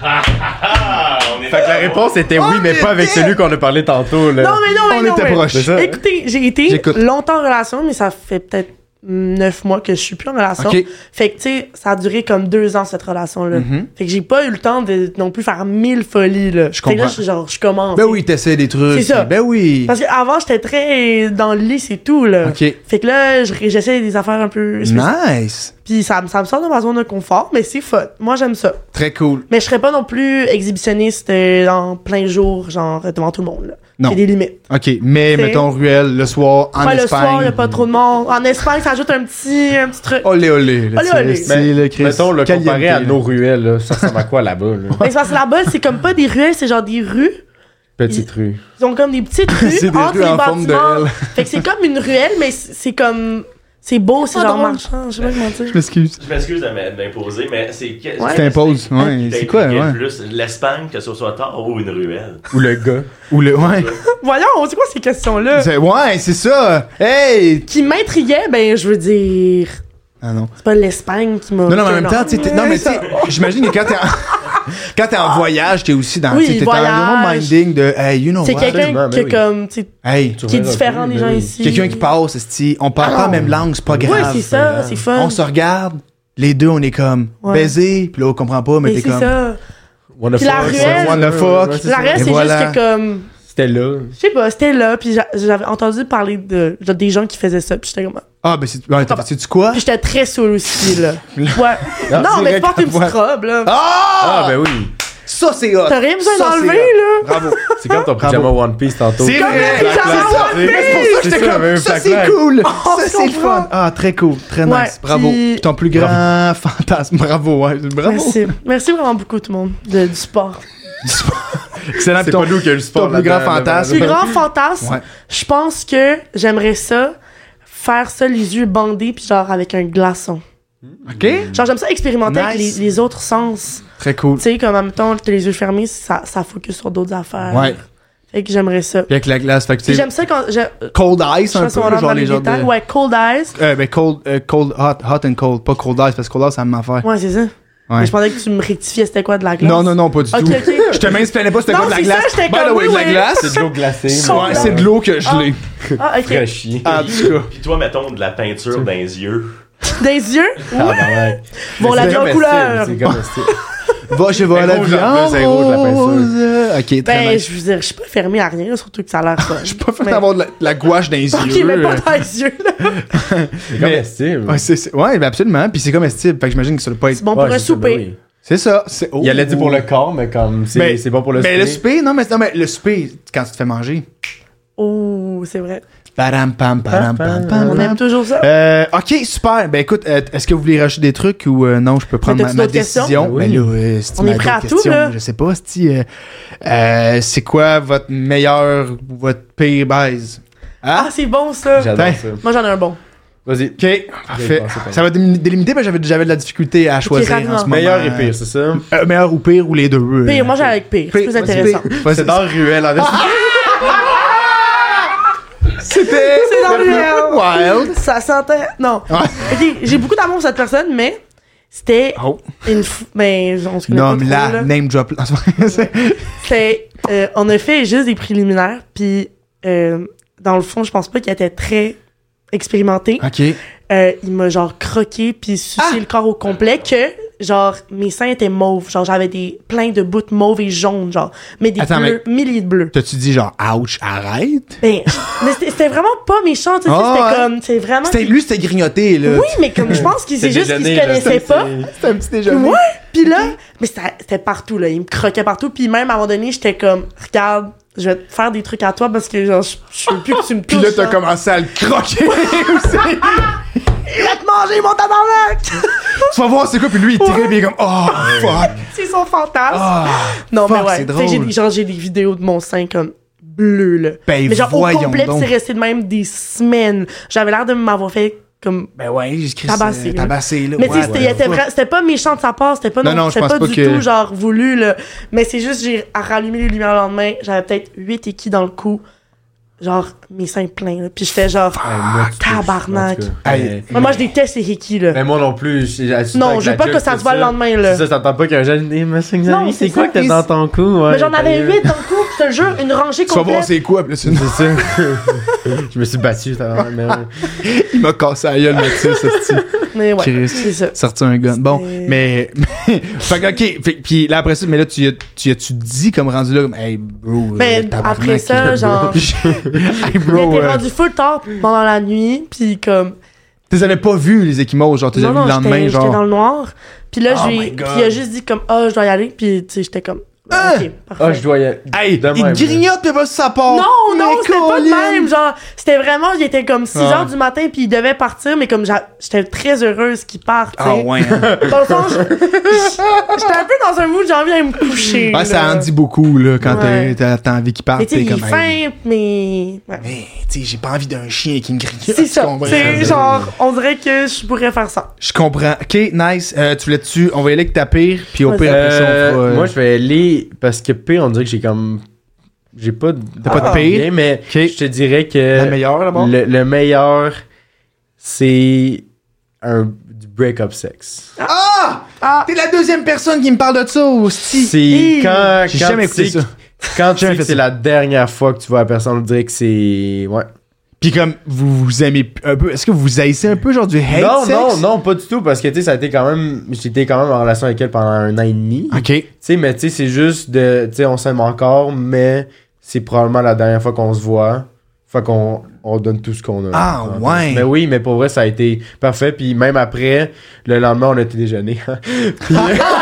Speaker 4: Ah, on est
Speaker 3: Fait que la réponse était oui, mais pas avec celui qu'on a parlé tantôt. Là.
Speaker 2: Oh, non, mais non, mais
Speaker 1: On
Speaker 2: non.
Speaker 1: était
Speaker 2: mais-
Speaker 1: proches.
Speaker 3: C'est ça.
Speaker 2: Écoutez, j'ai été
Speaker 1: J'écoute.
Speaker 2: longtemps en relation, mais ça fait peut-être neuf mois que je suis plus en relation.
Speaker 1: Ok.
Speaker 2: Fait que, tu sais, ça a duré comme deux ans, cette relation-là.
Speaker 1: Mhm.
Speaker 2: Fait que j'ai pas eu le temps de non plus faire mille folies, là.
Speaker 1: Je
Speaker 2: Fait que là,
Speaker 1: comprends.
Speaker 2: je suis genre, je commence.
Speaker 1: Ben oui, t'essaies des trucs.
Speaker 2: C'est ça.
Speaker 1: Ben oui.
Speaker 2: Parce qu'avant, j'étais très dans le lit, c'est tout, là.
Speaker 1: Ok.
Speaker 2: Fait que là, je- j'essaie des affaires un peu... spéciales.
Speaker 1: Nice.
Speaker 2: Puis ça, me- ça me sort de ma zone de confort, mais c'est fun. Moi, j'aime ça.
Speaker 1: Très cool.
Speaker 2: Mais je serais pas non plus exhibitionniste euh, en plein jour, genre devant tout le monde. là.
Speaker 1: Non.
Speaker 2: J'ai des limites.
Speaker 1: Ok, mais
Speaker 2: C'est-
Speaker 1: mettons ruelle le soir en
Speaker 2: Pas le soir,
Speaker 1: Espagne.
Speaker 2: y a pas trop de monde. En Espagne, ça ajoute un petit, un petit truc.
Speaker 1: Olé, olé. là,
Speaker 2: Olé,
Speaker 1: c'est-
Speaker 2: olé.
Speaker 1: c'est
Speaker 3: Mais
Speaker 1: le Christ.
Speaker 3: Ben, Mettons, le
Speaker 1: Caliente,
Speaker 3: comparé à
Speaker 1: là.
Speaker 3: nos ruelles, là, ça ressemble à quoi là-bas? Là?
Speaker 2: Mais c'est parce que là-bas, c'est comme pas des ruelles, c'est genre des rues.
Speaker 3: Petite rue.
Speaker 2: Ils ont comme des petites rues
Speaker 1: C'est des
Speaker 2: entre
Speaker 1: rues
Speaker 2: les
Speaker 1: en forme de
Speaker 2: bâtiments.
Speaker 1: L.
Speaker 2: fait que c'est comme une ruelle, mais c'est c'est comme. C'est beau,
Speaker 1: Ah,
Speaker 2: c'est
Speaker 5: pas
Speaker 2: genre
Speaker 5: drôle.
Speaker 2: marchand. Ah, Je sais pas comment dire.
Speaker 1: Je m'excuse.
Speaker 4: Je m'excuse de m- de m'imposer, mais c'est. que-
Speaker 2: Ouais.
Speaker 1: Tu t'imposes. Ouais,
Speaker 4: qui
Speaker 1: c'est quoi,
Speaker 4: t'impliquait
Speaker 1: ouais.
Speaker 4: plus l'Espagne, que ce soit tard ou une ruelle.
Speaker 3: Ou le gars.
Speaker 1: Ou le. Ouais.
Speaker 2: Voyons, c'est quoi ces questions-là?
Speaker 1: C'est- Ouais, c'est ça. Hey!
Speaker 2: Qui m'intriguait, ben je veux dire.
Speaker 1: Ah non.
Speaker 2: C'est pas l'Espagne qui m'a.
Speaker 1: Non, non, mais en même temps, tu sais, t'es- non, mais tu sais, j'imagine que quand t'es en, quand t'es en voyage, t'es aussi dans,
Speaker 2: Oui,
Speaker 1: tu sais, t'es dans un
Speaker 2: voyage.
Speaker 1: minding de, hey, you know
Speaker 2: C'est
Speaker 1: what?
Speaker 2: quelqu'un
Speaker 3: Absolument,
Speaker 2: qui, est
Speaker 3: ben oui.
Speaker 2: comme, tu sais,
Speaker 1: Hey,
Speaker 3: Tu
Speaker 2: qui est
Speaker 3: verras
Speaker 2: différent
Speaker 3: plus,
Speaker 2: des
Speaker 3: ben
Speaker 2: gens
Speaker 3: oui.
Speaker 2: ici.
Speaker 1: quelqu'un qui passe, esti, on parle pas la même langue, c'est pas
Speaker 2: Ouais,
Speaker 1: grave. Euh,
Speaker 2: c'est ça, c'est fun.
Speaker 1: On se regarde, les deux, on est comme,
Speaker 2: Ouais.
Speaker 1: baiser, puis là, on comprend pas, mais
Speaker 2: Mais
Speaker 1: t'es
Speaker 2: c'est
Speaker 1: comme,
Speaker 2: ça.
Speaker 3: What the
Speaker 2: Puis la
Speaker 3: fuck,
Speaker 2: ruelle-
Speaker 3: what the fuck.
Speaker 1: Ouais, ouais,
Speaker 2: La reste,
Speaker 1: Et
Speaker 2: c'est
Speaker 1: voilà.
Speaker 2: juste que comme,
Speaker 3: C'était là.
Speaker 2: je sais pas, c'était là, puis j'a- j'avais entendu parler de, de- des gens qui faisaient ça, puis j'étais comme, ah.
Speaker 1: ah, ben, c'est, ouais, t'as- sais-tu quoi?
Speaker 2: puis j'étais très saoul aussi là. Ouais.
Speaker 3: Non,
Speaker 2: non, mais
Speaker 3: direct
Speaker 2: je porte une
Speaker 3: à
Speaker 2: petite robe là.
Speaker 1: Ah!
Speaker 3: Ah, ben oui.
Speaker 1: Ça, c'est hot!
Speaker 2: T'as rien besoin
Speaker 1: Ça, c'est
Speaker 2: d'enlever
Speaker 1: hot.
Speaker 2: là.
Speaker 1: Bravo!
Speaker 3: C'est comme ton
Speaker 1: Bravo.
Speaker 3: pyjama One Piece tantôt.
Speaker 1: C'est
Speaker 2: Comme
Speaker 1: vrai!
Speaker 2: les
Speaker 1: C'est
Speaker 2: pyjamas
Speaker 1: ça.
Speaker 2: One Piece.
Speaker 1: C'est pour ça que
Speaker 3: C'est
Speaker 1: j'étais
Speaker 3: ça,
Speaker 1: comme,
Speaker 3: même
Speaker 1: ça
Speaker 3: Black
Speaker 1: c'est
Speaker 3: Flag.
Speaker 1: cool!
Speaker 2: Oh,
Speaker 1: Ça
Speaker 2: je
Speaker 1: c'est le
Speaker 2: comprends.
Speaker 1: fun! Ah, très cool, très
Speaker 2: Ouais,
Speaker 1: nice, bravo!
Speaker 2: puis-
Speaker 1: Ton plus grand fantasme, bravo, ouais, bravo!
Speaker 2: Merci. Merci vraiment beaucoup tout le monde de- du sport.
Speaker 1: Excellent,
Speaker 3: C'est
Speaker 1: puis ton-
Speaker 3: pas nous qui a eu le sport.
Speaker 1: ton plus grand
Speaker 3: là-dedans,
Speaker 1: fantasme.
Speaker 2: Plus
Speaker 3: là-dedans.
Speaker 2: grand fantasme,
Speaker 1: Ouais.
Speaker 2: je pense que j'aimerais ça faire ça les yeux bandés puis genre avec un glaçon.
Speaker 1: Ok?
Speaker 2: Genre j'aime ça expérimenter avec
Speaker 1: Nice.
Speaker 2: les, les autres sens.
Speaker 1: Très cool.
Speaker 2: Tu sais comme en même temps t'as les yeux fermés, ça ça focus sur d'autres affaires.
Speaker 1: Ouais.
Speaker 2: Fait que j'aimerais ça.
Speaker 1: Puis avec la glace, fait que
Speaker 2: Puis
Speaker 1: tu sais,
Speaker 2: Euh, j'aime ça quand j'ai-
Speaker 1: cold ice
Speaker 2: je
Speaker 1: un
Speaker 2: pense qu'on
Speaker 1: peu,
Speaker 2: rentre dans
Speaker 1: genre les
Speaker 2: les
Speaker 1: gens
Speaker 2: détails.
Speaker 1: de...
Speaker 2: Ouais, cold eyes.
Speaker 1: Euh, ben cold, euh, cold hot, hot and cold, pas cold ice parce que cold ice ça me affaire.
Speaker 2: Ouais, c'est ça. Mais je pensais que tu me rectifiais c'était quoi de la glace.
Speaker 1: Non non non pas du
Speaker 2: Ok,
Speaker 1: tout.
Speaker 2: ok.
Speaker 1: Je te m'insplainais pas c'était
Speaker 2: Non,
Speaker 1: quoi de la
Speaker 2: c'est ça,
Speaker 1: glace.
Speaker 2: j'étais
Speaker 1: By
Speaker 2: comme,
Speaker 1: the way,
Speaker 2: oui,
Speaker 1: de la
Speaker 2: oui.
Speaker 1: glace.
Speaker 3: C'est de l'eau glacée.
Speaker 2: Ouais,
Speaker 1: Ouais, c'est de l'eau que je l'ai.
Speaker 2: Ah, ok.
Speaker 3: Très chier.
Speaker 1: En tout cas.
Speaker 4: Puis toi, mettons, de la peinture dans les yeux.
Speaker 2: Des yeux,
Speaker 3: Tabarnak.
Speaker 2: bon, la
Speaker 3: C'est
Speaker 2: vie en
Speaker 3: comestible,
Speaker 2: couleur.
Speaker 3: C'est comestible.
Speaker 1: Va chez voir la
Speaker 3: rouge,
Speaker 1: vie
Speaker 3: en bleu, c'est rouge, la
Speaker 1: Ben, en
Speaker 3: peinture.
Speaker 1: rose. Ok très
Speaker 2: Ben,
Speaker 1: nice.
Speaker 2: je veux dire, je suis pas fermée à rien, surtout que ça a l'air fun.
Speaker 1: Je suis pas fait
Speaker 2: Mais-
Speaker 1: d'avoir de la, de la gouache dans les
Speaker 2: Ok,
Speaker 1: yeux.
Speaker 2: mais
Speaker 3: hein.
Speaker 2: pas dans les yeux, là.
Speaker 3: C'est comestible.
Speaker 1: Ouais, c'est- c'est- ouais, ben absolument. Puis c'est comestible. Fait que j'imagine que ça doit pas être.
Speaker 2: C'est bon pour
Speaker 3: Ouais,
Speaker 2: un
Speaker 3: c'est ça, ben
Speaker 2: souper.
Speaker 3: oui.
Speaker 1: C'est ça. C'est. Oh.
Speaker 3: Il allait dire pour le corps, mais comme c'est
Speaker 1: Ben,
Speaker 3: c'est bon pour le
Speaker 1: Ben le
Speaker 3: souper.
Speaker 1: souper, non mais, non, mais le souper, quand tu te fais manger.
Speaker 2: Oh, c'est vrai.
Speaker 1: Param pam param pam pam.
Speaker 2: On aime
Speaker 1: pam.
Speaker 2: toujours ça.
Speaker 1: Euh, ok, super. Ben écoute, euh, est-ce que vous voulez rajouter des trucs ou euh, non, je peux prendre
Speaker 2: Mais
Speaker 1: ma,
Speaker 2: t'as-tu
Speaker 1: ma
Speaker 2: d'autres questions?
Speaker 1: décision?
Speaker 3: Ben oui.
Speaker 1: Ben là, euh, si tu
Speaker 2: On
Speaker 1: m'as
Speaker 2: est prêt
Speaker 1: d'autres
Speaker 2: à tout,
Speaker 1: questions,
Speaker 2: là.
Speaker 1: Je sais pas, si euh, euh, c'est quoi votre meilleur ou votre pire baise?
Speaker 2: Ah,
Speaker 1: Hein?
Speaker 2: c'est bon, ça.
Speaker 3: J'adore
Speaker 1: Putain.
Speaker 3: ça.
Speaker 2: Moi, j'en ai un bon.
Speaker 3: Vas-y.
Speaker 1: ok, parfait.
Speaker 3: pensé par
Speaker 1: Ça va dé- délimiter, mais j'avais j'avais de la difficulté à choisir en
Speaker 2: rapidement.
Speaker 1: ce moment.
Speaker 3: Meilleur et pire, c'est ça?
Speaker 1: Euh, meilleur ou pire ou les deux. euh,
Speaker 2: Pire, moi, j'en ai avec pire. C'est plus
Speaker 1: vas-y,
Speaker 2: intéressant.
Speaker 1: pire. Vas-y.
Speaker 3: C'est dans Ruelle. en fait.
Speaker 1: C'était.
Speaker 2: C'est dans le
Speaker 1: Wild.
Speaker 2: Ça sentait. Non.
Speaker 1: Ouais.
Speaker 2: Ok, j'ai beaucoup d'amour pour cette personne, mais c'était
Speaker 3: Ah.
Speaker 1: Oh.
Speaker 2: une. fou- Ben, on se connaît pas. trop,
Speaker 1: Nomme-la,
Speaker 2: là.
Speaker 1: name drop.
Speaker 2: C'est, euh, on a fait juste des préliminaires, puis euh, dans le fond, je pense pas qu'il était très expérimenté.
Speaker 1: ok.
Speaker 2: Euh, il m'a genre croqué puis sucé
Speaker 1: Ah!
Speaker 2: le corps au complet que genre mes seins étaient mauves, genre j'avais des plein de bouts mauves et jaunes genre, mais des
Speaker 1: Attends,
Speaker 2: bleus, milliers de bleus.
Speaker 1: T'as-tu dit genre, ouch, arrête?
Speaker 2: Ben, mais c'était c'était vraiment pas méchant, tu sais,
Speaker 1: Ah,
Speaker 2: c'était
Speaker 1: ouais.
Speaker 2: comme c'est vraiment
Speaker 1: C'était lui, c'était grignoté, là.
Speaker 2: Oui, mais comme je pense qu'il c'est juste qu'il se connaissait pas.
Speaker 1: C'était un petit déjà.
Speaker 2: Ouais, puis
Speaker 1: Mm-hmm.
Speaker 2: là, mais c'était c'était partout là, il me croquait partout, puis même à un moment donné, j'étais comme regarde, je vais te faire des trucs à toi parce que genre je je veux plus que tu me touches.
Speaker 1: Puis là, t'as
Speaker 2: là.
Speaker 1: commencé à le croquer aussi.
Speaker 2: Il va te manger manger mon tabarnak!
Speaker 1: Tu vas voir c'est quoi, puis lui, il
Speaker 2: Ouais.
Speaker 1: tripe, il est comme, oh, fuck.
Speaker 2: c'est son fantasme.
Speaker 1: Ah,
Speaker 2: non,
Speaker 1: fuck,
Speaker 2: mais ouais.
Speaker 1: c'est
Speaker 2: Tu sais, j'ai
Speaker 1: drôle.
Speaker 2: des- genre, j'ai des vidéos de mon sein comme bleu, là.
Speaker 1: Ben,
Speaker 2: mais genre, au
Speaker 1: voyons
Speaker 2: complet, puis
Speaker 1: donc.
Speaker 2: c'est resté de même des semaines. J'avais l'air de m'avoir fait comme.
Speaker 1: Ben ouais, j'ai écrit
Speaker 2: Tabassé,
Speaker 1: ça,
Speaker 2: là.
Speaker 1: Tabassé, là.
Speaker 2: Mais tu sais,
Speaker 1: ouais,
Speaker 2: c'était-
Speaker 1: ouais.
Speaker 2: c'était vrai- c'était pas méchant de sa part, c'était pas,
Speaker 1: Non,
Speaker 2: non,
Speaker 1: non, je
Speaker 2: c'était
Speaker 1: pense
Speaker 2: pas,
Speaker 1: pas
Speaker 2: du
Speaker 1: que-
Speaker 2: tout genre voulu, là. Mais c'est juste, j'ai rallumé les lumières le lendemain, j'avais peut-être 8 équis dans le cou, genre mes seins pleins, là. Puis j'étais genre,
Speaker 3: Ah,
Speaker 2: Ah, tabarnak.
Speaker 1: Hey.
Speaker 2: Ouais, moi, je déteste les hikis, là.
Speaker 3: Mais moi non plus. j'ai- j'ai- j'ai-
Speaker 2: Non,
Speaker 3: avec
Speaker 2: je veux
Speaker 3: la
Speaker 2: pas
Speaker 3: joke,
Speaker 2: que ça
Speaker 3: tout
Speaker 2: se voit le lendemain, là.
Speaker 3: C'est ça, t'entends pas qu'un jeune dit, mais c'est que
Speaker 2: Non,
Speaker 3: Xavier, c'est
Speaker 2: c'est
Speaker 3: quoi
Speaker 2: ça.
Speaker 3: que t'as
Speaker 2: Et
Speaker 3: dans ton cou? Ouais,
Speaker 2: mais j'en
Speaker 3: ta
Speaker 2: avais
Speaker 3: gueule.
Speaker 2: 8 dans le cou, je te jure, une rangée
Speaker 1: Tu vas voir
Speaker 2: complète.
Speaker 1: c'est quoi, puis là, tu-
Speaker 3: C'est ça. je me suis battu, tabarnak. mais ouais.
Speaker 1: il m'a cassé la gueule, Mathis, c'est
Speaker 2: Mais ouais,
Speaker 1: Chris.
Speaker 2: c'est ça.
Speaker 1: sorti un gun. Bon,
Speaker 2: C'était-
Speaker 1: mais, fait que, ok, fait que, puis là après ça, mais là tu y as- tu y as-tu dit comme rendu là, comme, hey bro,
Speaker 2: Mais
Speaker 1: euh, tabarnak,
Speaker 2: Ben, après ça,
Speaker 1: là,
Speaker 2: genre,
Speaker 1: hey
Speaker 2: on
Speaker 1: bro,
Speaker 2: était
Speaker 1: euh,
Speaker 2: rendu full tard pendant la nuit, puis comme,
Speaker 1: tu les avais pas vus les équimaux, genre tu les
Speaker 2: non,
Speaker 1: avais vus
Speaker 2: non,
Speaker 1: le lendemain,
Speaker 2: j'étais j'étais dans
Speaker 1: genre.
Speaker 2: le noir. Puis là,
Speaker 1: Oh
Speaker 2: j'ai,
Speaker 1: my
Speaker 2: puis
Speaker 1: God.
Speaker 2: il a juste dit comme, ah, je dois y aller, puis tu sais, j'étais comme,
Speaker 1: Hein?
Speaker 2: ok, parfait.
Speaker 3: Ah, je dois y aller.
Speaker 1: Hey,
Speaker 3: De
Speaker 1: il
Speaker 3: même,
Speaker 1: grignote pis pas sur sa part.
Speaker 2: Non, non,
Speaker 1: Oh, Mais
Speaker 2: c'était pas le
Speaker 1: Colin.
Speaker 2: même. Genre, c'était vraiment, il était comme 6
Speaker 1: Ah.
Speaker 2: heures du matin, puis il devait partir, mais comme j'a- j'étais très heureuse qu'il parte. tu
Speaker 1: Ah
Speaker 2: sais.
Speaker 1: ouais. hein.
Speaker 2: Dans le fond, je- je- j'étais un peu dans un mood, j'ai envie d'aller me coucher.
Speaker 1: Ouais, ça
Speaker 2: là.
Speaker 1: en dit beaucoup là quand
Speaker 2: Ouais.
Speaker 1: t'as- t'as t'as envie qu'il parte,
Speaker 2: Mais tu sais,
Speaker 1: t'es
Speaker 2: il est
Speaker 1: comme hey.
Speaker 2: fin, mais. ouais.
Speaker 1: Mais tu sais, j'ai pas envie d'un chien qui me grignote.
Speaker 2: C'est
Speaker 1: tu
Speaker 2: ça.
Speaker 1: comprends?
Speaker 2: C'est genre, on dirait que je pourrais faire ça.
Speaker 1: Je comprends. Ok, nice. Euh, tu voulais-tu, on va y aller avec ta pire, puis au
Speaker 2: Vas-y.
Speaker 1: pire après ça on fera.
Speaker 3: Euh,
Speaker 1: euh,
Speaker 3: Moi, je vais aller parce que P, on dirait que j'ai comme. J'ai pas de.
Speaker 1: T'as pas de pire?
Speaker 3: bien, mais
Speaker 1: Ok.
Speaker 3: je te dirais que.
Speaker 1: la meilleure là-bas.
Speaker 3: Le, le meilleur, c'est un du break-up sex.
Speaker 1: Ah!
Speaker 2: Ah!
Speaker 1: T'es la deuxième personne qui me parle de ça aussi.
Speaker 3: C'est
Speaker 2: Hi.
Speaker 3: quand,
Speaker 1: J'ai
Speaker 3: quand
Speaker 1: jamais
Speaker 3: tu sais
Speaker 1: écouté ça.
Speaker 3: que- Quand tu
Speaker 1: Jamais
Speaker 3: sais
Speaker 1: fait
Speaker 3: que c'est
Speaker 1: ça.
Speaker 3: la dernière fois que tu vois la personne, on dirait que c'est. Ouais.
Speaker 1: Puis comme vous vous aimez un peu, est-ce que vous haïssez un peu genre du hate
Speaker 3: non,
Speaker 1: sex?
Speaker 3: non, non, pas du tout, parce que tu sais, ça a été quand même. J'étais quand même en relation avec elle pendant un an et demi. Tu
Speaker 1: Ok.
Speaker 3: sais, mais tu sais, c'est juste de. Tu sais, on s'aime encore, mais c'est probablement la dernière fois qu'on se voit. Fait qu'on on donne tout ce qu'on a.
Speaker 1: Ah, ouais.
Speaker 3: Mais oui, mais pour vrai, ça a été parfait. Puis même après, le lendemain, on a été déjeuner.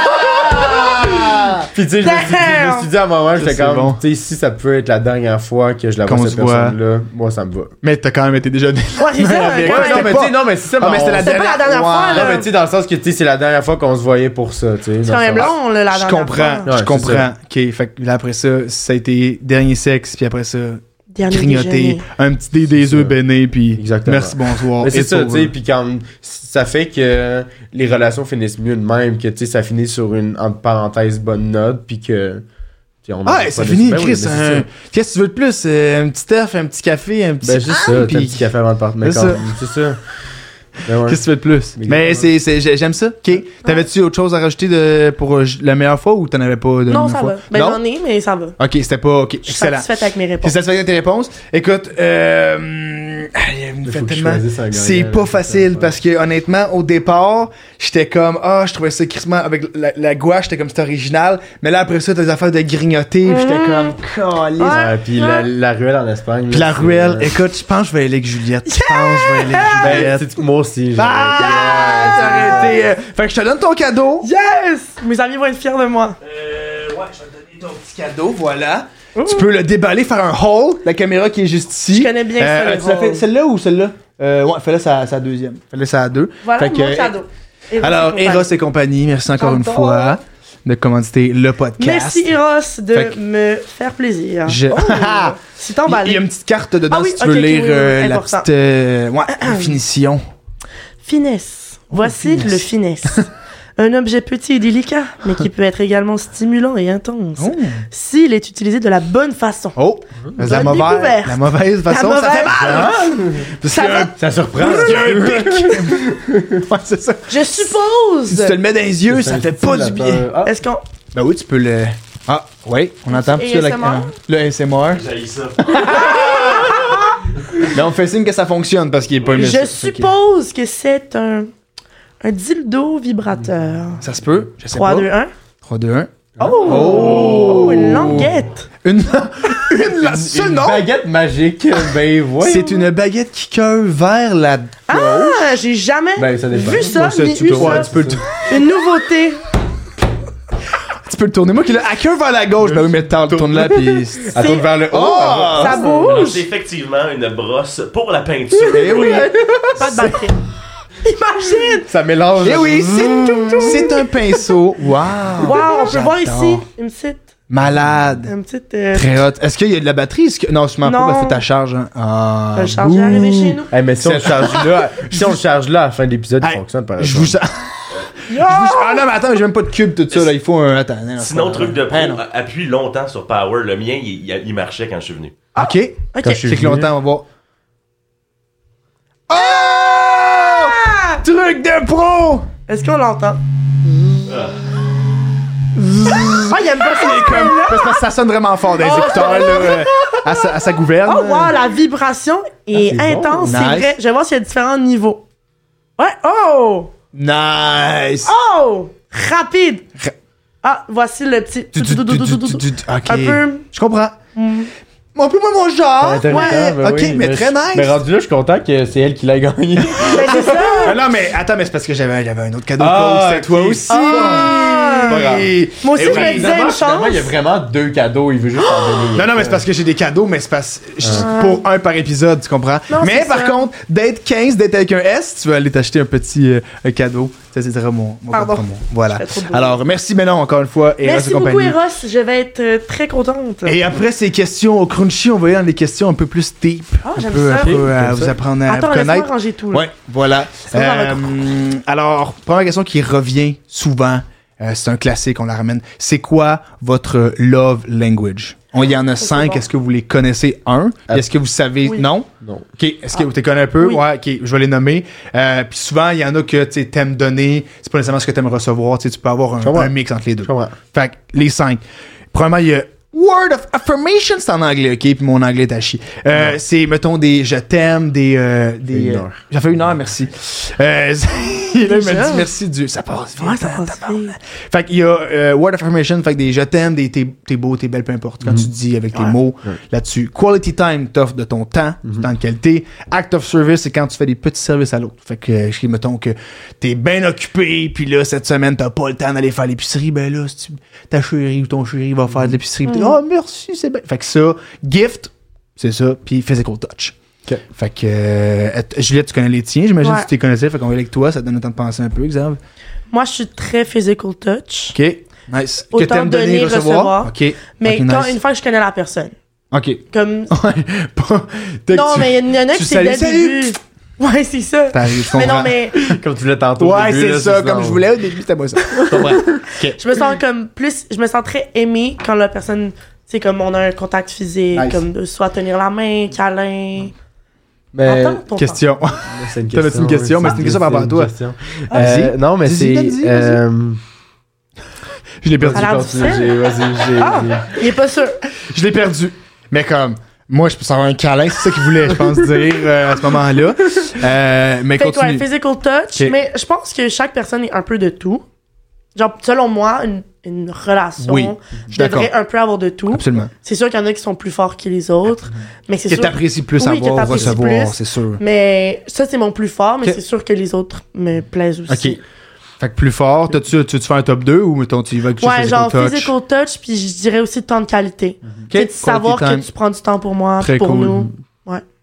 Speaker 3: euh, Puis tu sais, je, me suis- je me suis dit à un moment, j'étais
Speaker 1: c'est
Speaker 3: comme,
Speaker 1: bon.
Speaker 3: tu sais, si ça peut être la dernière fois que je la
Speaker 1: Qu'on
Speaker 3: vois cette
Speaker 1: se voit.
Speaker 3: personne-là, moi, ça me va.
Speaker 1: Mais t'as quand même été déjà.
Speaker 2: Ouais, c'est ça.
Speaker 1: mais-
Speaker 2: quand
Speaker 1: ouais, non,
Speaker 2: même.
Speaker 1: mais-
Speaker 3: tu sais, non, mais c'est ça,
Speaker 1: Ah, mais
Speaker 3: on-
Speaker 1: c'était la
Speaker 2: C'était pas la dernière fois,
Speaker 3: Non, mais
Speaker 2: là.
Speaker 3: tu sais, dans le sens que, tu sais, c'est la dernière fois qu'on se voyait pour ça, tu sais.
Speaker 2: C'est
Speaker 3: dans
Speaker 2: quand
Speaker 3: le
Speaker 2: même
Speaker 3: sens-
Speaker 2: long, là, la
Speaker 1: je
Speaker 2: dernière
Speaker 1: comprends,
Speaker 2: fois.
Speaker 3: Ouais,
Speaker 1: je
Speaker 3: c'est
Speaker 1: comprends. Ok, fait que là, après ça, ça a été dernier sexe, puis après ça,
Speaker 2: Dernier
Speaker 1: grignoter,
Speaker 2: déjeuner.
Speaker 1: un petit dé des
Speaker 3: C'est
Speaker 1: œufs
Speaker 3: ça.
Speaker 1: bénis, puis
Speaker 3: Exactement.
Speaker 1: merci, bonsoir.
Speaker 3: Mais c'est
Speaker 1: it's
Speaker 3: ça, tu
Speaker 1: over.
Speaker 3: sais, puis quand ça fait que les relations finissent mieux de même, que tu sais, ça finit sur une entre parenthèses bonne note, puis que. tu sais, on
Speaker 1: Ah,
Speaker 3: a-
Speaker 1: ça
Speaker 3: pas
Speaker 1: finit,
Speaker 3: de- ben oui, mais
Speaker 1: Chris.
Speaker 3: c'est
Speaker 1: un-
Speaker 3: ça.
Speaker 1: Qu'est-ce que tu veux de plus? Euh, Un petit tef, un petit café, un petit.
Speaker 3: Ben, juste
Speaker 1: Ah,
Speaker 3: ça,
Speaker 1: puis-
Speaker 3: t'as un petit café avant de partir, mais
Speaker 1: C'est
Speaker 3: quand
Speaker 1: ça.
Speaker 3: même, c'est ça. Ben ouais.
Speaker 1: Qu'est-ce que tu veux de plus?
Speaker 3: Exactement.
Speaker 1: Mais c'est, c'est, j'ai- j'aime ça. Ok. T'avais-tu autre chose à rajouter de, pour euh, la meilleure fois ou t'en avais pas de la
Speaker 2: Non,
Speaker 1: meilleure
Speaker 2: ça
Speaker 1: fois?
Speaker 2: va. Ben,
Speaker 1: Non?
Speaker 2: j'en ai, mais ça va.
Speaker 1: Ok, c'était pas. Ok,
Speaker 2: Je suis
Speaker 1: excellent.
Speaker 2: satisfaite avec mes
Speaker 1: T'es
Speaker 2: réponses.
Speaker 1: satisfait de tes réponses? Écoute, euh, allez, vous me
Speaker 3: Faut
Speaker 1: faites
Speaker 3: que je
Speaker 1: tellement-
Speaker 3: choisisse un gagnant,
Speaker 1: C'est
Speaker 3: là,
Speaker 1: pas facile parce que honnêtement, au départ, j'étais comme ah, je trouvais ça crissement avec la, la gouache, j'étais comme c'était original. Mais là après ça, t'as des affaires de grignoter, puis j'étais
Speaker 2: Mm.
Speaker 1: comme caliste.
Speaker 2: Ouais.
Speaker 3: Ouais, puis la, la ruelle en Espagne.
Speaker 1: Puis
Speaker 3: là,
Speaker 1: la
Speaker 3: c'est,
Speaker 1: ruelle,
Speaker 3: euh,
Speaker 1: écoute, je pense que je vais aller avec Juliette. Je pense que je vais aller avec
Speaker 3: Ben,
Speaker 1: Juliette.
Speaker 3: c'est- moi aussi. genre.
Speaker 1: Ah, ça aurait été, euh, Fait que je te donne ton cadeau.
Speaker 2: Yes! Mes amis vont être fiers de moi.
Speaker 4: Euh, ouais, je vais te donner ton petit.
Speaker 1: Petit cadeau, voilà. Tu peux le déballer, faire un haul. La caméra qui est juste ici. Euh,
Speaker 2: Je connais bien ça, le
Speaker 1: tu l'as
Speaker 2: haul.
Speaker 1: fait Celle-là ou celle-là euh, Ouais, fallait sa, sa deuxième. Fallait sa deux.
Speaker 2: Voilà
Speaker 1: Fait que, euh,
Speaker 2: mon cadeau. Eros
Speaker 1: Alors,
Speaker 2: et compagnie.
Speaker 1: Eros et compagnie, merci encore une
Speaker 2: J'adore.
Speaker 1: fois de commanditer le podcast.
Speaker 2: Merci Eros de
Speaker 1: Fait que-
Speaker 2: me faire plaisir.
Speaker 1: Je-
Speaker 2: Oh, si t'en
Speaker 1: Il y a une petite carte dedans
Speaker 2: Ah oui,
Speaker 1: si tu
Speaker 2: ok,
Speaker 1: veux
Speaker 2: ok,
Speaker 1: lire
Speaker 2: oui, oui,
Speaker 1: euh, la
Speaker 2: important.
Speaker 1: petite euh, ouais, finition.
Speaker 2: Finesse. Voici
Speaker 1: Oh, finesse.
Speaker 2: le finesse. Un objet petit et délicat, mais qui peut être également stimulant et intense,
Speaker 1: Oh,
Speaker 2: s'il est utilisé de la bonne façon.
Speaker 1: Oh. la, mauvaise,
Speaker 2: Bonne Mhm. découverte.
Speaker 1: la mauvaise façon,
Speaker 2: La
Speaker 1: ça fait
Speaker 2: mauvaise- Ah!
Speaker 1: mal! hein? Parce
Speaker 2: Ça
Speaker 1: qu'il y a
Speaker 2: va-
Speaker 1: un-
Speaker 3: Ça surprend.
Speaker 1: parce qu'il y a un pic! ouais, c'est ça.
Speaker 2: Je
Speaker 1: Si
Speaker 2: suppose.
Speaker 1: tu te le mets dans les yeux,
Speaker 3: C'est
Speaker 1: ça
Speaker 3: un
Speaker 1: fait pas du
Speaker 3: stimulateur.
Speaker 1: bien.
Speaker 3: Ah,
Speaker 2: Est-ce qu'on
Speaker 1: Ben oui, tu peux le. Ah, oui, on entend
Speaker 2: Et
Speaker 1: tout ça, la-
Speaker 2: ASMR?
Speaker 1: euh, le ASMR.
Speaker 4: J'ai ça.
Speaker 1: Mais Ben, on fait signe que ça fonctionne parce qu'il est pas aimé
Speaker 2: Je
Speaker 1: ça.
Speaker 2: suppose que c'est un un dildo vibrateur.
Speaker 1: Ça se peut, je sais
Speaker 2: 3
Speaker 1: pas. Ah.
Speaker 2: 2 1.
Speaker 1: 3, 2, 1.
Speaker 2: Oh, une languette.
Speaker 1: Une, une, la
Speaker 3: une
Speaker 1: seule, non!
Speaker 3: baguette magique. Ben ouais.
Speaker 1: C'est une baguette qui queue vers la.
Speaker 2: Ah, j'ai jamais
Speaker 3: Ben, ça dépend.
Speaker 2: vu ça,
Speaker 1: Bon, ça,
Speaker 2: ni
Speaker 1: tu
Speaker 2: eu
Speaker 1: peux-
Speaker 2: ça.
Speaker 1: ouais, tu peux le,
Speaker 2: Une nouveauté.
Speaker 1: tu peux le tourner. Moi qui l'ai à queue vers la gauche. Ben oui, mais t'en- tourne-la puis. c'est-
Speaker 3: Elle tourne vers le haut.
Speaker 1: Oh!
Speaker 2: Ça
Speaker 4: Alors,
Speaker 2: bouge.
Speaker 4: C'est effectivement une brosse pour la peinture.
Speaker 1: Eh oui!
Speaker 2: Pas de batterie. Imagine!
Speaker 3: Ça mélange.
Speaker 1: Eh oui, c'est c'est un pinceau. Wow.
Speaker 2: Wow, on peut voir
Speaker 1: J'adore.
Speaker 2: ici une petite.
Speaker 1: Malade.
Speaker 2: Une petite. euh,
Speaker 1: Très hot. Est-ce qu'il y a de la batterie? Est-ce que- Non, je m'en
Speaker 2: Non.
Speaker 1: fous, c'est ta charge. hein. Ah,
Speaker 2: le chargeur
Speaker 1: bouh.
Speaker 2: arrivé chez nous.
Speaker 3: Eh, mais si on le charge là, si on le charge là à la fin de l'épisode, il
Speaker 1: Hey,
Speaker 3: fonctionne par
Speaker 1: Je
Speaker 3: exemple.
Speaker 1: vous... sa- Ah non, mais attends, j'ai même pas de cube, tout ça. Là. Il faut un... Attends, non, non,
Speaker 4: Sinon,
Speaker 1: faut-
Speaker 4: truc de pro,
Speaker 1: Ah, non.
Speaker 4: appuie longtemps sur Power. Le mien, il, il- il marchait quand je suis venu.
Speaker 1: OK.
Speaker 2: Ok.
Speaker 3: Quand je suis
Speaker 1: C'est que
Speaker 3: venu.
Speaker 1: longtemps, on va voir.
Speaker 2: Ah!
Speaker 1: Oh! Truc de pro!
Speaker 2: Est-ce qu'on l'entend?
Speaker 4: Ah.
Speaker 2: Ah, il aime pas ça!
Speaker 1: Parce que ça sonne vraiment fort dans les
Speaker 2: Oh!
Speaker 1: écouteurs, là, euh, à, sa, à sa gouverne.
Speaker 2: Oh, wow, la vibration est
Speaker 3: Ah, c'est bon.
Speaker 2: intense, c'est
Speaker 1: Nice.
Speaker 2: vrai. Je vais voir s'il y a différents niveaux. Ouais, oh!
Speaker 1: Nice!
Speaker 2: Oh! Rapide!
Speaker 1: Ra-
Speaker 2: Ah, voici le petit.
Speaker 1: Tu- tu- tu- tu- tu- tu- tu- ok.
Speaker 2: Un peu. Mm.
Speaker 1: Je comprends. Un peu moins mon genre.
Speaker 3: Intéressant, ben
Speaker 1: Ah, ok,
Speaker 3: oui,
Speaker 1: mais très
Speaker 3: je- Mais
Speaker 1: nice.
Speaker 3: rendu là, je suis content que c'est elle qui l'a gagné.
Speaker 2: Ben, c'est ça!
Speaker 1: Ah non, mais attends, mais c'est parce que j'avais j'avais un autre cadeau
Speaker 3: Ah,
Speaker 1: pour toi
Speaker 3: ok.
Speaker 1: aussi.
Speaker 2: Ah!
Speaker 3: Pas grave.
Speaker 2: Moi aussi,
Speaker 1: Eh oui,
Speaker 2: je me disais une
Speaker 3: Finalement, finalement,
Speaker 2: chance.
Speaker 3: il y a vraiment deux cadeaux, il veut juste en donner.
Speaker 1: Non, non, mais c'est parce que j'ai des cadeaux, mais c'est parce je- pour un par épisode, tu comprends?
Speaker 2: Ah. Non,
Speaker 1: mais
Speaker 2: c'est
Speaker 1: par
Speaker 2: ça.
Speaker 1: contre, d'être 15, d'être avec un S, tu vas aller t'acheter un petit euh, un cadeau. Ça, c'est vraiment mon, mon
Speaker 2: Pardon.
Speaker 1: code promo. Voilà.
Speaker 2: Je fais trop de bruit.
Speaker 1: Alors, merci Mélan encore une fois, Eros
Speaker 2: Merci
Speaker 1: et compagnie.
Speaker 2: beaucoup, Eros. Je vais être euh, très contente.
Speaker 1: Et après ces questions au crunchy, on va aller dans les questions un peu plus deep.
Speaker 2: Ah,
Speaker 1: un
Speaker 2: j'aime
Speaker 1: peu,
Speaker 2: ça.
Speaker 1: un peu à
Speaker 3: J'aime
Speaker 1: vous
Speaker 3: ça.
Speaker 1: apprendre à
Speaker 2: Attends,
Speaker 1: vous
Speaker 2: laisse-moi
Speaker 1: connaître.
Speaker 2: ranger tout. là.
Speaker 1: Ouais, voilà.
Speaker 2: Ça va,
Speaker 1: Euh, alors, première question qui revient souvent, euh, c'est un classique, on la ramène. C'est quoi votre love language? On y en a cinq.
Speaker 2: bon.
Speaker 1: Est-ce que vous les connaissez un?
Speaker 3: Ah.
Speaker 1: Est-ce que vous savez
Speaker 2: Oui. Ah.
Speaker 1: non?
Speaker 3: Non.
Speaker 1: Ok, est-ce que tu connais un peu?
Speaker 2: Oui.
Speaker 1: Ouais, ok, je vais les nommer. Euh, Puis souvent, il y en a que tu sais, t'aimes donner, c'est pas nécessairement ce que t'aimes recevoir. Tu sais, tu peux avoir un,
Speaker 3: comprends.
Speaker 1: un mix entre les deux.
Speaker 3: Je comprends.
Speaker 1: Fait que les cinq. Premièrement, il y a Word of Affirmation, c'est en anglais, ok? Puis mon anglais est à chier. Euh, c'est, mettons, des je t'aime, des. euh, des
Speaker 3: une
Speaker 1: euh,
Speaker 3: heure.
Speaker 1: ça fait une heure, merci. Euh, il là, il m'a
Speaker 2: Déjà?
Speaker 1: dit merci Dieu. Ça passe vite.
Speaker 2: Ouais, Ah, ça
Speaker 1: hein,
Speaker 2: passe
Speaker 1: tabarnak.
Speaker 2: vite.
Speaker 1: Fait qu'il y a euh, Word of Affirmation, fait que des je t'aime, des t'es, t'es beau, t'es belle, peu importe. Quand tu dis avec tes
Speaker 2: Mhm. Ouais. Mhm.
Speaker 1: mots là-dessus. Quality time, t'offres de ton temps, du temps de qualité. Act of service, c'est quand tu fais des petits services à l'autre. Fait que, euh, je- mettons que t'es bien occupé, puis là, cette semaine, t'as pas le temps d'aller faire l'épicerie, ben là, si tu- ta chérie ou ton chéri va faire de l'épicerie. puis t'es, Oh, merci, c'est bien. Fait que ça, gift, c'est ça, puis physical touch.
Speaker 3: Ok.
Speaker 1: Fait que, euh, att- Juliette, tu connais les tiens, j'imagine
Speaker 2: Ouais.
Speaker 1: que tu les connaissais, fait qu'on va avec toi, ça te donne le temps de penser un peu, exemple.
Speaker 2: Moi, je suis très physical touch.
Speaker 1: OK. Nice.
Speaker 2: Autant
Speaker 1: que t'aimes donner,
Speaker 2: donner,
Speaker 1: recevoir.
Speaker 2: recevoir.
Speaker 1: OK.
Speaker 2: Mais
Speaker 1: Ok,
Speaker 2: quand,
Speaker 1: nice.
Speaker 2: une fois que je connais la personne.
Speaker 1: OK.
Speaker 2: Comme.
Speaker 1: Ouais. Pas- dès que
Speaker 2: Non,
Speaker 1: tu-
Speaker 2: mais il y en a
Speaker 1: tu
Speaker 2: qui c'est
Speaker 1: salues,
Speaker 2: dès le
Speaker 1: salut.
Speaker 2: début. Ouais, c'est ça.
Speaker 1: T'arrives, je
Speaker 2: Mais
Speaker 1: comprends.
Speaker 2: non, mais
Speaker 3: Comme tu voulais tantôt. au
Speaker 1: Ouais,
Speaker 3: début,
Speaker 1: c'est
Speaker 3: là,
Speaker 1: ça, comme
Speaker 3: bizarre.
Speaker 1: je voulais au début, c'était moi ça.
Speaker 2: je me sens comme plus. Je me sens très aimée quand la personne. C'est comme on a un contact physique,
Speaker 1: Nice.
Speaker 2: comme soit tenir la main, câlin.
Speaker 3: Mais
Speaker 2: entendre ton
Speaker 1: Euh, Question.
Speaker 3: c'est une
Speaker 1: T'avais-tu une question?
Speaker 3: oui,
Speaker 1: Mais c'est une question par rapport à toi.
Speaker 3: question.
Speaker 1: Ah, Vas-y.
Speaker 3: Euh, Non, mais
Speaker 1: Vas-y,
Speaker 3: c'est.
Speaker 1: vas-y, vas-y.
Speaker 3: euh,
Speaker 1: Je l'ai perdu.
Speaker 2: Ça a l'air
Speaker 3: continue,
Speaker 2: difficile.
Speaker 3: j'ai- Vas-y, j'ai.
Speaker 1: Ah!
Speaker 3: j'ai-
Speaker 2: Il est pas sûr.
Speaker 1: Je l'ai perdu. Mais comme, moi, je peux savoir un câlin, c'est ça qu'il voulait, je pense, dire euh, à ce moment-là. Euh, mais
Speaker 2: Fait que, ouais,
Speaker 1: continue.
Speaker 2: physical touch.
Speaker 1: Ok.
Speaker 2: Mais je pense que chaque personne est un peu de tout. Genre, selon moi, une, une relation,
Speaker 1: Oui, je suis
Speaker 2: je devrais
Speaker 1: d'accord.
Speaker 2: un peu avoir de tout.
Speaker 1: Absolument.
Speaker 2: C'est sûr qu'il y en a qui sont plus forts que les autres. Mais c'est
Speaker 1: Que
Speaker 2: sûr.
Speaker 1: t'apprécies plus
Speaker 2: Oui, que
Speaker 1: avoir,
Speaker 2: t'apprécies
Speaker 1: recevoir,
Speaker 2: plus.
Speaker 1: c'est sûr.
Speaker 2: Mais ça, c'est mon plus fort, mais
Speaker 1: Ok.
Speaker 2: c'est sûr que les autres me plaisent aussi.
Speaker 1: OK. Fait que plus fort, t'as-tu, tu, tu fais un top 2 ou mettons, tu y vas avec juste
Speaker 2: Ouais, genre
Speaker 1: touch?
Speaker 2: physical touch, puis je dirais aussi temps de qualité.
Speaker 1: Ok.
Speaker 2: Tu sais, de savoir
Speaker 1: Quality
Speaker 2: que
Speaker 1: time.
Speaker 2: tu prends du temps pour moi,
Speaker 1: Très
Speaker 2: pour
Speaker 1: cool.
Speaker 2: nous.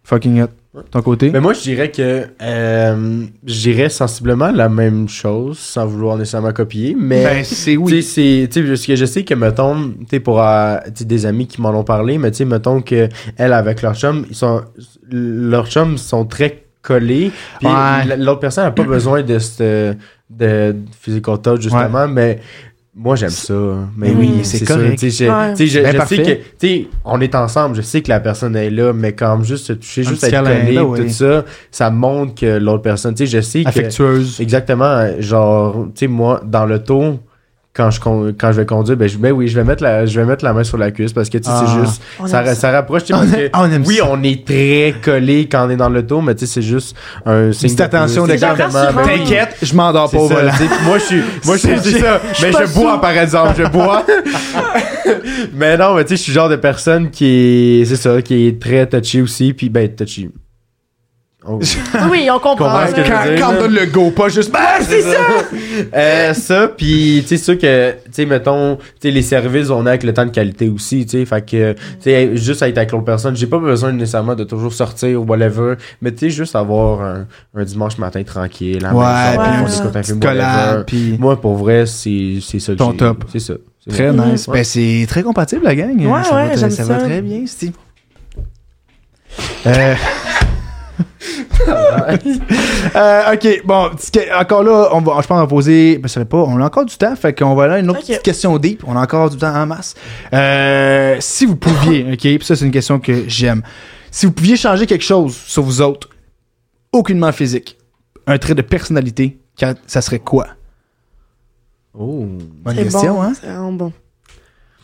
Speaker 1: Fucking hot. Ton côté?
Speaker 3: Mais moi, je dirais que. euh, Je dirais sensiblement la même chose, sans vouloir nécessairement copier, mais.
Speaker 1: Ben, c'est
Speaker 3: Tu sais,
Speaker 1: oui.
Speaker 3: c'est- tu sais, parce que je sais que, mettons, tu sais, pour euh, tu sais, des amis qui m'en ont parlé, mais tu sais, mettons que elle avec leur chum, ils sont, leurs chums sont très collés. Puis
Speaker 1: Ouais.
Speaker 3: l- l'autre personne n'a pas besoin de ce de physical touch, justement, mais moi, j'aime ça. Mais
Speaker 1: Mm.
Speaker 3: oui,
Speaker 1: Oui,
Speaker 3: c'est
Speaker 1: c'est
Speaker 3: ça.
Speaker 1: correct.
Speaker 3: Tu sais, je,
Speaker 2: Ouais.
Speaker 3: tu sais, je-
Speaker 1: Ben,
Speaker 3: je
Speaker 1: parfait.
Speaker 3: sais que, tu sais, on est ensemble, je sais que la personne est là, mais quand juste se toucher, juste
Speaker 1: petit
Speaker 3: être
Speaker 1: câlin,
Speaker 3: collé,
Speaker 1: là,
Speaker 3: tout
Speaker 1: oui.
Speaker 3: ça, ça montre que l'autre personne, tu sais, je sais que.
Speaker 1: Affectueuse.
Speaker 3: Exactement. Genre, tu sais, moi, dans le taux, quand je, con- quand je vais conduire, ben, je, ben oui, je vais, mettre la, je vais mettre la main sur la cuisse parce que, tu sais,
Speaker 1: Ah.
Speaker 3: c'est juste.
Speaker 2: On
Speaker 3: Ça,
Speaker 2: aime
Speaker 3: ra-
Speaker 2: ça.
Speaker 3: ça rapproche, tu sais,
Speaker 1: On
Speaker 3: parce
Speaker 1: aime-
Speaker 3: que.
Speaker 1: on aime
Speaker 3: oui,
Speaker 1: ça.
Speaker 3: on est très collé quand on est dans le taux, mais tu sais, c'est juste un signe.
Speaker 1: Petite attention,
Speaker 3: de
Speaker 1: les gars.
Speaker 3: Exactement,
Speaker 2: Rassurant.
Speaker 3: ben oui.
Speaker 1: T'inquiète, je m'endors
Speaker 3: C'est
Speaker 1: pas au
Speaker 3: ça,
Speaker 1: volant.
Speaker 3: tu sais, puis moi, je suis, moi, je
Speaker 1: C'est-
Speaker 3: suis ça, mais
Speaker 1: pas
Speaker 3: je bois,
Speaker 1: sourd.
Speaker 3: par exemple, je bois. mais non, mais tu sais, je suis le genre de personne qui est, c'est ça, qui est très touchy aussi, puis ben, touchy. Oh.
Speaker 2: Oui, on comprend.
Speaker 3: Comprends Ah, ce que je veux
Speaker 1: Quand,
Speaker 3: dire,
Speaker 1: quand on
Speaker 3: là.
Speaker 1: donne le go, pas juste. Ah, c'est ça!
Speaker 3: Euh, ça, puis tu sais, c'est sûr que, tu sais, mettons, tu sais, les services, on a avec le temps de qualité aussi, tu sais, fait que, tu sais, juste être avec l'autre personne, j'ai pas besoin nécessairement de toujours sortir ou whatever, mais tu sais, juste avoir un, un dimanche matin tranquille, à la
Speaker 1: Ouais,
Speaker 3: maison,
Speaker 2: puis une
Speaker 3: on écoute un
Speaker 1: petite
Speaker 3: film,
Speaker 1: collab,
Speaker 3: whatever.
Speaker 1: puis-
Speaker 3: Moi, pour vrai, c'est c'est ça que
Speaker 1: Ton
Speaker 3: j'ai-
Speaker 1: top.
Speaker 3: C'est ça. C'est
Speaker 1: Très
Speaker 3: vrai.
Speaker 1: nice.
Speaker 3: Ouais.
Speaker 1: Ben, c'est très compatible, la gang.
Speaker 2: Ouais,
Speaker 1: ça
Speaker 2: ouais,
Speaker 1: va,
Speaker 2: j'aime
Speaker 1: ça, va
Speaker 2: ça.
Speaker 1: très bien, Steve. Euh... Euh, ok, bon, petit que- encore là, on va, je pense en poser, ben, ça va pas, on a encore du temps, fait qu'on va aller à une autre
Speaker 2: Ok.
Speaker 1: petite question deep, on a encore du temps en masse. Euh, si vous pouviez, ok, puis ça c'est une question que j'aime, si vous pouviez changer quelque chose sur vous autres, aucunement physique, un trait de personnalité, quand- ça serait quoi?
Speaker 3: Oh.
Speaker 1: Bonne question, hein?
Speaker 2: C'est vraiment bon.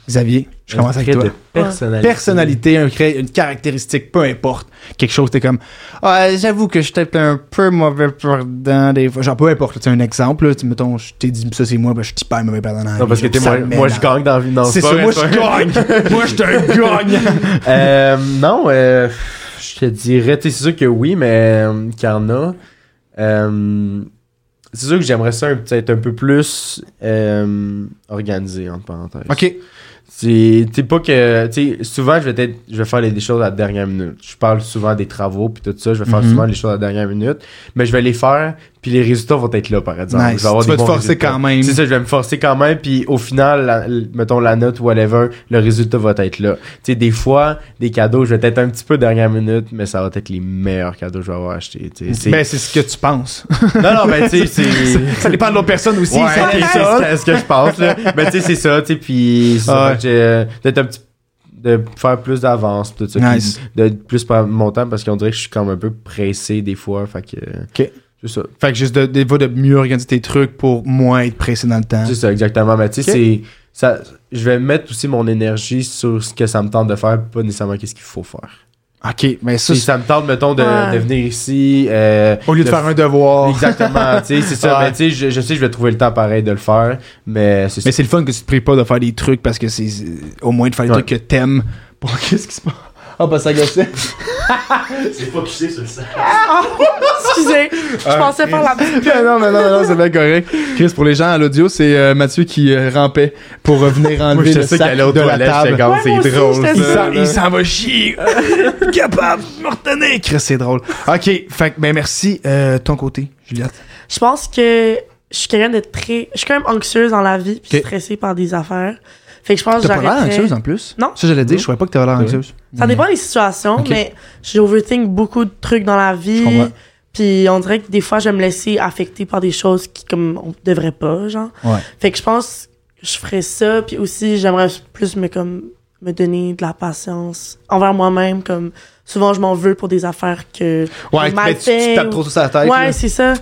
Speaker 1: Xavier, je commence avec
Speaker 3: Trait
Speaker 1: toi.
Speaker 3: de personnalité.
Speaker 1: personnalité, un cré- une caractéristique, peu importe. Quelque chose, t'es comme, ah, j'avoue que je suis peut-être un peu mauvais perdant des fois. Genre, peu importe, c'est un exemple, là, tu mettons, je t'ai dit, ça c'est moi, ben, je suis hyper mauvais perdant. dans la
Speaker 3: Non, parce que
Speaker 1: vie,
Speaker 3: t'es
Speaker 1: ça
Speaker 3: moi,
Speaker 1: m'énerve.
Speaker 3: moi, je gagne dans hein. la vie. Non,
Speaker 1: C'est
Speaker 3: pas
Speaker 1: ça,
Speaker 3: vrai,
Speaker 1: moi
Speaker 3: c'est
Speaker 1: je
Speaker 3: pas vrai.
Speaker 1: gagne. moi je te gagne.
Speaker 3: Euh, non, euh, je te dirais, tu sais, c'est sûr que oui, mais euh, qu'il y en a. Euh, c'est sûr que j'aimerais ça un- peut-être un peu plus euh, organisé, entre parenthèses.
Speaker 1: ok.
Speaker 3: C'est t'sais, pas que. t'sais, souvent, je vais, être, je vais faire les- des choses à la dernière minute. Je parle souvent des travaux puis tout ça. Je vais faire
Speaker 1: Mhm.
Speaker 3: souvent les choses à la dernière minute. Mais je vais les faire puis les résultats vont être là, par exemple.
Speaker 1: Nice.
Speaker 3: Je vais avoir
Speaker 1: Tu
Speaker 3: des
Speaker 1: vas te
Speaker 3: bons
Speaker 1: forcer
Speaker 3: résultats.
Speaker 1: quand même.
Speaker 3: C'est ça, je vais me forcer quand même. Puis au final, la- l- mettons la note ou whatever, le résultat va être là. T'sais, des fois, des cadeaux, je vais être un petit peu dernière minute, mais ça va être les meilleurs cadeaux que je vais avoir achetés. t'sais. C'est-
Speaker 1: Ben, c'est ce que tu penses.
Speaker 3: Non, non, ben, tu sais, c'est.
Speaker 1: ça dépend de l'autre personne aussi.
Speaker 3: Ouais,
Speaker 1: ça,
Speaker 3: c'est
Speaker 1: c'est
Speaker 3: ça, c'est ce que je pense là. Mais tu sais c'est ça, tu sais puis c'est ça,
Speaker 1: Ouais.
Speaker 3: fait que, euh, d'être un petit de faire plus d'avance tout ça puis
Speaker 1: Nice.
Speaker 3: de plus par mon temps parce qu'on dirait que je suis comme un peu pressé des fois fait que
Speaker 1: Ok.
Speaker 3: c'est ça
Speaker 1: Fait que juste de, des fois de mieux organiser tes trucs pour moins être pressé dans le temps.
Speaker 3: c'est ça exactement mais tu sais
Speaker 1: Ok.
Speaker 3: c'est ça je vais mettre aussi mon énergie sur ce que ça me tente de faire pas nécessairement qu'est-ce qu'il faut faire
Speaker 1: Ok, mais ça,
Speaker 3: si ça me tente mettons de,
Speaker 2: Ouais.
Speaker 3: de venir ici euh,
Speaker 1: au lieu de faire un devoir.
Speaker 3: exactement tu sais c'est ça
Speaker 1: Ouais.
Speaker 3: mais tu sais je, je sais que je vais trouver le temps pareil de le faire mais c'est ça.
Speaker 1: Mais c'est le fun que tu te prives pas de faire des trucs parce que c'est euh, au moins de faire des
Speaker 3: Ouais.
Speaker 1: trucs que t'aimes. Bon, qu'est-ce qui se passe? Ah, bah ça gossait.
Speaker 4: C'est focusé sur le sang.
Speaker 2: Excusez, je pensais faire la petite
Speaker 1: Ah non, mais non, mais non, c'est bien correct. Chris, pour les gens à l'audio, c'est euh, Mathieu qui euh, rampait pour revenir
Speaker 3: Moi,
Speaker 1: enlever
Speaker 3: je
Speaker 1: le
Speaker 3: sais
Speaker 1: sac
Speaker 3: qu'elle est aux
Speaker 1: de la
Speaker 3: toilettes, j'étais
Speaker 1: table.
Speaker 3: comme,
Speaker 2: Ouais, moi aussi,
Speaker 3: c'est drôle.
Speaker 2: j'étais
Speaker 3: ça,
Speaker 1: Il
Speaker 2: sûre.
Speaker 1: s'en,
Speaker 3: là.
Speaker 1: il s'en va chier. Capable de me retenir. Chris, c'est drôle. OK. Fait que, ben, merci. Euh, ton côté, Juliette.
Speaker 2: Je pense que je suis quelqu'un de très. Je suis quand même anxieuse dans la vie, puis
Speaker 1: Ok.
Speaker 2: stressée par des affaires. Fait que je pense que
Speaker 1: T'as pas l'air
Speaker 2: j'arrêterais-
Speaker 1: anxieuse en plus?
Speaker 2: Non.
Speaker 1: Ça, j'allais dire, je croyais pas que t'avais l'air
Speaker 3: Ouais.
Speaker 1: anxieuse.
Speaker 2: Ça dépend des situations,
Speaker 1: Mm. Ok.
Speaker 2: mais j'overthink beaucoup de trucs dans la
Speaker 1: Je
Speaker 2: vie.
Speaker 1: comprends.
Speaker 2: Puis on dirait que des fois, je vais me laisser affecter par des choses qui, comme, on devrait pas, genre.
Speaker 1: Ouais.
Speaker 2: Fait que je pense que je ferais ça. Puis aussi, j'aimerais plus me, comme, me donner de la patience envers moi-même. Comme, souvent, je m'en veux pour des affaires que
Speaker 1: Ouais,
Speaker 2: j'ai mal
Speaker 1: mais tu, tu
Speaker 2: fait
Speaker 1: tapes
Speaker 2: ou-
Speaker 1: trop sur sa tête. là.
Speaker 2: Ouais, c'est ça.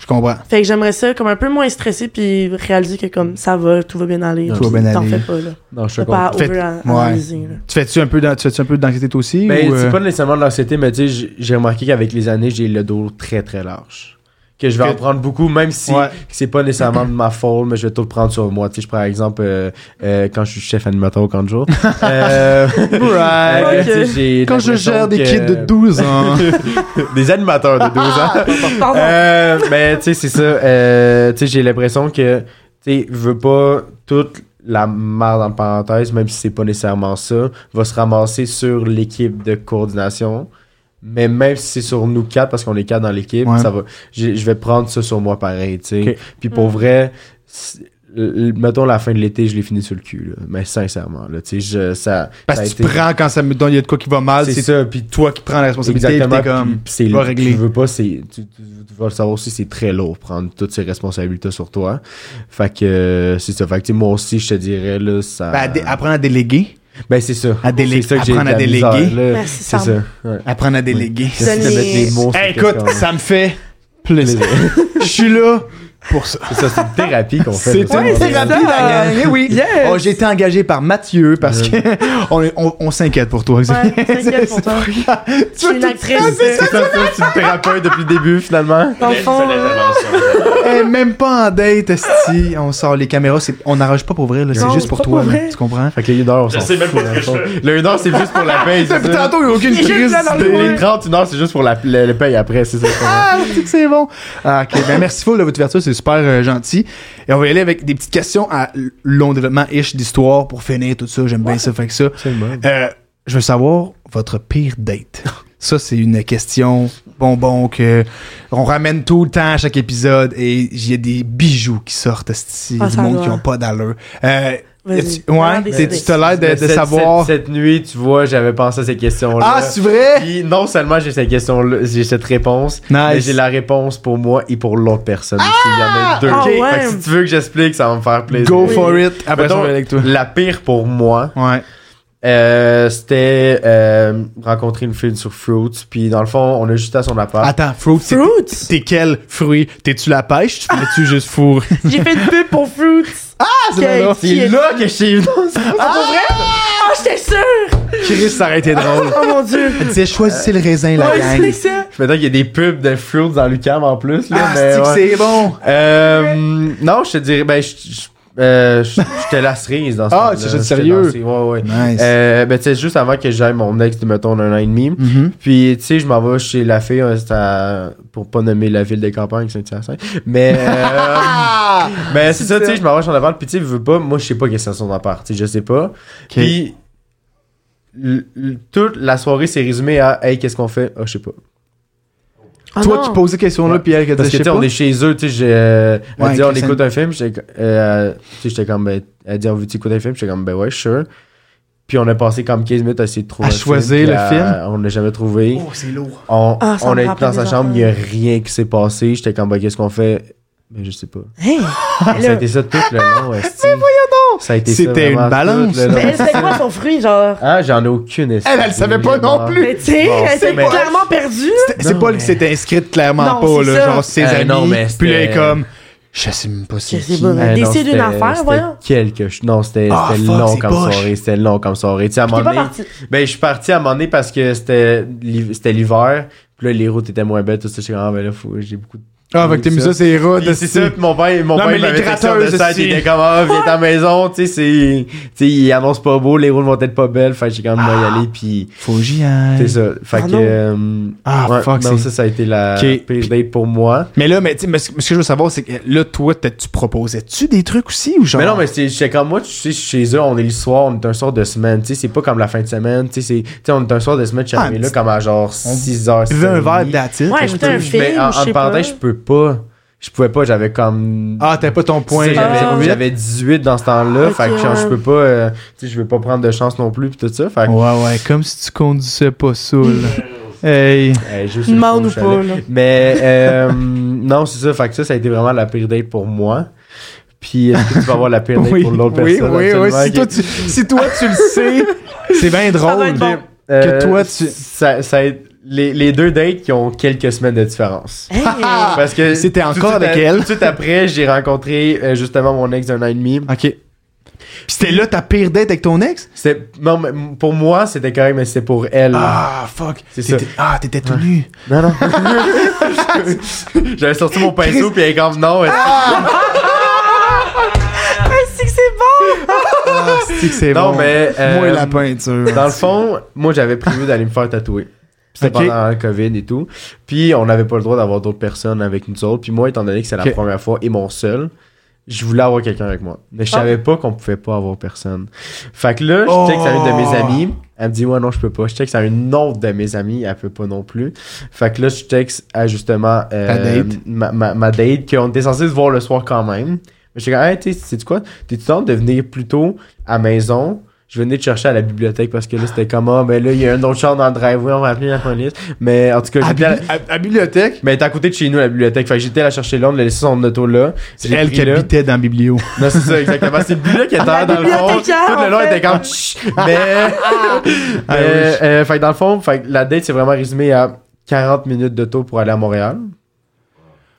Speaker 1: Je comprends.
Speaker 2: Fait que j'aimerais ça, comme, un peu moins stressé puis réaliser que, comme, ça va, tout va bien aller.
Speaker 1: Tout va bien
Speaker 2: T'en
Speaker 1: aller.
Speaker 2: fais pas, là.
Speaker 3: Non, je suis
Speaker 2: T'as pas à
Speaker 1: Faites-
Speaker 2: over-analyser, là.
Speaker 1: Tu fais-tu un peu d'an- tu fais-tu un peu d'anxiété toi aussi?
Speaker 3: Mais
Speaker 1: ou, euh,
Speaker 3: c'est pas nécessairement de l'anxiété, mais tu sais, j- j'ai remarqué qu'avec les années, j'ai le dos très très large. Que je vais
Speaker 1: Que-
Speaker 3: en prendre beaucoup, même si
Speaker 1: Ouais.
Speaker 3: c'est pas nécessairement de ma faute, mais je vais tout prendre sur moi. Tu sais, je prends par exemple euh, euh, quand je suis chef animateur au Kanjo. euh, euh,
Speaker 1: Right.
Speaker 3: tu sais, j'ai
Speaker 1: Quand je
Speaker 3: l'impression
Speaker 1: gère des
Speaker 3: que-
Speaker 1: kids de 12 ans.
Speaker 3: des animateurs de 12 ans.
Speaker 2: Pardon.
Speaker 3: Euh, mais tu sais, c'est ça. Euh, tu sais, j'ai l'impression que tu sais, je veux pas toute la merde en parenthèse, même si c'est pas nécessairement ça, va se ramasser sur l'équipe de coordination. Mais même si c'est sur nous quatre, parce qu'on est quatre dans l'équipe,
Speaker 1: Ouais.
Speaker 3: ça va. j'ai- Je vais prendre ça sur moi pareil, tu sais.
Speaker 1: Ok.
Speaker 3: Puis pour vrai, c'est- l- mettons la fin de l'été, je l'ai fini sur le cul, là. Mais sincèrement, là, tu sais, je- ça. ça a
Speaker 1: Parce que tu
Speaker 3: été-
Speaker 1: prends quand ça me donne, il y a de quoi qui va mal,
Speaker 3: C'est
Speaker 1: c'est
Speaker 3: ça, puis
Speaker 1: toi qui prends la responsabilité.
Speaker 3: Exactement.
Speaker 1: Exactement. T'es comme,
Speaker 3: puis- puis c'est
Speaker 1: pas réglé.
Speaker 3: réglé. Tu veux pas, c'est, tu, tu- tu vas le savoir aussi, c'est très lourd prendre toutes ces responsabilités sur toi. Fait que euh, c'est ça. Fait que tu sais, moi aussi, je te dirais là, ça.
Speaker 1: Ben, à dé- apprendre à déléguer.
Speaker 3: ben c'est ça.
Speaker 1: à déléguer-
Speaker 3: C'est ça que j'ai
Speaker 1: apprendre
Speaker 3: de
Speaker 1: à
Speaker 3: la
Speaker 1: déléguer.
Speaker 3: misère, là.
Speaker 2: Merci,
Speaker 3: Ben, c'est
Speaker 2: Sam.
Speaker 3: ça. Ouais.
Speaker 1: Apprendre à déléguer.
Speaker 3: Merci de
Speaker 2: Donner-
Speaker 3: mettre des mots. sur
Speaker 1: Hey,
Speaker 3: quelque
Speaker 1: écoute,
Speaker 3: chose.
Speaker 1: ça me fait plaisir. Je suis là pour ça.
Speaker 3: C'est ça, c'est une thérapie qu'on fait.
Speaker 1: C'est
Speaker 3: là, tu sais,
Speaker 1: une
Speaker 3: on-
Speaker 1: thérapie
Speaker 2: ça.
Speaker 1: dans la gang. Eh oui.
Speaker 2: Yes.
Speaker 1: Oh, j'ai été engagé par Mathieu parce que on, est- on- on s'inquiète pour toi. Xavier.
Speaker 2: Ouais, t'inquiète pour toi. Je suis une actrice.
Speaker 3: C'est ça, toi, tu es thérapeute depuis le début, finalement.
Speaker 2: Dans le
Speaker 4: C'est
Speaker 2: fond,
Speaker 4: ça, l'intervention.
Speaker 1: Eh, même pas en date, esti. On sort les caméras, c'est- on n'arrange pas pour vrai, là, c'est
Speaker 2: Non,
Speaker 1: juste
Speaker 2: c'est
Speaker 1: pour
Speaker 2: pas
Speaker 1: toi,
Speaker 2: pour
Speaker 1: là,
Speaker 2: vrai.
Speaker 1: tu comprends?
Speaker 3: Fait que le 1 heure, on
Speaker 4: Je
Speaker 3: s'en
Speaker 4: sais même
Speaker 3: fout,
Speaker 4: pas
Speaker 3: dans
Speaker 4: ce
Speaker 3: le
Speaker 4: que
Speaker 3: fond.
Speaker 4: je fais.
Speaker 3: Le 1 heure, c'est juste pour la paye. c'est
Speaker 1: Depuis
Speaker 3: ça.
Speaker 1: tantôt, il n'y a aucune
Speaker 2: Il est juste
Speaker 1: crise
Speaker 2: là dans le
Speaker 1: d'idée.
Speaker 2: coin.
Speaker 3: Les 30, 1 heure, c'est juste pour la, le, le paye après, c'est ça. qu'on-
Speaker 1: Ah, c'est que c'est bon. Ah, ok, ben merci full de votre ouverture, c'est super euh, gentil. Et on va y aller avec des petites questions à l- long développement ish d'histoire pour finir tout ça. J'aime bien ça, fait que ça. Euh, je veux savoir votre pire date. Ça, c'est une question bonbon que on ramène tout le temps à chaque épisode et j'ai des bijoux qui sortent ici,
Speaker 2: Ah,
Speaker 1: du
Speaker 2: ça
Speaker 1: monde
Speaker 2: doit.
Speaker 1: qui n'ont pas d'allure. Euh,
Speaker 2: Vas-y.
Speaker 1: y a-tu-
Speaker 2: Vraiment
Speaker 1: ouais,
Speaker 2: des
Speaker 1: t'es-
Speaker 2: idées.
Speaker 1: tu te l'air de, de
Speaker 3: Cette-
Speaker 1: savoir.
Speaker 3: Cette, cette nuit, tu vois, j'avais pensé à ces questions-là.
Speaker 1: ah, c'est vrai?
Speaker 3: Puis non seulement j'ai cette question-là, j'ai cette réponse, mais j'ai la réponse pour moi et pour l'autre personne. aussi. Il y en a deux.
Speaker 2: Ah
Speaker 3: Fait que
Speaker 2: ouais.
Speaker 3: si tu veux que j'explique, ça va me faire plaisir.
Speaker 1: Go
Speaker 2: Oui.
Speaker 1: for it. Après ça, on
Speaker 3: Mettons,
Speaker 1: va avec toi.
Speaker 3: La pire pour moi,
Speaker 1: Ouais.
Speaker 3: euh, c'était euh, rencontrer une fille sur Fruits. Puis dans le fond, on est juste à son appart.
Speaker 1: Attends, fruit, c'est-
Speaker 2: Fruits.
Speaker 1: T'es quel fruit? T'es-tu la pêche? Tu fais-tu juste four?
Speaker 2: J'ai fait une pub pour Fruits. Ah,
Speaker 1: c'est malheureux.
Speaker 3: C'est là que je suis. Non, c'est pas-
Speaker 2: Ah, j'étais sûre.
Speaker 1: Chris, ça aurait été drôle.
Speaker 2: Oh mon dieu.
Speaker 1: Tu sais, choisissez le raisin, la
Speaker 2: Ouais, c'est
Speaker 1: gang.
Speaker 2: ça.
Speaker 3: Maintenant qu'il y a des pubs de Fruits dans Lucam en plus. Là,
Speaker 1: Ah,
Speaker 3: mais
Speaker 1: c'est que
Speaker 3: ouais.
Speaker 1: c'est bon.
Speaker 3: Euh, non, je te dirais, ben, je- je- euh, je- j'étais la cerise dans ce
Speaker 1: Ah,
Speaker 3: temps-là.
Speaker 1: tu étais
Speaker 3: J'étais
Speaker 1: sérieux?
Speaker 3: la cerise, Ouais, ouais.
Speaker 1: Nice.
Speaker 3: Euh, ben, tu sais, juste avant que j'aille mon ex, mettons, d'un an et demi.
Speaker 1: Mhm.
Speaker 3: Puis, tu sais, je m'en vais chez la fille, hein, c'était à- pour pas nommer la ville de campagne, Saint-Hyacinthe. Mais, euh, ben, c'est ça, tu sais, je m'en vais chez son appart. Puis, tu sais, je veux pas, moi, je sais pas qu'est-ce que c'est son appart, tu sais, je sais pas. Puis, l- l- toute la soirée s'est résumée à, hey, qu'est-ce qu'on fait? Ah, je sais pas.
Speaker 2: Ah
Speaker 1: Toi,
Speaker 2: non.
Speaker 1: tu posais question là,
Speaker 3: Ouais.
Speaker 1: puis elle, que
Speaker 3: Parce que,
Speaker 1: je
Speaker 3: tu
Speaker 1: sais
Speaker 3: sais,
Speaker 1: pas.
Speaker 3: on est chez eux, tu sais, j'ai, euh, elle
Speaker 1: Ouais,
Speaker 3: dit, on
Speaker 1: Chris
Speaker 3: écoute un film, j'étais, euh, tu sais, j'étais comme, ben, elle dit, on veut écouter un film, j'étais comme, ben ouais, sure. Puis on a passé comme 15 minutes à essayer de trouver
Speaker 1: À
Speaker 3: un
Speaker 1: choisir
Speaker 3: film,
Speaker 1: le
Speaker 3: puis
Speaker 1: film?
Speaker 3: On l'a jamais trouvé.
Speaker 1: Oh, c'est lourd.
Speaker 3: On,
Speaker 2: Ah, ça
Speaker 3: on
Speaker 2: me
Speaker 3: a été
Speaker 2: rappelle
Speaker 3: dans sa
Speaker 2: des
Speaker 3: chambre, il y a rien qui s'est passé. J'étais comme, ben, qu'est-ce qu'on fait? Ben, je sais pas.
Speaker 2: Hey,
Speaker 3: ça a été ça tout le long, Mais voyons donc! Ça a été ça
Speaker 1: C'était une
Speaker 3: vraiment
Speaker 1: balance.
Speaker 3: tout le long.
Speaker 2: Mais c'était quoi son fruit, genre?
Speaker 3: Ah, j'en ai aucune idée.
Speaker 1: Elle, elle savait pas non plus.
Speaker 2: Mais tu sais,
Speaker 3: Bon,
Speaker 2: elle
Speaker 3: c'est
Speaker 2: s'est
Speaker 3: pas-
Speaker 2: clairement perdue.
Speaker 1: C'est
Speaker 3: Non,
Speaker 1: pas elle
Speaker 3: mais-
Speaker 1: qui s'était inscrite clairement
Speaker 2: Non,
Speaker 1: pas,
Speaker 2: c'est
Speaker 1: là.
Speaker 2: ça.
Speaker 1: Genre, ses
Speaker 3: Euh,
Speaker 1: amis.
Speaker 3: non, mais
Speaker 1: puis là, elle est
Speaker 3: c'était-
Speaker 1: comme. Je sais même pas c'est
Speaker 2: Je sais
Speaker 1: qui.
Speaker 2: pas, mais-
Speaker 3: Ah, non,
Speaker 2: Décide une
Speaker 3: c'était-
Speaker 2: affaire,
Speaker 3: c'était
Speaker 2: voyons.
Speaker 3: Quelque... ch- Non, c'était
Speaker 1: Ah,
Speaker 3: c'était
Speaker 1: fuck,
Speaker 3: long
Speaker 1: c'est
Speaker 3: comme
Speaker 1: poche.
Speaker 3: soirée. C'était long comme soirée. Tu sais, à un
Speaker 2: T'es
Speaker 3: moment
Speaker 2: pas
Speaker 3: donné,
Speaker 2: partie.
Speaker 3: ben, je suis parti à un moment donné parce que c'était l'hi- c'était l'hiver. Puis là, les routes étaient moins belles. Tout ça, j'étais comme, ah, ben là, faut... j'ai beaucoup de.
Speaker 1: Ah, fait que t'as mis ça, c'est rude.
Speaker 3: Puis C'est ça, puis mon père, mon
Speaker 1: Non,
Speaker 3: père
Speaker 1: mais
Speaker 3: il
Speaker 1: les
Speaker 3: m'avait texté
Speaker 1: gratteuses
Speaker 3: de ça, il
Speaker 1: aussi.
Speaker 3: était comme, ah, viens à la maison, tu sais, c'est, tu sais, il annonce pas beau, les roues vont être pas belles, fait que j'ai quand même
Speaker 1: Ah.
Speaker 3: y aller, puis
Speaker 1: Faut que j'y aille.
Speaker 3: c'est ça. Fait
Speaker 2: Ah
Speaker 3: que,
Speaker 2: non.
Speaker 3: euh,
Speaker 1: Ah,
Speaker 3: ouais,
Speaker 1: fuck,
Speaker 3: non,
Speaker 1: c'est-
Speaker 3: ça, ça a été la
Speaker 1: Ok.
Speaker 3: pire date pour moi.
Speaker 1: Mais là, mais, tu sais, mais ce mais ce que je veux savoir, c'est que là, toi, t'as- tu proposais-tu des trucs aussi ou genre.
Speaker 3: Mais non, mais c'est- j'étais comme moi, tu sais, chez eux, on est le soir, on est un soir de semaine, tu sais, c'est pas comme la fin de semaine, tu sais, c'est- tu sais, on est un soir de semaine, je suis
Speaker 1: Ah,
Speaker 3: arrivé là
Speaker 1: petit-
Speaker 3: comme à genre 6 heures.
Speaker 1: Buvais un
Speaker 3: 6 heures
Speaker 1: verre
Speaker 3: et demie.
Speaker 1: d'attitude.
Speaker 2: Ouais,
Speaker 3: Je
Speaker 2: j'étais Ah, un film.
Speaker 3: mais en,
Speaker 2: je sais
Speaker 3: en
Speaker 2: pas.
Speaker 3: parenthèse, je peux pas, je pouvais pas, j'avais comme
Speaker 1: Ah, t'as pas ton point.
Speaker 3: Tu sais, j'avais-
Speaker 1: euh,
Speaker 2: Ah.
Speaker 1: huit.
Speaker 3: J'avais 18 dans ce temps-là,
Speaker 2: Ok,
Speaker 3: fait que genre,
Speaker 2: ouais.
Speaker 3: je peux pas, euh, tu sais, je veux pas prendre de chance non plus, pis tout ça, fait que,
Speaker 1: Ouais, ouais, comme si tu conduisais pas saoul. hey.
Speaker 3: euh, juste le
Speaker 2: Demande
Speaker 3: fond,
Speaker 2: ou
Speaker 3: je suis allé.
Speaker 2: pas, là.
Speaker 3: Mais, euh, non, c'est ça, fait que ça, ça a été vraiment la pire date pour moi. Puis, est-ce que tu vas avoir la pire date
Speaker 1: Oui,
Speaker 3: pour l'autre
Speaker 1: oui,
Speaker 3: personne?
Speaker 1: oui, oui.
Speaker 3: absolument,
Speaker 1: Si,
Speaker 3: ok.
Speaker 1: toi, tu, si toi, tu le sais, c'est bien
Speaker 2: Ça va
Speaker 1: drôle.
Speaker 2: être bon.
Speaker 1: Que toi, tu-
Speaker 3: Euh, Ça, ça a été- les, les deux dates qui ont quelques semaines de différence.
Speaker 2: Hey.
Speaker 3: Parce que.
Speaker 1: Ah! C'était
Speaker 3: tout de
Speaker 1: encore
Speaker 3: suite
Speaker 1: avec
Speaker 3: à-
Speaker 1: elle.
Speaker 3: Tout de suite après, j'ai rencontré euh, justement mon ex d'un an et demi.
Speaker 1: OK. Puis c'était là ta pire date avec ton ex?
Speaker 3: C'était- Non, mais pour moi, c'était correct, mais c'était pour elle.
Speaker 1: Ah, fuck.
Speaker 3: C'est
Speaker 1: T'étais-
Speaker 3: ça.
Speaker 1: Ah, t'étais tout nu.
Speaker 3: Non, non. J'avais sorti mon pinceau, puis elle est comme non. elle-
Speaker 2: Ah, c'est que c'est bon!
Speaker 1: Ah, c'est que c'est
Speaker 3: Non,
Speaker 1: bon.
Speaker 3: mais, euh,
Speaker 1: Moi, la peinture.
Speaker 3: Dans le fond, moi, j'avais prévu d'aller me faire tatouer. Puis C'était
Speaker 1: Ok.
Speaker 3: pendant le COVID et tout. Puis, on n'avait pas le droit d'avoir d'autres personnes avec nous autres. Puis, moi, étant donné que c'est la
Speaker 1: Ok.
Speaker 3: première fois et mon seul, je voulais avoir quelqu'un avec moi. Mais je
Speaker 2: Ah.
Speaker 3: savais pas qu'on pouvait pas avoir personne. Fait que là, je
Speaker 1: Oh.
Speaker 3: check ça une de mes amies. Elle me dit, ouais, non, je peux pas. Je check ça une autre de mes amies. Elle peut pas non plus. Fait que là, je texte à justement euh,
Speaker 1: Ta date.
Speaker 3: Ma, ma, ma date, qu'on était censé se voir le soir quand même. Mais j'étais comme, hey, tu sais, quoi? T'es-tu tente de venir plus tôt à maison? Je venais te chercher à la bibliothèque parce que là, c'était comme, ah, ben là, il y a un autre char dans le driveway, on va appeler la police. Mais en tout cas,
Speaker 1: à,
Speaker 3: j'étais
Speaker 1: bi-
Speaker 3: à la-
Speaker 1: à- à bibliothèque,
Speaker 3: mais elle était à côté de chez nous, la bibliothèque. Fait que j'étais à la chercher là, on a laissé son auto là.
Speaker 1: c'est
Speaker 3: J'ai
Speaker 1: elle
Speaker 3: pris
Speaker 1: qui
Speaker 3: là.
Speaker 1: habitait dans la biblio.
Speaker 3: Non, c'est ça, exactement. C'est lui qui était
Speaker 2: Ah, La
Speaker 3: dans le fond. Tout
Speaker 2: bibliothécaire,
Speaker 3: le long,
Speaker 2: en
Speaker 3: il
Speaker 2: fait.
Speaker 3: était comme Chut! Mais.
Speaker 1: Ah,
Speaker 3: Mais,
Speaker 1: oui.
Speaker 3: euh, fait que dans le fond, fait que la date s'est vraiment résumée à 40 minutes de taux pour aller à Montréal.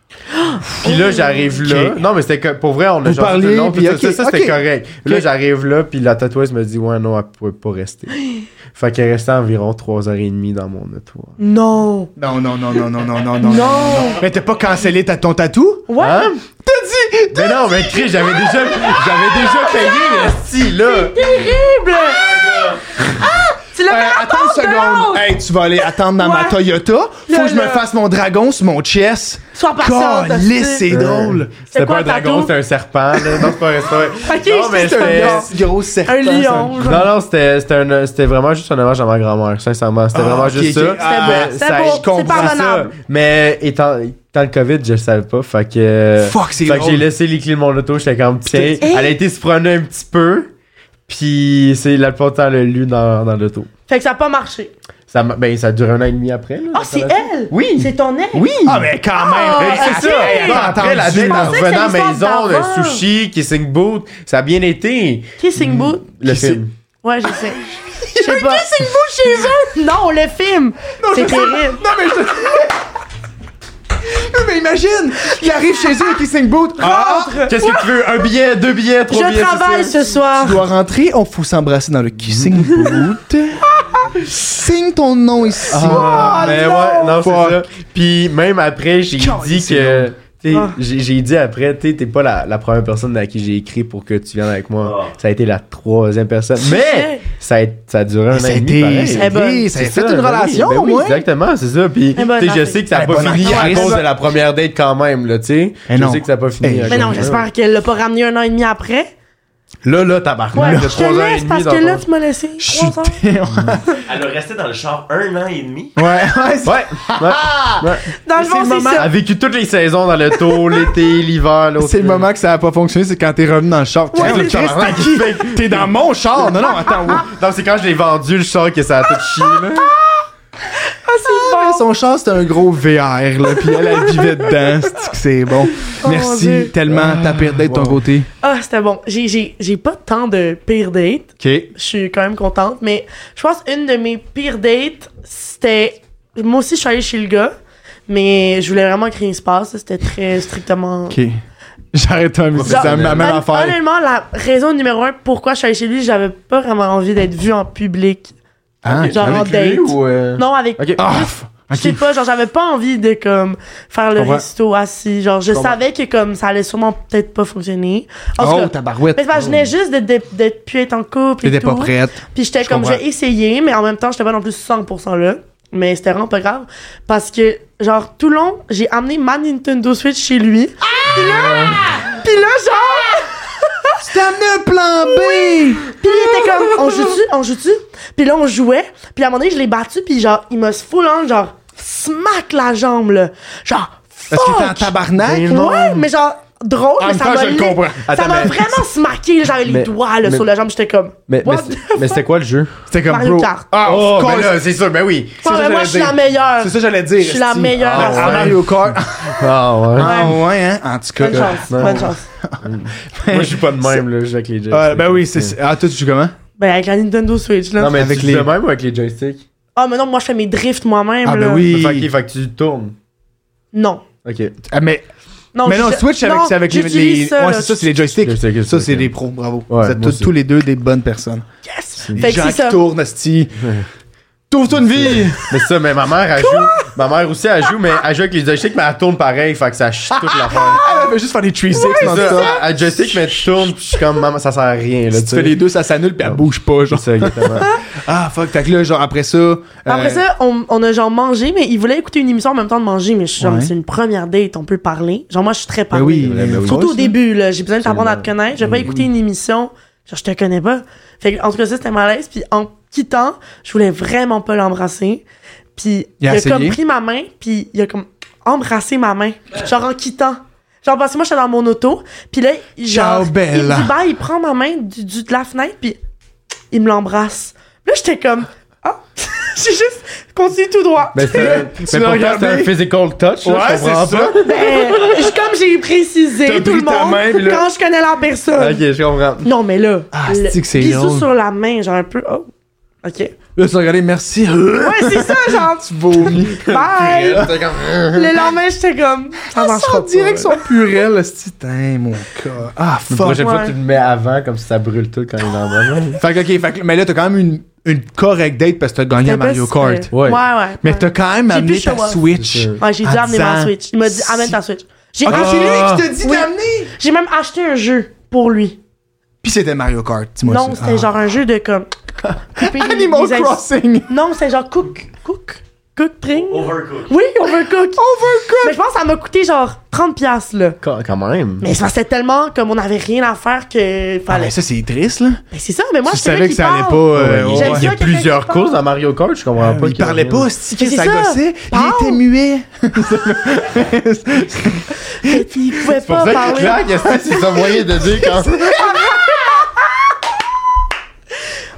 Speaker 3: Puis
Speaker 2: Oh.
Speaker 3: là, j'arrive là.
Speaker 6: Ok.
Speaker 3: Non, mais c'était que- pour vrai, on a
Speaker 6: Vous
Speaker 3: genre
Speaker 6: parliez, puis
Speaker 3: ça,
Speaker 6: ok,
Speaker 3: ça, ça, c'était
Speaker 6: ok.
Speaker 3: correct. Là, j'arrive là, puis la tatoueuse me dit, ouais, non, elle pouvait pas rester. fait qu'elle restait environ 3h30 dans mon auto.
Speaker 2: Non.
Speaker 1: Non, non, non, non, non, non, non, non.
Speaker 2: Non.
Speaker 1: Mais t'as pas cancellé ta, ton tatou?
Speaker 2: Ouais.
Speaker 3: Hein? T'as dit! Mais non, mais Chris, j'avais déjà, j'avais déjà payé le style, là.
Speaker 2: Terrible. Ah, Tu l'as
Speaker 1: Euh,
Speaker 2: fait
Speaker 1: attends une seconde.
Speaker 2: seconde.
Speaker 1: Hey, tu vas aller attendre dans ma
Speaker 2: Ouais.
Speaker 1: Toyota. Faut
Speaker 2: Là,
Speaker 1: que je me
Speaker 2: là.
Speaker 1: fasse mon dragon sur mon chest.
Speaker 2: Sois patiente.
Speaker 1: Calisse, c'est
Speaker 2: hostie.
Speaker 1: drôle.
Speaker 2: C'était
Speaker 3: C'était
Speaker 2: quoi
Speaker 3: pas un
Speaker 2: le tatou?
Speaker 3: dragon, c'était un serpent, là. Non, c'est pas un serpent.
Speaker 2: Ok,
Speaker 3: Non, mais
Speaker 2: c'est un
Speaker 3: c'était-
Speaker 2: lion.
Speaker 1: Oh, gros serpent.
Speaker 2: Un lion. genre.
Speaker 3: Non, non, c'était c'était un- c'était vraiment juste un hommage à ma grand-mère, sincèrement. C'était
Speaker 1: Ah,
Speaker 3: vraiment
Speaker 1: ok,
Speaker 3: juste
Speaker 1: ok.
Speaker 3: ça.
Speaker 1: Ah,
Speaker 3: Mais
Speaker 2: c'était
Speaker 3: ça,
Speaker 2: beau,
Speaker 3: je
Speaker 2: c'est
Speaker 3: comprends
Speaker 2: pardonnable.
Speaker 3: ça. Mais étant, étant le COVID, je le savais pas. Fait que.
Speaker 1: Fuck, c'est
Speaker 3: Euh, Fait que
Speaker 1: drôle.
Speaker 3: j'ai laissé les clés de mon auto. J'étais comme, tiens, elle a été se promener un petit peu. Puis c'est la plupart du temps, elle l'a lu dans, dans l'auto.
Speaker 2: Fait que ça a pas marché.
Speaker 3: Ça, m'a- ben, ça a duré un an et demi après. là,
Speaker 2: Ah,
Speaker 3: la
Speaker 2: c'est
Speaker 3: relation.
Speaker 2: elle.
Speaker 3: Oui.
Speaker 2: C'est ton ex.
Speaker 3: Oui!
Speaker 1: Ah, mais quand même.
Speaker 2: Ah,
Speaker 3: Mais
Speaker 1: hey,
Speaker 2: ok.
Speaker 3: c'est ça!
Speaker 1: elle a
Speaker 3: Après, la
Speaker 1: entendu,
Speaker 3: date,
Speaker 1: là.
Speaker 3: en
Speaker 2: pensais que
Speaker 3: revenant
Speaker 2: c'était l'histoire
Speaker 3: maison,
Speaker 2: d'avant.
Speaker 3: le sushi, kissing boot, ça a bien été.
Speaker 2: Kissing Boot.
Speaker 3: Le
Speaker 1: Kissing-
Speaker 3: film.
Speaker 2: Ouais, je sais. Je sais pas. Kissing Boot chez eux. Non, le film. C'est terrible.
Speaker 1: Non, mais je. mais imagine, il arrive chez eux avec Kissing Boot. Ah,
Speaker 3: Qu'est-ce que tu veux? Un billet, deux billets, trois
Speaker 2: Je
Speaker 3: billets? c'est
Speaker 2: travaille
Speaker 3: ça?
Speaker 2: ce soir.
Speaker 1: Ah. tu dois rentrer, on faut s'embrasser dans le Kissing Boot. Signe ton nom ici.
Speaker 3: Ah, mais ouais, non,
Speaker 1: Fuck.
Speaker 3: c'est ça. Puis même après, j'ai
Speaker 1: Calme,
Speaker 3: dit
Speaker 1: c'est
Speaker 3: que. t'sais,
Speaker 2: Ah.
Speaker 3: J'ai j'ai dit après, t'sais, t'es pas la, la première personne à qui j'ai écrit pour que tu viennes avec moi.
Speaker 4: Ah.
Speaker 3: Ça a été la troisième personne. Mais ça a, ça a duré un an
Speaker 1: Ça a
Speaker 3: et demi.
Speaker 1: été,
Speaker 3: pareil.
Speaker 1: ça a été,
Speaker 2: Eh
Speaker 1: ça a
Speaker 3: C'est
Speaker 1: fait
Speaker 3: ça,
Speaker 1: une
Speaker 3: ben oui,
Speaker 1: relation,
Speaker 3: ben
Speaker 1: au
Speaker 3: oui,
Speaker 1: moins.
Speaker 3: Exactement, c'est ça. Puis,
Speaker 2: Eh ben,
Speaker 3: t'sais, je
Speaker 2: parfait.
Speaker 3: sais que ça a
Speaker 1: Eh
Speaker 3: pas
Speaker 1: ben,
Speaker 3: fini à
Speaker 1: parfait.
Speaker 3: cause de la première date quand même, là, tu sais.
Speaker 1: Eh
Speaker 3: Je
Speaker 1: non.
Speaker 3: sais que ça a pas fini.
Speaker 1: Eh,
Speaker 3: à
Speaker 1: mais
Speaker 2: Mais
Speaker 3: cause
Speaker 2: non,
Speaker 3: de-
Speaker 2: j'espère qu'elle l'a pas ramené un an et demi après.
Speaker 3: Là, là, tabarnak,
Speaker 2: Ouais,
Speaker 3: de
Speaker 2: je te
Speaker 3: trois ans et
Speaker 2: laisse
Speaker 3: demi
Speaker 2: parce
Speaker 3: dans
Speaker 2: que là,
Speaker 3: ton...
Speaker 2: tu m'as laissé
Speaker 1: Chut.
Speaker 2: trois heures.
Speaker 4: Elle a resté dans le char un an et demi.
Speaker 1: Ouais, ouais, c'est-
Speaker 3: Ouais, ouais,
Speaker 1: Ah!
Speaker 3: ouais.
Speaker 2: Dans le fond, c'est ça.
Speaker 3: A vécu toutes les saisons dans le tour, l'été, l'hiver, l'autre.
Speaker 1: c'est le moment que ça a pas fonctionné, c'est quand t'es revenu dans le char.
Speaker 2: Ouais,
Speaker 1: Qu'est-ce que
Speaker 2: mais
Speaker 1: tu restes à qui? T'es dans mon char. Non, non, attends. ouais.
Speaker 3: Non, c'est quand je l'ai vendu, le char, que ça a tout chié, là.
Speaker 2: Ah, c'est bon.
Speaker 1: Son char, c'était un gros VR, là, puis elle, elle vivait dedans. C'est-tu que C'est bon.
Speaker 2: Oh, mon
Speaker 1: Merci
Speaker 2: Dieu.
Speaker 1: tellement, t'as perdu de ton
Speaker 3: wow.
Speaker 1: côté.
Speaker 2: Ah, c'était bon. J'ai- J'ai j'ai pas tant de pire dates.
Speaker 1: OK.
Speaker 2: Je suis quand même contente, mais je pense une de mes pires dates, c'était. Moi aussi, je suis allée chez le gars, mais je voulais vraiment créer un espace. là. C'était très strictement.
Speaker 1: OK. J'arrête un musique,
Speaker 2: Genre,
Speaker 1: c'est la même
Speaker 2: hon-
Speaker 1: affaire.
Speaker 2: Honnêtement, la raison numéro un pourquoi je suis allée chez lui, j'avais pas vraiment envie d'être vue en public.
Speaker 1: Hein?
Speaker 2: genre en date. Non, avec.
Speaker 3: Ok.
Speaker 1: Ah,
Speaker 2: Je sais
Speaker 1: OK.
Speaker 2: pas, genre j'avais pas envie de comme faire le
Speaker 1: Comprends.
Speaker 2: resto assis. Genre je savais que comme ça allait sûrement peut-être pas fonctionner. En tout
Speaker 1: Oh,
Speaker 2: cas,
Speaker 1: ta barouette.
Speaker 2: mais c'est parce que je venais juste de- de- d'être pu être en couple et
Speaker 1: T'étais
Speaker 2: tout.
Speaker 1: pas prête.
Speaker 2: Puis j'étais
Speaker 1: Je
Speaker 2: comme
Speaker 1: comprends.
Speaker 2: j'ai essayé, mais en même temps j'étais pas non plus 100% là. Mais c'était vraiment pas grave parce que genre tout le long j'ai amené ma Nintendo Switch chez lui.
Speaker 1: Ah!
Speaker 2: Puis là genre
Speaker 1: Tu t'es amené un plan B!
Speaker 2: Puis il était comme, on joue-tu, on joue-tu? Puis là, on jouait. Puis à un moment donné, je l'ai battu. Puis genre, il m'a full on, genre, smack la jambe, là. Genre,
Speaker 1: Parce que t'es en
Speaker 2: fuck! Ben
Speaker 1: tabarnak?
Speaker 3: Mais non.
Speaker 2: Ouais, mais genre, drôle,
Speaker 1: En
Speaker 2: mais
Speaker 1: même
Speaker 2: ça
Speaker 1: temps,
Speaker 2: m'a
Speaker 1: je le
Speaker 2: lit-
Speaker 1: comprends.
Speaker 3: Attends,
Speaker 2: Ça m'a
Speaker 3: mais-
Speaker 2: vraiment smacké, genre, les
Speaker 3: Mais-
Speaker 2: doigts, là,
Speaker 3: mais-
Speaker 2: sur la jambe. J'étais comme,
Speaker 3: Mais, mais,
Speaker 2: what the
Speaker 3: c'est- mais
Speaker 2: fuck? Oh,
Speaker 3: c'était quoi le jeu?
Speaker 1: C'était comme
Speaker 2: Mario
Speaker 1: bro.
Speaker 2: Kart.
Speaker 1: Ah, of course.
Speaker 3: c'est sûr, ben oui.
Speaker 1: ça
Speaker 2: Ouais,
Speaker 1: que
Speaker 2: moi,
Speaker 1: j'allais
Speaker 2: je suis
Speaker 1: dire.
Speaker 2: la meilleure.
Speaker 1: C'est ça que j'allais dire.
Speaker 2: Je suis la
Speaker 1: esti.
Speaker 2: meilleure
Speaker 1: Ah,
Speaker 2: à ça.
Speaker 1: à Mario Kart.
Speaker 3: Ah ouais.
Speaker 1: Ah ouais, hein? En tout cas.
Speaker 2: Bonne chance,
Speaker 3: Ouais.
Speaker 2: bonne chance.
Speaker 3: Moi, je suis pas de même, là, je joue avec les joysticks.
Speaker 1: Ah, ben oui, c'est. c'est- Ah, toi, tu joues comment?
Speaker 2: Ben, avec la Nintendo Switch, là.
Speaker 3: Non, mais
Speaker 1: Avec
Speaker 3: avec les...
Speaker 1: les-
Speaker 3: de même ou avec les joysticks?
Speaker 2: Ah, mais non, moi, je fais mes drifts moi-même,
Speaker 1: Ah,
Speaker 2: là.
Speaker 1: ben
Speaker 3: Fait, que-
Speaker 1: oui.
Speaker 3: fait que tu tournes.
Speaker 2: Non.
Speaker 3: Ok.
Speaker 1: Ah, mais
Speaker 2: Non,
Speaker 1: mais non,
Speaker 2: je-
Speaker 1: Switch, avec,
Speaker 2: non,
Speaker 1: c'est avec les.
Speaker 2: j'utilise
Speaker 1: les-
Speaker 2: ça,
Speaker 1: ouais,
Speaker 2: là.
Speaker 1: c'est ça, c'est les joysticks.
Speaker 3: Joystick,
Speaker 1: Ça, c'est
Speaker 3: ok.
Speaker 1: des pros, bravo.
Speaker 3: Ouais,
Speaker 1: vous êtes
Speaker 3: moi
Speaker 1: tous,
Speaker 3: aussi.
Speaker 1: tous les deux des bonnes personnes.
Speaker 2: Yes!
Speaker 1: Des
Speaker 2: Fait que
Speaker 1: gens
Speaker 2: c'est
Speaker 1: qui
Speaker 2: ça.
Speaker 1: tournent, Asti. Trouve-toi une vie!
Speaker 3: Mais ça, mais ma mère, elle joue. Ma mère aussi, elle joue, mais elle joue avec les joysticks, mais elle tourne pareil. Fait que ça chie toute l'affaire.
Speaker 1: Ah, Elle fait juste faire des 3-6
Speaker 3: C'est
Speaker 1: non
Speaker 3: ça. Elle joystick, mais tu tournes, puis je suis comme, maman, ça sert à rien, là.
Speaker 1: Si tu fais les deux, ça s'annule puis elle bouge pas, genre.
Speaker 3: C'est ça, exactement.
Speaker 1: Ah, fuck. Fait que là, genre, après ça. euh,
Speaker 2: Après ça, on, on a genre mangé, mais il voulait écouter une émission en même temps de manger, mais je suis genre,
Speaker 1: Ouais.
Speaker 2: c'est une première date, on peut parler. Genre, moi, je suis très
Speaker 1: Ben
Speaker 2: parlée.
Speaker 1: oui,
Speaker 3: Ben oui.
Speaker 2: Surtout au
Speaker 1: ça.
Speaker 2: début, là, j'ai besoin de t'apprendre à te
Speaker 3: Absolument.
Speaker 2: connaître. Je vais
Speaker 1: Ben
Speaker 2: pas écouter une émission, genre, je te connais pas. Fait que, en tout cas, ça, c'était malaise, puis en quittant, je voulais vraiment pas l'embrasser. Puis,
Speaker 1: Il
Speaker 2: il
Speaker 1: a
Speaker 2: a, comme
Speaker 1: essayé?
Speaker 2: pris ma main, puis il a comme embrassé ma main, genre en quittant. Genre, parce que moi, j'étais dans mon auto, puis là,
Speaker 1: Ciao,
Speaker 2: genre, il me
Speaker 1: Bella.
Speaker 2: dit, bye, il prend ma main du, du- de la fenêtre, puis il me l'embrasse. Là, j'étais comme, ah, j'ai juste continué tout droit.
Speaker 1: Ben,
Speaker 3: Mais c'est un, mais
Speaker 1: l'as
Speaker 3: pourtant,
Speaker 1: regardé?
Speaker 3: c'est un physical touch. là,
Speaker 1: Ouais,
Speaker 3: je comprends
Speaker 1: c'est
Speaker 3: pas.
Speaker 2: Ben, je- comme j'ai
Speaker 1: T'as
Speaker 2: précisé tout
Speaker 1: pris
Speaker 2: le
Speaker 1: ta
Speaker 2: monde,
Speaker 1: main, puis là-
Speaker 2: quand je connais la personne.
Speaker 3: Ok, je comprends.
Speaker 2: Non, mais là,
Speaker 1: Ah,
Speaker 2: le
Speaker 1: c'est que c'est
Speaker 2: bisou
Speaker 1: drôle.
Speaker 2: sur la main, genre un peu, oh, ok.
Speaker 1: Là, tu l'as regardé, merci.
Speaker 2: Ouais, c'est ça, genre.
Speaker 1: tu vomis.
Speaker 2: Bye!
Speaker 1: euh,
Speaker 2: le lendemain, j'étais comme. Ça
Speaker 1: Elle
Speaker 2: marchera
Speaker 1: sent direct
Speaker 2: pas.
Speaker 1: son purel, c'est putain, mon cas. Ah,
Speaker 3: La
Speaker 1: fuck.
Speaker 3: prochaine fois,
Speaker 2: ouais.
Speaker 3: tu le mets avant, comme si ça brûle tout quand il est en bas.
Speaker 1: Fait que, ok, fait que- mais là, t'as quand même une, une correcte date parce que t'as gagné à
Speaker 2: C'était
Speaker 1: Mario
Speaker 2: pas
Speaker 1: Kart.
Speaker 2: si- euh, Ouais, ouais.
Speaker 1: Mais
Speaker 2: ouais.
Speaker 1: t'as quand même
Speaker 2: J'ai
Speaker 1: amené
Speaker 2: pu
Speaker 1: ta
Speaker 2: show off.
Speaker 1: Switch.
Speaker 3: C'est sûr.
Speaker 2: Ouais, j'ai dû
Speaker 1: En
Speaker 2: amener ma
Speaker 1: disant-
Speaker 2: Switch. Il m'a dit, amène ta Switch. J'ai
Speaker 1: Ah, c'est lui qui te dit
Speaker 2: Oui.
Speaker 1: d'amener!
Speaker 2: j'ai même acheté un jeu pour lui.
Speaker 1: Puis c'était Mario Kart, dis-moi
Speaker 2: Non,
Speaker 1: ça. Ah.
Speaker 2: c'était genre un jeu de comme. couper des-
Speaker 1: Animal
Speaker 2: des ins-
Speaker 1: Crossing!
Speaker 2: Non, c'était genre Cook. Cook. Cook Tring.
Speaker 1: Oh,
Speaker 4: Overcooked.
Speaker 2: Oui, Overcook. Overcook. Mais je pense que ça m'a coûté genre 30$, là.
Speaker 3: Quand quand même.
Speaker 2: Mais ça c'était tellement comme on n'avait rien à faire que.
Speaker 1: Ah,
Speaker 2: Fallait...
Speaker 1: mais ça, c'est triste, là.
Speaker 2: mais c'est ça, mais moi,
Speaker 1: tu
Speaker 2: je savais
Speaker 1: savais que
Speaker 2: qu'il
Speaker 1: ça allait
Speaker 2: parle.
Speaker 1: pas. euh,
Speaker 3: Ouais,
Speaker 1: ouais.
Speaker 2: J'aime
Speaker 3: Il y a
Speaker 2: ça, quelqu'un
Speaker 3: plusieurs
Speaker 2: qui parle.
Speaker 3: courses dans Mario Kart, je comprends pas.
Speaker 1: Ah, Il
Speaker 3: qu'il y a
Speaker 1: parlait
Speaker 3: rien.
Speaker 1: pas, c'est
Speaker 2: Mais
Speaker 1: ça
Speaker 2: c'est ça.
Speaker 1: gossait.
Speaker 2: Parle.
Speaker 1: Il était muet.
Speaker 2: Il pouvait
Speaker 3: C'est pour
Speaker 2: pas
Speaker 3: ça que
Speaker 2: parler.
Speaker 3: Claire, qu'est-ce que c'est son moyen de dire quand.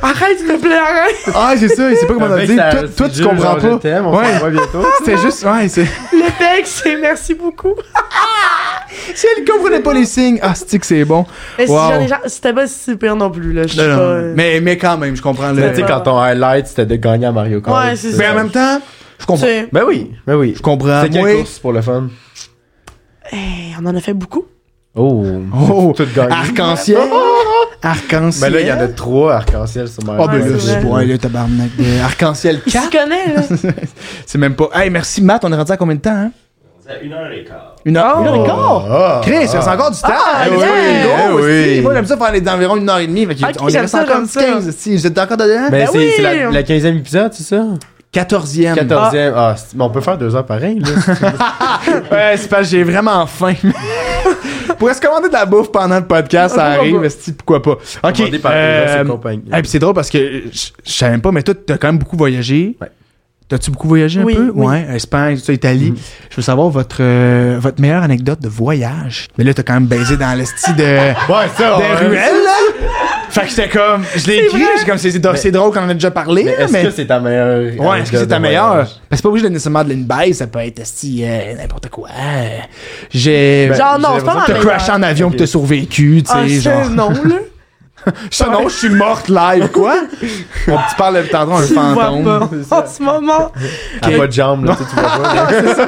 Speaker 2: Arrête, s'il te plaît, arrête.
Speaker 1: Ah, c'est ça, il sait pas comment
Speaker 3: Fait
Speaker 1: on
Speaker 3: que
Speaker 1: dit.
Speaker 3: ça-
Speaker 1: Toi, toi,
Speaker 3: c'est
Speaker 1: tu
Speaker 3: juste
Speaker 1: comprends
Speaker 3: genre, je
Speaker 1: pas.
Speaker 3: t'aime, on se
Speaker 1: Ouais.
Speaker 3: revoit bientôt.
Speaker 1: C'était juste, ouais, c'est.
Speaker 2: Le texte, c'est merci beaucoup.
Speaker 1: Si elle comprenait pas les signes, ah, c'est que c'est bon.
Speaker 2: Mais si
Speaker 1: Wow.
Speaker 2: j'en ai genre- c'était pas si pire non plus, là. Je suis
Speaker 1: Non, non,
Speaker 2: pas.
Speaker 1: Mais, mais quand même, je comprends
Speaker 3: Mais
Speaker 1: le.
Speaker 3: tu sais, quand ton highlight, c'était de gagner à Mario Kart.
Speaker 2: Ouais, c'est
Speaker 1: Mais
Speaker 2: ça.
Speaker 1: en même temps, je
Speaker 2: Tu
Speaker 1: comprends.
Speaker 2: sais,
Speaker 3: Ben oui, ben oui.
Speaker 1: Je comprends.
Speaker 3: C'est quelle
Speaker 1: Moi,
Speaker 3: course pour le fun?
Speaker 2: hey, on en a fait beaucoup.
Speaker 3: Oh.
Speaker 1: Oh,
Speaker 3: Tout gagné.
Speaker 1: arc-en-ciel. Arc-en-ciel.
Speaker 3: Ben là, il y en a trois arc-en-ciel sur Mario
Speaker 1: Ah, ben
Speaker 2: Ouais,
Speaker 1: là,
Speaker 2: c'est
Speaker 1: c'est
Speaker 2: vrai.
Speaker 1: bon, là, tabarnak. Euh, Arc-en-ciel
Speaker 2: Tu
Speaker 1: 4.
Speaker 2: connais, là.
Speaker 1: C'est même pas. Hey, merci, Matt. On est rendu à combien de temps, hein?
Speaker 4: C'est une heure et quart.
Speaker 1: Une heure.
Speaker 2: Oh.
Speaker 1: Une heure et quart.
Speaker 3: Ah,
Speaker 1: Chris, il reste encore du temps!
Speaker 2: Ah,
Speaker 1: Eh
Speaker 2: yeah.
Speaker 1: eh
Speaker 3: Eh oui.
Speaker 1: Moi, j'aime ça faire les environ une heure et demie, fait que
Speaker 2: Ok,
Speaker 1: on y
Speaker 2: j'aime
Speaker 1: reste
Speaker 2: ça,
Speaker 1: encore
Speaker 2: j'aime
Speaker 1: une
Speaker 2: ça.
Speaker 1: 15. Si, j'étais encore dedans?
Speaker 3: Ben,
Speaker 2: Ben
Speaker 3: c'est
Speaker 2: oui.
Speaker 3: c'est la, la 15e épisode, c'est ça?
Speaker 1: 14e.
Speaker 3: 14e. Ah, c'est- mais on peut faire deux heures pareil, là.
Speaker 1: Ouais, c'est parce que j'ai vraiment faim. Pourrait se commander de la bouffe pendant le podcast, ça
Speaker 2: Pourquoi
Speaker 1: arrive,
Speaker 2: pas?
Speaker 1: esti, pourquoi pas. Ok.
Speaker 3: Commandé par
Speaker 1: euh,
Speaker 3: Uber, c'est compagnie.
Speaker 1: hey, puis c'est drôle parce que je je savais même pas, mais toi, t'as quand même beaucoup voyagé.
Speaker 3: Ouais.
Speaker 1: T'as-tu beaucoup voyagé un
Speaker 2: Oui,
Speaker 1: peu?
Speaker 2: oui.
Speaker 1: Ouais, Espagne, tout ça,
Speaker 3: Mm.
Speaker 1: Italie. Je veux savoir votre, euh, votre meilleure anecdote de voyage. Mais là, t'as quand même baisé dans l'esti de.
Speaker 3: Ah, Ouais, ça,
Speaker 1: Des ruelles, là! Fait que j'étais comme. Je l'ai écrit, j'ai comme c'est c'est drôle qu'on en a déjà parlé,
Speaker 3: Mais
Speaker 1: là,
Speaker 3: est-ce
Speaker 1: mais.
Speaker 3: que c'est ta meilleure.
Speaker 1: Ouais, est-ce que c'est ta
Speaker 3: anecdote de
Speaker 1: meilleure?
Speaker 3: voyage?
Speaker 1: Ben, c'est pas obligé de nécessairement de une baise, ça peut être esti, euh, n'importe quoi. euh, J'ai.
Speaker 3: Ben,
Speaker 2: Genre, non,
Speaker 3: j'ai
Speaker 2: c'est pas
Speaker 3: l'impression
Speaker 2: ma
Speaker 1: T'as
Speaker 2: meilleure.
Speaker 1: crashé en avion
Speaker 3: Ok.
Speaker 1: que t'as survécu, tu
Speaker 2: Ah,
Speaker 1: sais, genre.
Speaker 2: c'est non, là.
Speaker 1: Ça, non, je suis morte live, quoi? Mon petit père le tendron, un
Speaker 2: Tu me vois
Speaker 1: fantôme.
Speaker 2: pas en ce moment.
Speaker 3: T'as pas de jambes, là, tu sais, tu vois pas. là.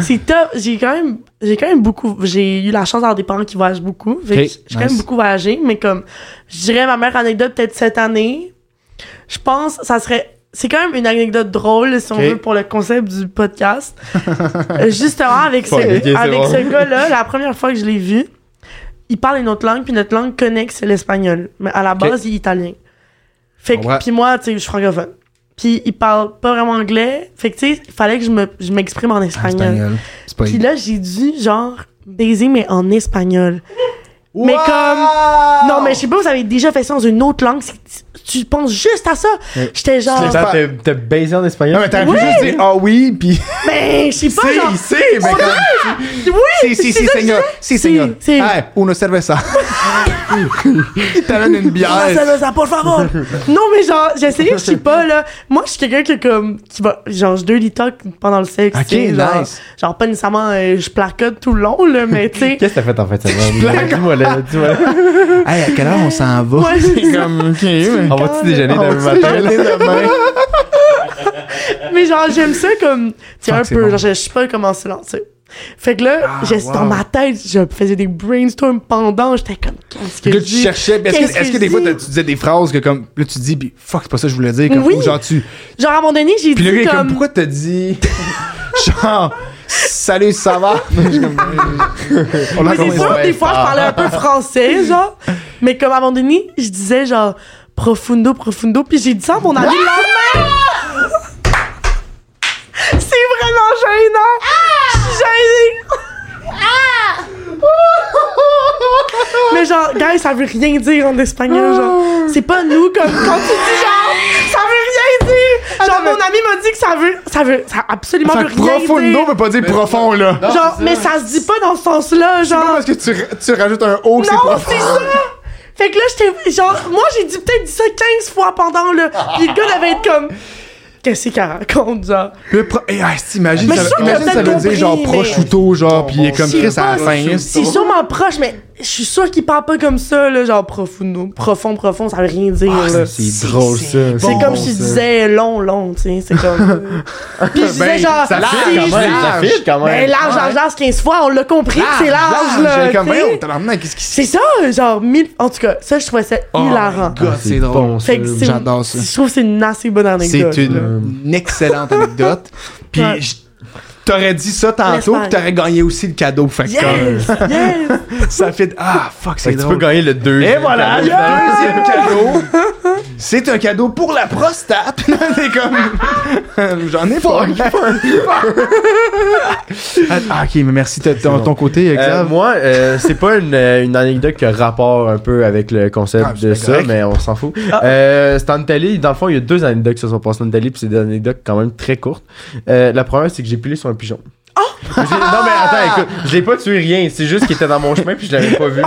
Speaker 2: C'est top. J'ai quand même, j'ai quand même beaucoup, j'ai eu la chance d'avoir des parents qui voyagent beaucoup. Fait que
Speaker 1: Ok,
Speaker 2: j'ai quand même
Speaker 1: nice.
Speaker 2: beaucoup voyagé, mais comme, je dirais ma meilleure anecdote peut-être cette année. Je pense, ça serait, c'est quand même une anecdote drôle, si
Speaker 1: Ok.
Speaker 2: on veut, pour le concept du podcast. Euh, Justement, avec ce,
Speaker 3: Fuck, ok, c'est
Speaker 2: avec
Speaker 3: bon.
Speaker 2: ce gars-là, la première fois que je l'ai vu, il parle une autre langue, puis notre langue connexe, c'est l'espagnol. Mais à la base, il est italien. Fait
Speaker 1: Ouais.
Speaker 2: que, puis moi, tu sais, je suis francophone. Puis il parle pas vraiment anglais. Fait que, tu sais, il fallait que je me- je m'exprime en espagnol.
Speaker 1: Espagnol. C'est pas
Speaker 2: Puis là, j'ai dû, genre, baiser, mais en espagnol. Mais comme. Non, mais je sais pas, vous avez déjà fait ça dans une autre langue. c'est- Tu penses juste à ça. J'étais genre.
Speaker 1: C'est-
Speaker 3: Attends, t'as- t'as baisé en espagnol?
Speaker 1: Non, mais t'as
Speaker 2: Oui!
Speaker 1: juste dire ah oui, pis.
Speaker 2: Mais ben, je sais pas, genre.
Speaker 1: il sait, mais.
Speaker 2: Oui!
Speaker 1: Si, si,
Speaker 2: c'est
Speaker 1: si,
Speaker 2: ça que
Speaker 1: seigneur. Si, seigneur.
Speaker 2: Si, si.
Speaker 1: Ah, uno cerveza. Il t'amène une
Speaker 2: Ah, ça,
Speaker 1: bière.
Speaker 2: là, ça, por favor. non, mais genre, j'essayais, je sais pas, là. Moi, je suis quelqu'un qui, est comme, qui va, genre, je dirty talk pendant le sexe.
Speaker 1: Ok,
Speaker 2: tu sais, Genre,
Speaker 1: nice.
Speaker 2: genre, pas nécessairement, euh, je placote tout le long, là, mais tu sais.
Speaker 3: Qu'est-ce que t'as fait en fait, semaine? Dis-moi là, dis-moi là.
Speaker 1: Hey, à quelle heure on s'en va?
Speaker 2: Ouais, c'est ça.
Speaker 1: Comme, ok, mais.
Speaker 3: On va-tu
Speaker 2: Ah,
Speaker 3: déjeuner demain matin?
Speaker 2: Mais genre, j'aime ça comme. Tu sais,
Speaker 1: Fuck,
Speaker 2: un
Speaker 1: c'est
Speaker 2: peu.
Speaker 1: bon.
Speaker 2: Genre, je sais pas comment se lancer. Fait que là,
Speaker 1: Ah,
Speaker 2: j'ai-
Speaker 1: wow.
Speaker 2: dans ma tête, je faisais des brainstorms pendant. J'étais comme, qu'est-ce que
Speaker 1: Puis
Speaker 2: je
Speaker 1: là, tu
Speaker 2: dis?
Speaker 1: cherchais. puis Est-ce que,
Speaker 2: Qu'est-ce
Speaker 1: est-ce que
Speaker 2: que
Speaker 1: des
Speaker 2: je
Speaker 1: fois,
Speaker 2: dis?
Speaker 1: t'as- tu disais des phrases que, comme, là, tu dis, puis fuck, c'est pas ça que je voulais dire. Comme,
Speaker 2: Oui.
Speaker 1: ou genre, tu.
Speaker 2: Genre, à un moment donné, j'ai
Speaker 1: Puis le gars
Speaker 2: dit
Speaker 1: est comme,
Speaker 2: comme.
Speaker 1: pourquoi t'as dit. genre, salut, ça va? Je suis comme, on
Speaker 2: mais c'est sûr, des fois, je parlais un peu français, genre. Mais comme à un moment donné, je disais genre, profundo, profundo. Puis j'ai dit ça à mon ami le lendemain. C'est vraiment gênant. Je suis gênée. Mais genre, guys, ça veut rien dire en espagnol, genre. C'est pas nous comme quand tu dis genre, ça veut rien dire. Genre, mon ami m'a dit que ça veut, ça veut, ça absolument
Speaker 1: Fait
Speaker 2: veut
Speaker 1: que
Speaker 2: rien
Speaker 1: profundo Ah,
Speaker 2: dire.
Speaker 1: veut pas dire profond, là.
Speaker 3: Non,
Speaker 2: Genre,
Speaker 3: c'est ça.
Speaker 2: mais ça se dit pas dans ce sens-là,
Speaker 1: C'est pas
Speaker 2: genre.
Speaker 1: parce que tu, tu rajoutes un O que c'est
Speaker 2: Non,
Speaker 1: profond.
Speaker 2: c'est ça! Fait que là, j'étais. Genre, moi, j'ai dit peut-être dit ça 15 fois pendant le. Puis le gars devait être comme. Qu'est-ce qu'il raconte, genre?
Speaker 1: Le pro... Eh, ah, c'est- imagine,
Speaker 2: Mais
Speaker 1: ça,
Speaker 2: je suis sûre
Speaker 1: imagine
Speaker 2: qu'il a
Speaker 1: ça veut
Speaker 2: peut-être
Speaker 1: dire genre
Speaker 2: compris, mais-
Speaker 1: prosciutto, genre, pis il est comme
Speaker 2: Je sais
Speaker 1: Chris à la
Speaker 2: pas,
Speaker 1: fin.
Speaker 2: C'est sûrement proche, mais je suis sûre qu'il parle pas comme ça, là, genre profundo, profond, profond, ça veut rien dire.
Speaker 1: Ah,
Speaker 2: là.
Speaker 3: C'est drôle ça.
Speaker 2: C'est comme si je disais long, long, tu sais, c'est comme... euh. Puis je disais
Speaker 1: Ben,
Speaker 2: genre...
Speaker 3: ça
Speaker 2: si
Speaker 3: fit Ah, quand
Speaker 2: je-
Speaker 3: même, ça fit quand
Speaker 2: Ben,
Speaker 3: même.
Speaker 2: large, large, large, 15 fois, on l'a compris que c'est large, là.
Speaker 1: J'ai Ah, comme, oh,
Speaker 2: tu sais.
Speaker 1: voyons, tabarnak, qu'est-ce qui se
Speaker 2: C'est ça, genre, mille... en tout cas, ça, je trouvais ça hilarant.
Speaker 1: Oh,
Speaker 3: Ah,
Speaker 1: God, c'est drôle.
Speaker 2: Fait que c'est-
Speaker 1: J'adore ça.
Speaker 2: Je trouve que c'est une assez bonne anecdote.
Speaker 1: C'est une,
Speaker 2: là.
Speaker 1: une excellente anecdote. Puis
Speaker 2: Ouais.
Speaker 1: je- t'aurais dit ça tantôt,
Speaker 2: Laisse
Speaker 1: puis t'aurais gagné aussi le cadeau. Fait que
Speaker 2: Yes! Yes!
Speaker 1: comme, ça fait ah fuck
Speaker 3: Fait
Speaker 1: c'est
Speaker 3: que tu peux
Speaker 1: drôle. Euh,
Speaker 3: gagner le 2.
Speaker 1: Et voilà, le deuxième cadeau. C'est un cadeau pour la prostate. c'est comme j'en ai pas. ah, ok, mais merci de ton, ton côté,
Speaker 3: Euh,
Speaker 1: Xav.
Speaker 3: moi, euh, c'est pas une, euh, une anecdote qui a rapport un peu avec le concept
Speaker 1: Ah,
Speaker 3: de
Speaker 1: c'est
Speaker 3: ça,
Speaker 1: correct. Ah.
Speaker 3: mais on s'en fout. Euh, c'est en Italie. Dans le fond, il y a deux anecdotes qui se sont passées en Italie, puis c'est des anecdotes quand même très courtes. Euh, la première, c'est que j'ai pilé sur un pigeon.
Speaker 1: Ah!
Speaker 3: J'ai- Non mais attends, écoute, je l'ai pas tué rien, c'est juste qu'il était dans mon chemin puis je l'avais pas vu.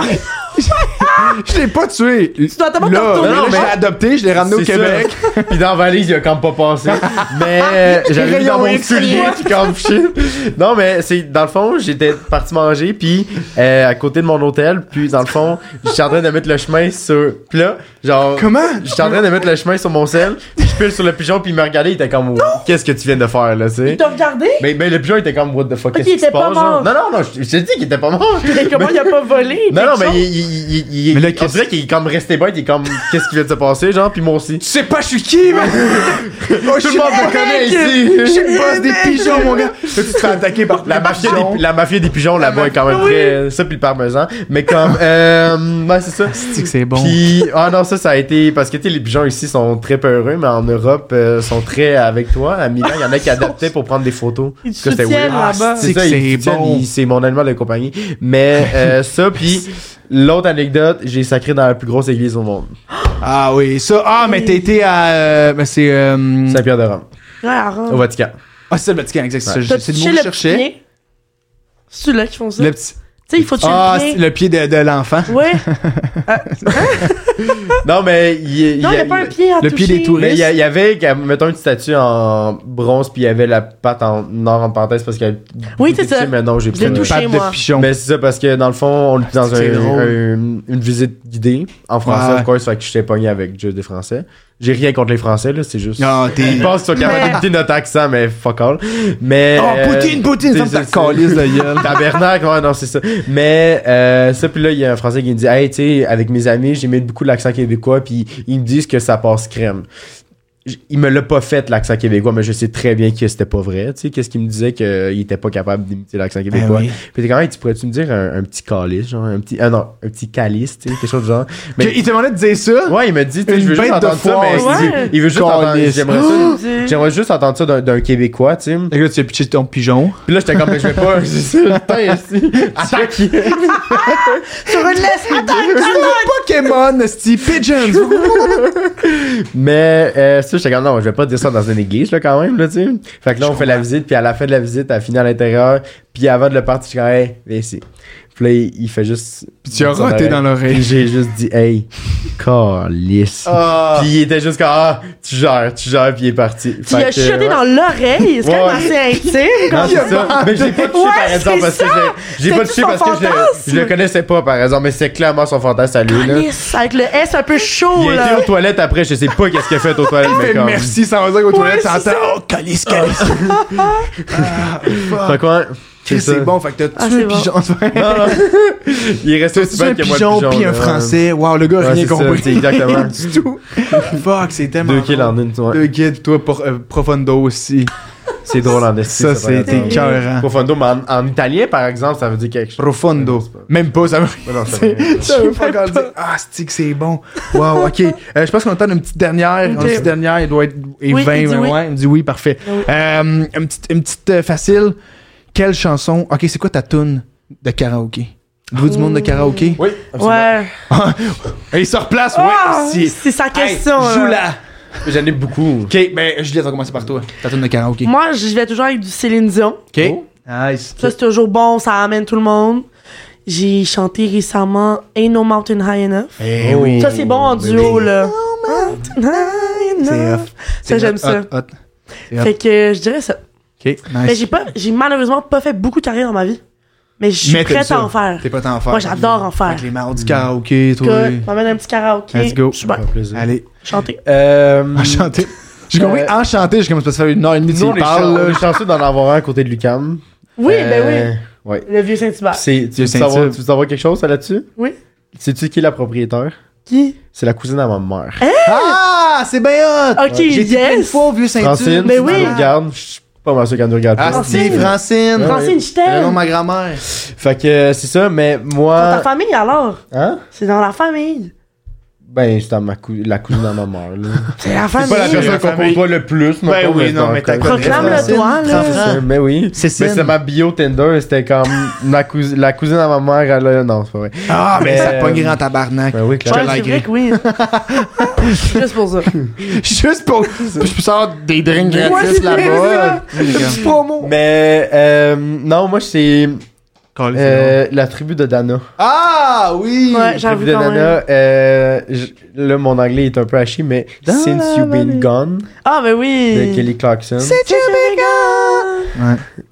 Speaker 1: je l'ai pas tué.
Speaker 2: Tu dois tellement
Speaker 1: Là,
Speaker 2: te retourner,
Speaker 1: mais là,
Speaker 3: là.
Speaker 1: je l'ai adopté, je l'ai ramené au
Speaker 3: C'est ça.
Speaker 1: Québec.
Speaker 3: puis dans la valise, il a comme pas passé. Mais euh, j'avais mis
Speaker 1: Rayon
Speaker 3: dans mon
Speaker 1: X,
Speaker 3: soulier puis comme shit. Non mais c'est dans le fond, j'étais parti manger puis euh, à côté de mon hôtel, puis dans le fond, j'étais en train de mettre le chemin sur puis là, genre
Speaker 1: Comment?
Speaker 3: J'étais en train de mettre le chemin sur mon sel, puis je pile sur le pigeon puis il me regardait, il était comme Oh, qu'est-ce que tu viens de faire là, tu sais.
Speaker 2: Il t'a regardé?
Speaker 3: Mais, mais le pigeon était comme what the fuck,
Speaker 2: Ok,
Speaker 3: qu'est-ce
Speaker 2: il
Speaker 3: qui se
Speaker 2: était pas
Speaker 3: passe genre?
Speaker 2: mort.
Speaker 3: Non non non, je, je t'ai dit qu'il était pas mort.
Speaker 2: Et comment il a pas volé?
Speaker 3: Non, non,
Speaker 2: quelque
Speaker 3: mais
Speaker 2: chose?
Speaker 3: il, il, il, il, il
Speaker 1: Mais là,
Speaker 3: on dirait qu'il est comme resté bête, il est comme, qu'est-ce qui vient de se passer, genre, puis moi aussi.
Speaker 1: Tu sais pas, je suis qui, man? Oh, je
Speaker 3: Tout
Speaker 1: suis
Speaker 3: le monde me connaît
Speaker 1: Je suis
Speaker 3: ici!
Speaker 1: le boss des pigeons, mon gars. Là, tu te fais attaquer par
Speaker 3: La
Speaker 1: des
Speaker 3: mafia,
Speaker 1: pigeons.
Speaker 3: des, la mafia des pigeons là-bas est quand même
Speaker 2: Oui.
Speaker 3: très. Ça, puis le parmesan. Mais comme. Euh, ouais, c'est ça.
Speaker 1: C'est que c'est bon.
Speaker 3: Puis, ah non, ça, ça a été. Parce que, tu sais, les pigeons ici sont très peureux, mais en Europe, euh, sont très avec toi. À Milan, il y en a qui adaptaient pour prendre des photos.
Speaker 2: Ils te
Speaker 3: Parce que c'était
Speaker 2: soutiennent
Speaker 3: weird.
Speaker 2: là-bas.
Speaker 1: Ah, C'est que
Speaker 3: ça, ils
Speaker 1: c'est
Speaker 3: me soutiennent,
Speaker 1: bon.
Speaker 3: ils- C'est mon animal de compagnie. Mais, euh, ça, puis l'autre anecdote, j'ai sacré dans la plus grosse église au monde.
Speaker 1: Ah oui, ça. Ah, mais t'as été à. euh, ben, c'est. euh,
Speaker 3: Saint-Pierre de Rome.
Speaker 2: Ouais, arrête.
Speaker 3: Au Vatican.
Speaker 1: Ah, c'est ça, le Vatican, exact. c'est
Speaker 3: Ouais.
Speaker 1: ça,
Speaker 2: T'as
Speaker 1: C'est le
Speaker 2: touché
Speaker 1: mot que je cherchais.
Speaker 2: pied? C'est là qui font ça.
Speaker 1: Le
Speaker 2: Tu
Speaker 1: petit.
Speaker 2: sais, il faut tuer
Speaker 1: Ah,
Speaker 2: le
Speaker 1: c'est
Speaker 2: pied.
Speaker 1: le pied de, de l'enfant.
Speaker 2: Ouais.
Speaker 3: Non, mais il y,
Speaker 2: Non, il n'y a pas un pied à
Speaker 1: le pied
Speaker 2: toucher.
Speaker 1: des touristes.
Speaker 3: Mais il y, a- il y avait, comme, mettons, une statue en bronze, puis il y avait la patte en or en parenthèse parce qu'elle.
Speaker 2: Oui, c'est ça.
Speaker 3: Mais non, j'ai
Speaker 2: Je l'ai
Speaker 3: pas.
Speaker 1: Une
Speaker 2: touché,
Speaker 1: patte
Speaker 2: moi.
Speaker 1: de pigeon.
Speaker 3: Mais c'est ça, parce que dans le fond, on était dans
Speaker 1: Ah, C'est
Speaker 3: un-
Speaker 1: drôle.
Speaker 3: un- une visite guidée en français,
Speaker 1: Ouais.
Speaker 3: of course, fait que j'étais pogné avec juste des Français. J'ai rien contre les Français, là, c'est juste.
Speaker 1: Ah,
Speaker 3: Je
Speaker 1: t'es.
Speaker 3: pense qu'ils sont capables
Speaker 2: Mais-
Speaker 3: d'écouter notre accent, mais fuck all. Mais.
Speaker 1: Oh,
Speaker 3: euh,
Speaker 1: Poutine, Poutine,
Speaker 3: c'est-
Speaker 1: ferme ta
Speaker 3: c'est-
Speaker 1: calice de gueule.
Speaker 3: Tabernacle, ouais, non, c'est ça. Mais, euh, ça, puis là, il y a un Français qui me dit, hey, tu sais, avec mes amis, j'ai mis beaucoup l'accent québécois, puis ils me disent que ça passe crème. J- Il me l'a pas fait, l'accent québécois, mais je sais très bien que c'était pas vrai. Tu sais, qu'est-ce qu'il me disait qu'il était pas capable d'imiter l'accent québécois.
Speaker 1: Ben oui.
Speaker 3: Puis t'es quand même, tu pourrais-tu me dire un, un petit calice, genre, un petit, ah non, un petit calice, tu sais, quelque chose de genre. Mais,
Speaker 1: Il te demandait de dire ça.
Speaker 3: ouais, il me dit, tu sais,
Speaker 1: Une
Speaker 3: je veux juste
Speaker 1: bête de
Speaker 3: entendre ça,
Speaker 1: foire.
Speaker 3: mais il dit-
Speaker 2: Ouais.
Speaker 3: il veut juste entendre,
Speaker 1: Calice.
Speaker 3: j'aimerais
Speaker 2: Mon
Speaker 3: ça,
Speaker 2: Oh, Dieu.
Speaker 3: j'aimerais juste entendre ça d'un- d'un Québécois, tu sais.
Speaker 1: Fait que là, tu as pitché ton pigeon.
Speaker 3: Puis là, j'étais comme, mais je vais pas, c'est ça, le temps, ici. Attaque!
Speaker 2: Sur une laisse, attaque!
Speaker 1: Pokémon, Nasty Pigeons.
Speaker 3: Mais, euh, ça, j'étais comme, non, je vais pas dire ça dans une église, là, quand même, là, tu sais. Fait que là, on fait la visite, puis à la fin de la visite, elle finit à l'intérieur, puis avant de le partir, je suis comme, hey, viens ici. Puis là, il il fait juste.
Speaker 1: Puis tu as roté dans l'oreille.
Speaker 3: Puis j'ai juste dit, hey, calisse.
Speaker 1: Ah.
Speaker 3: Puis il était juste comme, ah, tu gères, tu gères, puis il est parti.
Speaker 2: Tu l'as chuté dans l'oreille. C'est quand même assez
Speaker 3: Ouais.
Speaker 2: intime.
Speaker 3: Non,
Speaker 2: comme-
Speaker 3: c'est ça. Mais j'ai pas touché
Speaker 2: Ouais,
Speaker 3: par exemple
Speaker 2: c'est
Speaker 3: parce que
Speaker 2: ça.
Speaker 3: je l'ai- j'ai pas
Speaker 2: C'était
Speaker 3: touché
Speaker 2: son
Speaker 3: parce que je le- je le
Speaker 2: fantasme.
Speaker 3: connaissais pas par exemple, mais c'est clairement son fantasme à lui là.
Speaker 2: Yes, avec le S un peu chaud,
Speaker 3: Il a
Speaker 2: là.
Speaker 3: été aux toilettes après, je sais pas qu'est-ce qu'il a fait aux toilettes, mais
Speaker 1: Fait
Speaker 3: comme.
Speaker 1: merci, ça veut dire qu'aux toilettes,
Speaker 2: c'est
Speaker 1: t'entends.
Speaker 2: ça.
Speaker 1: Oh, calice, calice. Ah, fuck.
Speaker 3: Fait quoi?
Speaker 1: Chris, C'est bon, fait que t'as
Speaker 2: Ah,
Speaker 1: tué
Speaker 2: c'est
Speaker 1: le
Speaker 2: bon.
Speaker 1: pigeon.
Speaker 3: Non, non. Il est resté aussi
Speaker 1: C'est un
Speaker 3: bête que moi. le
Speaker 1: pigeon puis un
Speaker 3: là.
Speaker 1: français. Wow, le gars a
Speaker 3: Ouais,
Speaker 1: rien
Speaker 3: c'est ça, c'est
Speaker 1: compris.
Speaker 3: exactement.
Speaker 1: du tout. Fuck, c'est tellement.
Speaker 3: Deux kills
Speaker 1: drôle.
Speaker 3: en une, tu vois.
Speaker 1: Deux kills, toi, pour, euh, Profondo aussi.
Speaker 3: C'est drôle en esti.
Speaker 1: Ça, c'était
Speaker 2: vrai.
Speaker 1: écœurant.
Speaker 3: Profondo, mais en, en italien, par exemple, ça veut dire quelque chose.
Speaker 1: Profondo. Même pas, ça veut
Speaker 3: Ouais, non, ça veut dire-
Speaker 1: ça veut pas encore dire. Ah, c'est que c'est bon. Wow, ok. Euh, je pense qu'on a le temps d'une petite dernière. Une
Speaker 2: Ok.
Speaker 1: petite dernière, il doit être et
Speaker 2: Oui,
Speaker 1: 20,
Speaker 2: il dit
Speaker 1: ouais,
Speaker 2: oui.
Speaker 1: ouais, il me dit oui, parfait.
Speaker 2: Oui.
Speaker 1: Euh, une petite, une petite euh, facile. Quelle chanson Ok, c'est quoi ta tune de karaoké Vous du monde de karaoké
Speaker 3: Oui, absolument.
Speaker 2: Ouais.
Speaker 1: Et Il se replace,
Speaker 2: Ah,
Speaker 1: ouais. si.
Speaker 2: c'est sa
Speaker 1: Hey,
Speaker 2: question. là.
Speaker 1: Joue-la.
Speaker 3: Euh, J'en ai beaucoup.
Speaker 1: Ok, ben Juliette, on commence par toi. Ta tune de karaoké.
Speaker 2: Moi, je vais toujours avec du Céline Dion.
Speaker 1: Ok.
Speaker 3: Oh.
Speaker 1: Nice.
Speaker 2: Ça, c'est toujours bon, ça amène tout le monde. J'ai chanté récemment Ain't No Mountain High Enough.
Speaker 1: Eh oui.
Speaker 2: Ça, c'est bon en duo, là.
Speaker 1: C'est off.
Speaker 2: Ça, j'aime ça. Ben,
Speaker 1: Hot, hot, hot.
Speaker 2: Fait que euh, je dirais ça.
Speaker 1: Ok,
Speaker 2: Mais
Speaker 1: nice.
Speaker 2: j'ai pas, j'ai malheureusement pas fait beaucoup de carrière dans ma vie. Mais je suis
Speaker 1: Mais t'aimes
Speaker 2: prête
Speaker 1: ça.
Speaker 2: à en faire.
Speaker 1: T'es pas en faire.
Speaker 2: Moi, j'adore en faire.
Speaker 1: Avec les marres du karaoké, toi.
Speaker 2: Écoute, m'amène un petit karaoké.
Speaker 3: Let's go.
Speaker 2: Je suis bien.
Speaker 1: Allez, Ah,
Speaker 2: Chanter.
Speaker 3: Euh,
Speaker 1: enchanté. J'ai compris,
Speaker 3: Euh,
Speaker 1: enchanté, j'ai commencé à faire une heure et demie, tu
Speaker 3: nous, on
Speaker 1: y
Speaker 3: est
Speaker 1: parles,
Speaker 3: chan-
Speaker 1: là.
Speaker 3: on est chanceux d'en avoir un à côté de Lucam. Euh,
Speaker 2: Oui,
Speaker 1: Euh,
Speaker 2: ben
Speaker 3: oui. Ouais.
Speaker 2: oui. Le vieux Saint-Hubert.
Speaker 3: C'est, Ah, tu, veux
Speaker 1: Saint-Tube.
Speaker 3: savoir, tu veux savoir quelque chose là-dessus?
Speaker 2: Oui.
Speaker 3: Sais-tu qui est la propriétaire?
Speaker 2: Qui?
Speaker 3: C'est la cousine à ma mère.
Speaker 2: Eh,
Speaker 1: Ah, c'est bien hot!
Speaker 2: Ok,
Speaker 1: J'ai été une
Speaker 2: yes.
Speaker 1: fois au vieux saint
Speaker 3: Francine,
Speaker 2: Mais
Speaker 3: si
Speaker 2: oui.
Speaker 3: tu nous regardes, je suis pas mal sûr qu'elle nous regarde
Speaker 1: Ah,
Speaker 3: pas.
Speaker 1: c'est
Speaker 2: Francine.
Speaker 1: Francine.
Speaker 2: Francine, je
Speaker 1: C'est le nom de
Speaker 2: t'aime.
Speaker 1: ma grand-mère.
Speaker 3: Fait que euh, c'est ça, mais
Speaker 2: Dans ta
Speaker 3: moi.
Speaker 2: famille, alors?
Speaker 3: Hein?
Speaker 2: C'est dans la famille.
Speaker 3: Ben, c'est à ma cou- la cousine à ma mère, là.
Speaker 2: C'est la famille.
Speaker 3: C'est pas la personne qu'on
Speaker 1: famille.
Speaker 3: côtoie le plus, mais
Speaker 1: Ben
Speaker 3: pas,
Speaker 1: oui,
Speaker 3: mais
Speaker 1: non,
Speaker 3: c'est
Speaker 1: mais
Speaker 3: encore-
Speaker 1: t'as
Speaker 2: euh, Proclame-le
Speaker 1: Francine,
Speaker 2: toi, là.
Speaker 1: Francine.
Speaker 3: Mais ben oui.
Speaker 1: Cécile.
Speaker 3: Mais c'est ma bio Tinder, c'était comme ma cous- la cousine à ma mère, elle a... Non, c'est pas vrai.
Speaker 1: Ah, mais
Speaker 3: Mais,
Speaker 1: ça
Speaker 3: euh,
Speaker 1: pogne en tabarnak.
Speaker 3: Ben oui,
Speaker 2: Ouais,
Speaker 1: Je te
Speaker 3: clairement.
Speaker 2: c'est
Speaker 1: likerai.
Speaker 2: vrai que oui. Juste pour ça.
Speaker 1: Juste pour. Puis je peux savoir des drinks
Speaker 3: Ouais,
Speaker 1: gratis
Speaker 2: c'est
Speaker 1: là-bas.
Speaker 2: ça. promo.
Speaker 3: Mais euh, non, moi, c'est
Speaker 1: Colin, c'est
Speaker 3: euh, la tribu de Dana.
Speaker 1: Ah oui!
Speaker 2: Ouais,
Speaker 3: La tribu
Speaker 2: j'avoue
Speaker 3: de
Speaker 2: quand même.
Speaker 3: Dana, euh, j- là, mon anglais est un peu haché, mais
Speaker 1: Dana,
Speaker 3: Since You've
Speaker 1: Dana.
Speaker 3: Been Gone
Speaker 2: Ah, ben
Speaker 3: de
Speaker 2: oui.
Speaker 3: Kelly Clarkson.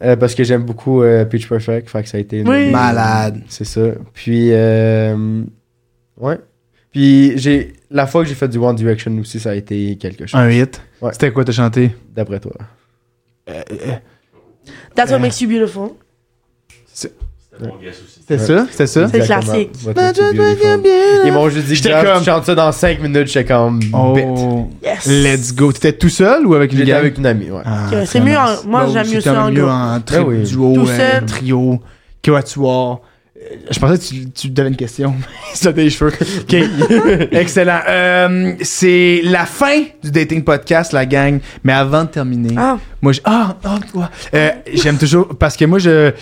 Speaker 3: Euh, parce que j'aime beaucoup euh, Pitch Perfect, fait que ça a été une-
Speaker 2: Oui.
Speaker 1: Malade.
Speaker 3: C'est ça. Puis, euh, ouais. Puis, j'ai la fois que j'ai fait du One Direction aussi, ça a été quelque chose,
Speaker 1: Un hit.
Speaker 3: Ouais.
Speaker 1: C'était quoi t'as chanté?
Speaker 3: d'après toi.
Speaker 2: That's what makes you beautiful.
Speaker 4: C'était mon guess aussi.
Speaker 1: C'était ça? C'était ça?
Speaker 2: C'est
Speaker 3: Exactement.
Speaker 2: classique.
Speaker 3: Votre petit beautiful. Ils m'ont juste dit,
Speaker 1: J'étais
Speaker 3: Jeff,
Speaker 1: comme-
Speaker 3: tu chantes ça dans 5 minutes, j'étais comme, bête.
Speaker 1: Oh.
Speaker 2: Yes.
Speaker 1: Let's go. T'étais tout seul ou avec une
Speaker 3: J'étais
Speaker 1: gang?
Speaker 3: avec une amie, ouais.
Speaker 1: Ah,
Speaker 2: Que
Speaker 1: très
Speaker 2: c'est mieux en- moi,
Speaker 1: Bon,
Speaker 2: j'aime
Speaker 1: c'est
Speaker 2: mieux ça
Speaker 1: quand
Speaker 2: en
Speaker 1: même mieux
Speaker 2: groupe.
Speaker 1: en tri-
Speaker 3: Ah oui.
Speaker 1: duo,
Speaker 2: Tout
Speaker 1: euh,
Speaker 2: seul.
Speaker 1: trio, quatuor. Euh, Je pensais que tu, tu devais une question. C'était tes cheveux. OK. Excellent. Euh, c'est la fin du dating podcast, la gang. Mais avant de terminer,
Speaker 2: Ah.
Speaker 1: moi, je- ah, ah, ouais. Euh, j'aime toujours parce que moi, je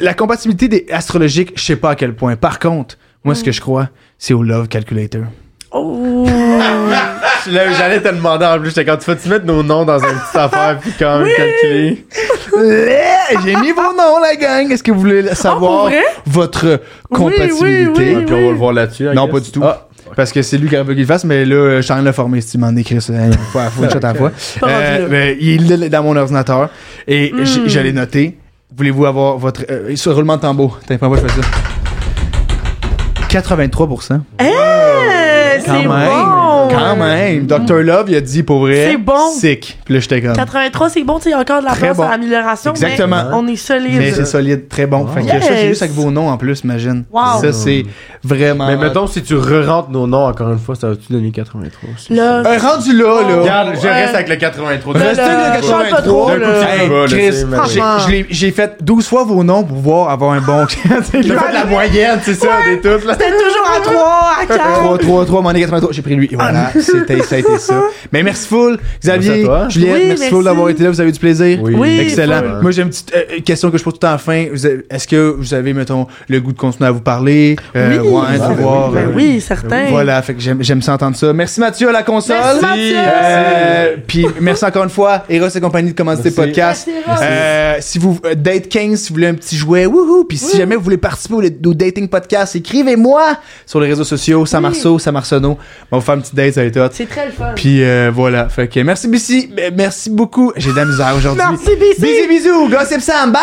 Speaker 1: la compatibilité des astrologiques, je sais pas à quel point. Par contre, moi, ce que je crois, c'est au love calculator.
Speaker 2: Oh.
Speaker 3: Là, j'allais te demander en plus, j'étais quand tu fais, tu mettre nos noms dans une petite affaire, puis quand même calculer.
Speaker 1: Eh, J'ai mis vos noms, la gang. Est-ce que vous voulez
Speaker 2: Ah, pour
Speaker 1: savoir
Speaker 2: vrai?
Speaker 1: votre compatibilité?
Speaker 2: oui, oui.
Speaker 3: Puis on va le voir là-dessus. I
Speaker 1: Non,
Speaker 3: guess.
Speaker 1: pas du tout.
Speaker 3: Ah,
Speaker 1: Parce que c'est lui qui a bugué le face, mais là, euh, Charles l'a formé, si tu m'en écris ça, une fois, faut une shot à la fois.
Speaker 2: Pas
Speaker 1: Euh,
Speaker 2: rendu là. Hmm.
Speaker 1: mais il est dans mon ordinateur et j'ai- je l'ai noté. Voulez-vous avoir votre. euh, sur roulement de tambour. T'as pas moi, je fais ça. 83%.
Speaker 2: Eh, c'est bon.
Speaker 1: Quand même. Dr. Love, il a dit pour vrai.
Speaker 2: C'est bon.
Speaker 1: Sick. Puis là, j'étais comme.
Speaker 2: 83, c'est bon, tu sais, il y a encore de la
Speaker 1: Très
Speaker 2: place
Speaker 1: bon.
Speaker 2: à l'amélioration.
Speaker 1: Exactement.
Speaker 2: Mais on est solide.
Speaker 1: Mais c'est solide, très bon. Fait que ça, c'est
Speaker 2: Yes.
Speaker 1: juste avec vos noms en plus, imagine.
Speaker 2: Wow.
Speaker 1: Ça, c'est vraiment.
Speaker 2: Ah.
Speaker 3: Mais mettons, si tu re-rentres nos noms encore une fois, ça va-tu donner 83 aussi?
Speaker 2: Là,
Speaker 1: Euh, rendu là, là.
Speaker 3: Regarde, je
Speaker 2: Ouais.
Speaker 3: reste avec le 83.
Speaker 2: Restez
Speaker 1: Restez
Speaker 2: là,
Speaker 1: le
Speaker 2: je parle pas trop,
Speaker 1: 83.
Speaker 2: là.
Speaker 3: D'un coup,
Speaker 1: Hey,
Speaker 3: tu vas, là,
Speaker 1: Chris,
Speaker 3: c'est magique.
Speaker 1: j'ai- j'ai- j'ai fait 12 fois vos noms pour pouvoir avoir un
Speaker 2: Ah.
Speaker 1: bon.
Speaker 3: J'ai fait la moyenne, c'est ça, des tous, là.
Speaker 2: c'était toujours à 3, à 4.
Speaker 1: 3, 3, 3, mon 83. J'ai pris lui. Et voilà,
Speaker 2: Ah.
Speaker 1: c'était- ça a été ça. Mais merci full, Xavier,
Speaker 3: Merci à toi.
Speaker 1: Juliette,
Speaker 2: Oui,
Speaker 1: merci, full
Speaker 2: merci.
Speaker 1: d'avoir été là. Vous avez eu du plaisir.
Speaker 2: Oui,
Speaker 1: Excellent.
Speaker 2: full.
Speaker 1: Moi, j'ai une petite euh, question que je pose tout en fin. Vous avez- Est-ce que vous avez, mettons, le goût de continuer à vous parler? Euh,
Speaker 2: Oui.
Speaker 1: ouais,
Speaker 2: Ah,
Speaker 1: de voir,
Speaker 2: Ben
Speaker 1: euh,
Speaker 2: oui, certain.
Speaker 1: Voilà, fait que j'aime j'aime ça entendre ça. Merci Mathieu à la console.
Speaker 2: Merci, Mathieu.
Speaker 1: Euh, Puis merci encore une fois, Eros et compagnie de commencer
Speaker 3: Merci.
Speaker 1: podcast.
Speaker 2: Merci, Eros.
Speaker 1: Euh, si vous euh, date 15, si vous voulez un petit jouet, wouhou. Puis si jamais vous voulez participer au, au dating podcast, écrivez-moi sur les réseaux sociaux, Samarceau, Samarsono. On va faire une petite date, ça va être hot.
Speaker 2: C'est très le fun.
Speaker 1: Puis euh, voilà, fait que merci BC, merci beaucoup. J'ai de la misère aujourd'hui.
Speaker 2: Merci,
Speaker 1: Bisous,
Speaker 2: BC.
Speaker 1: bisous, gossip Sam, bye!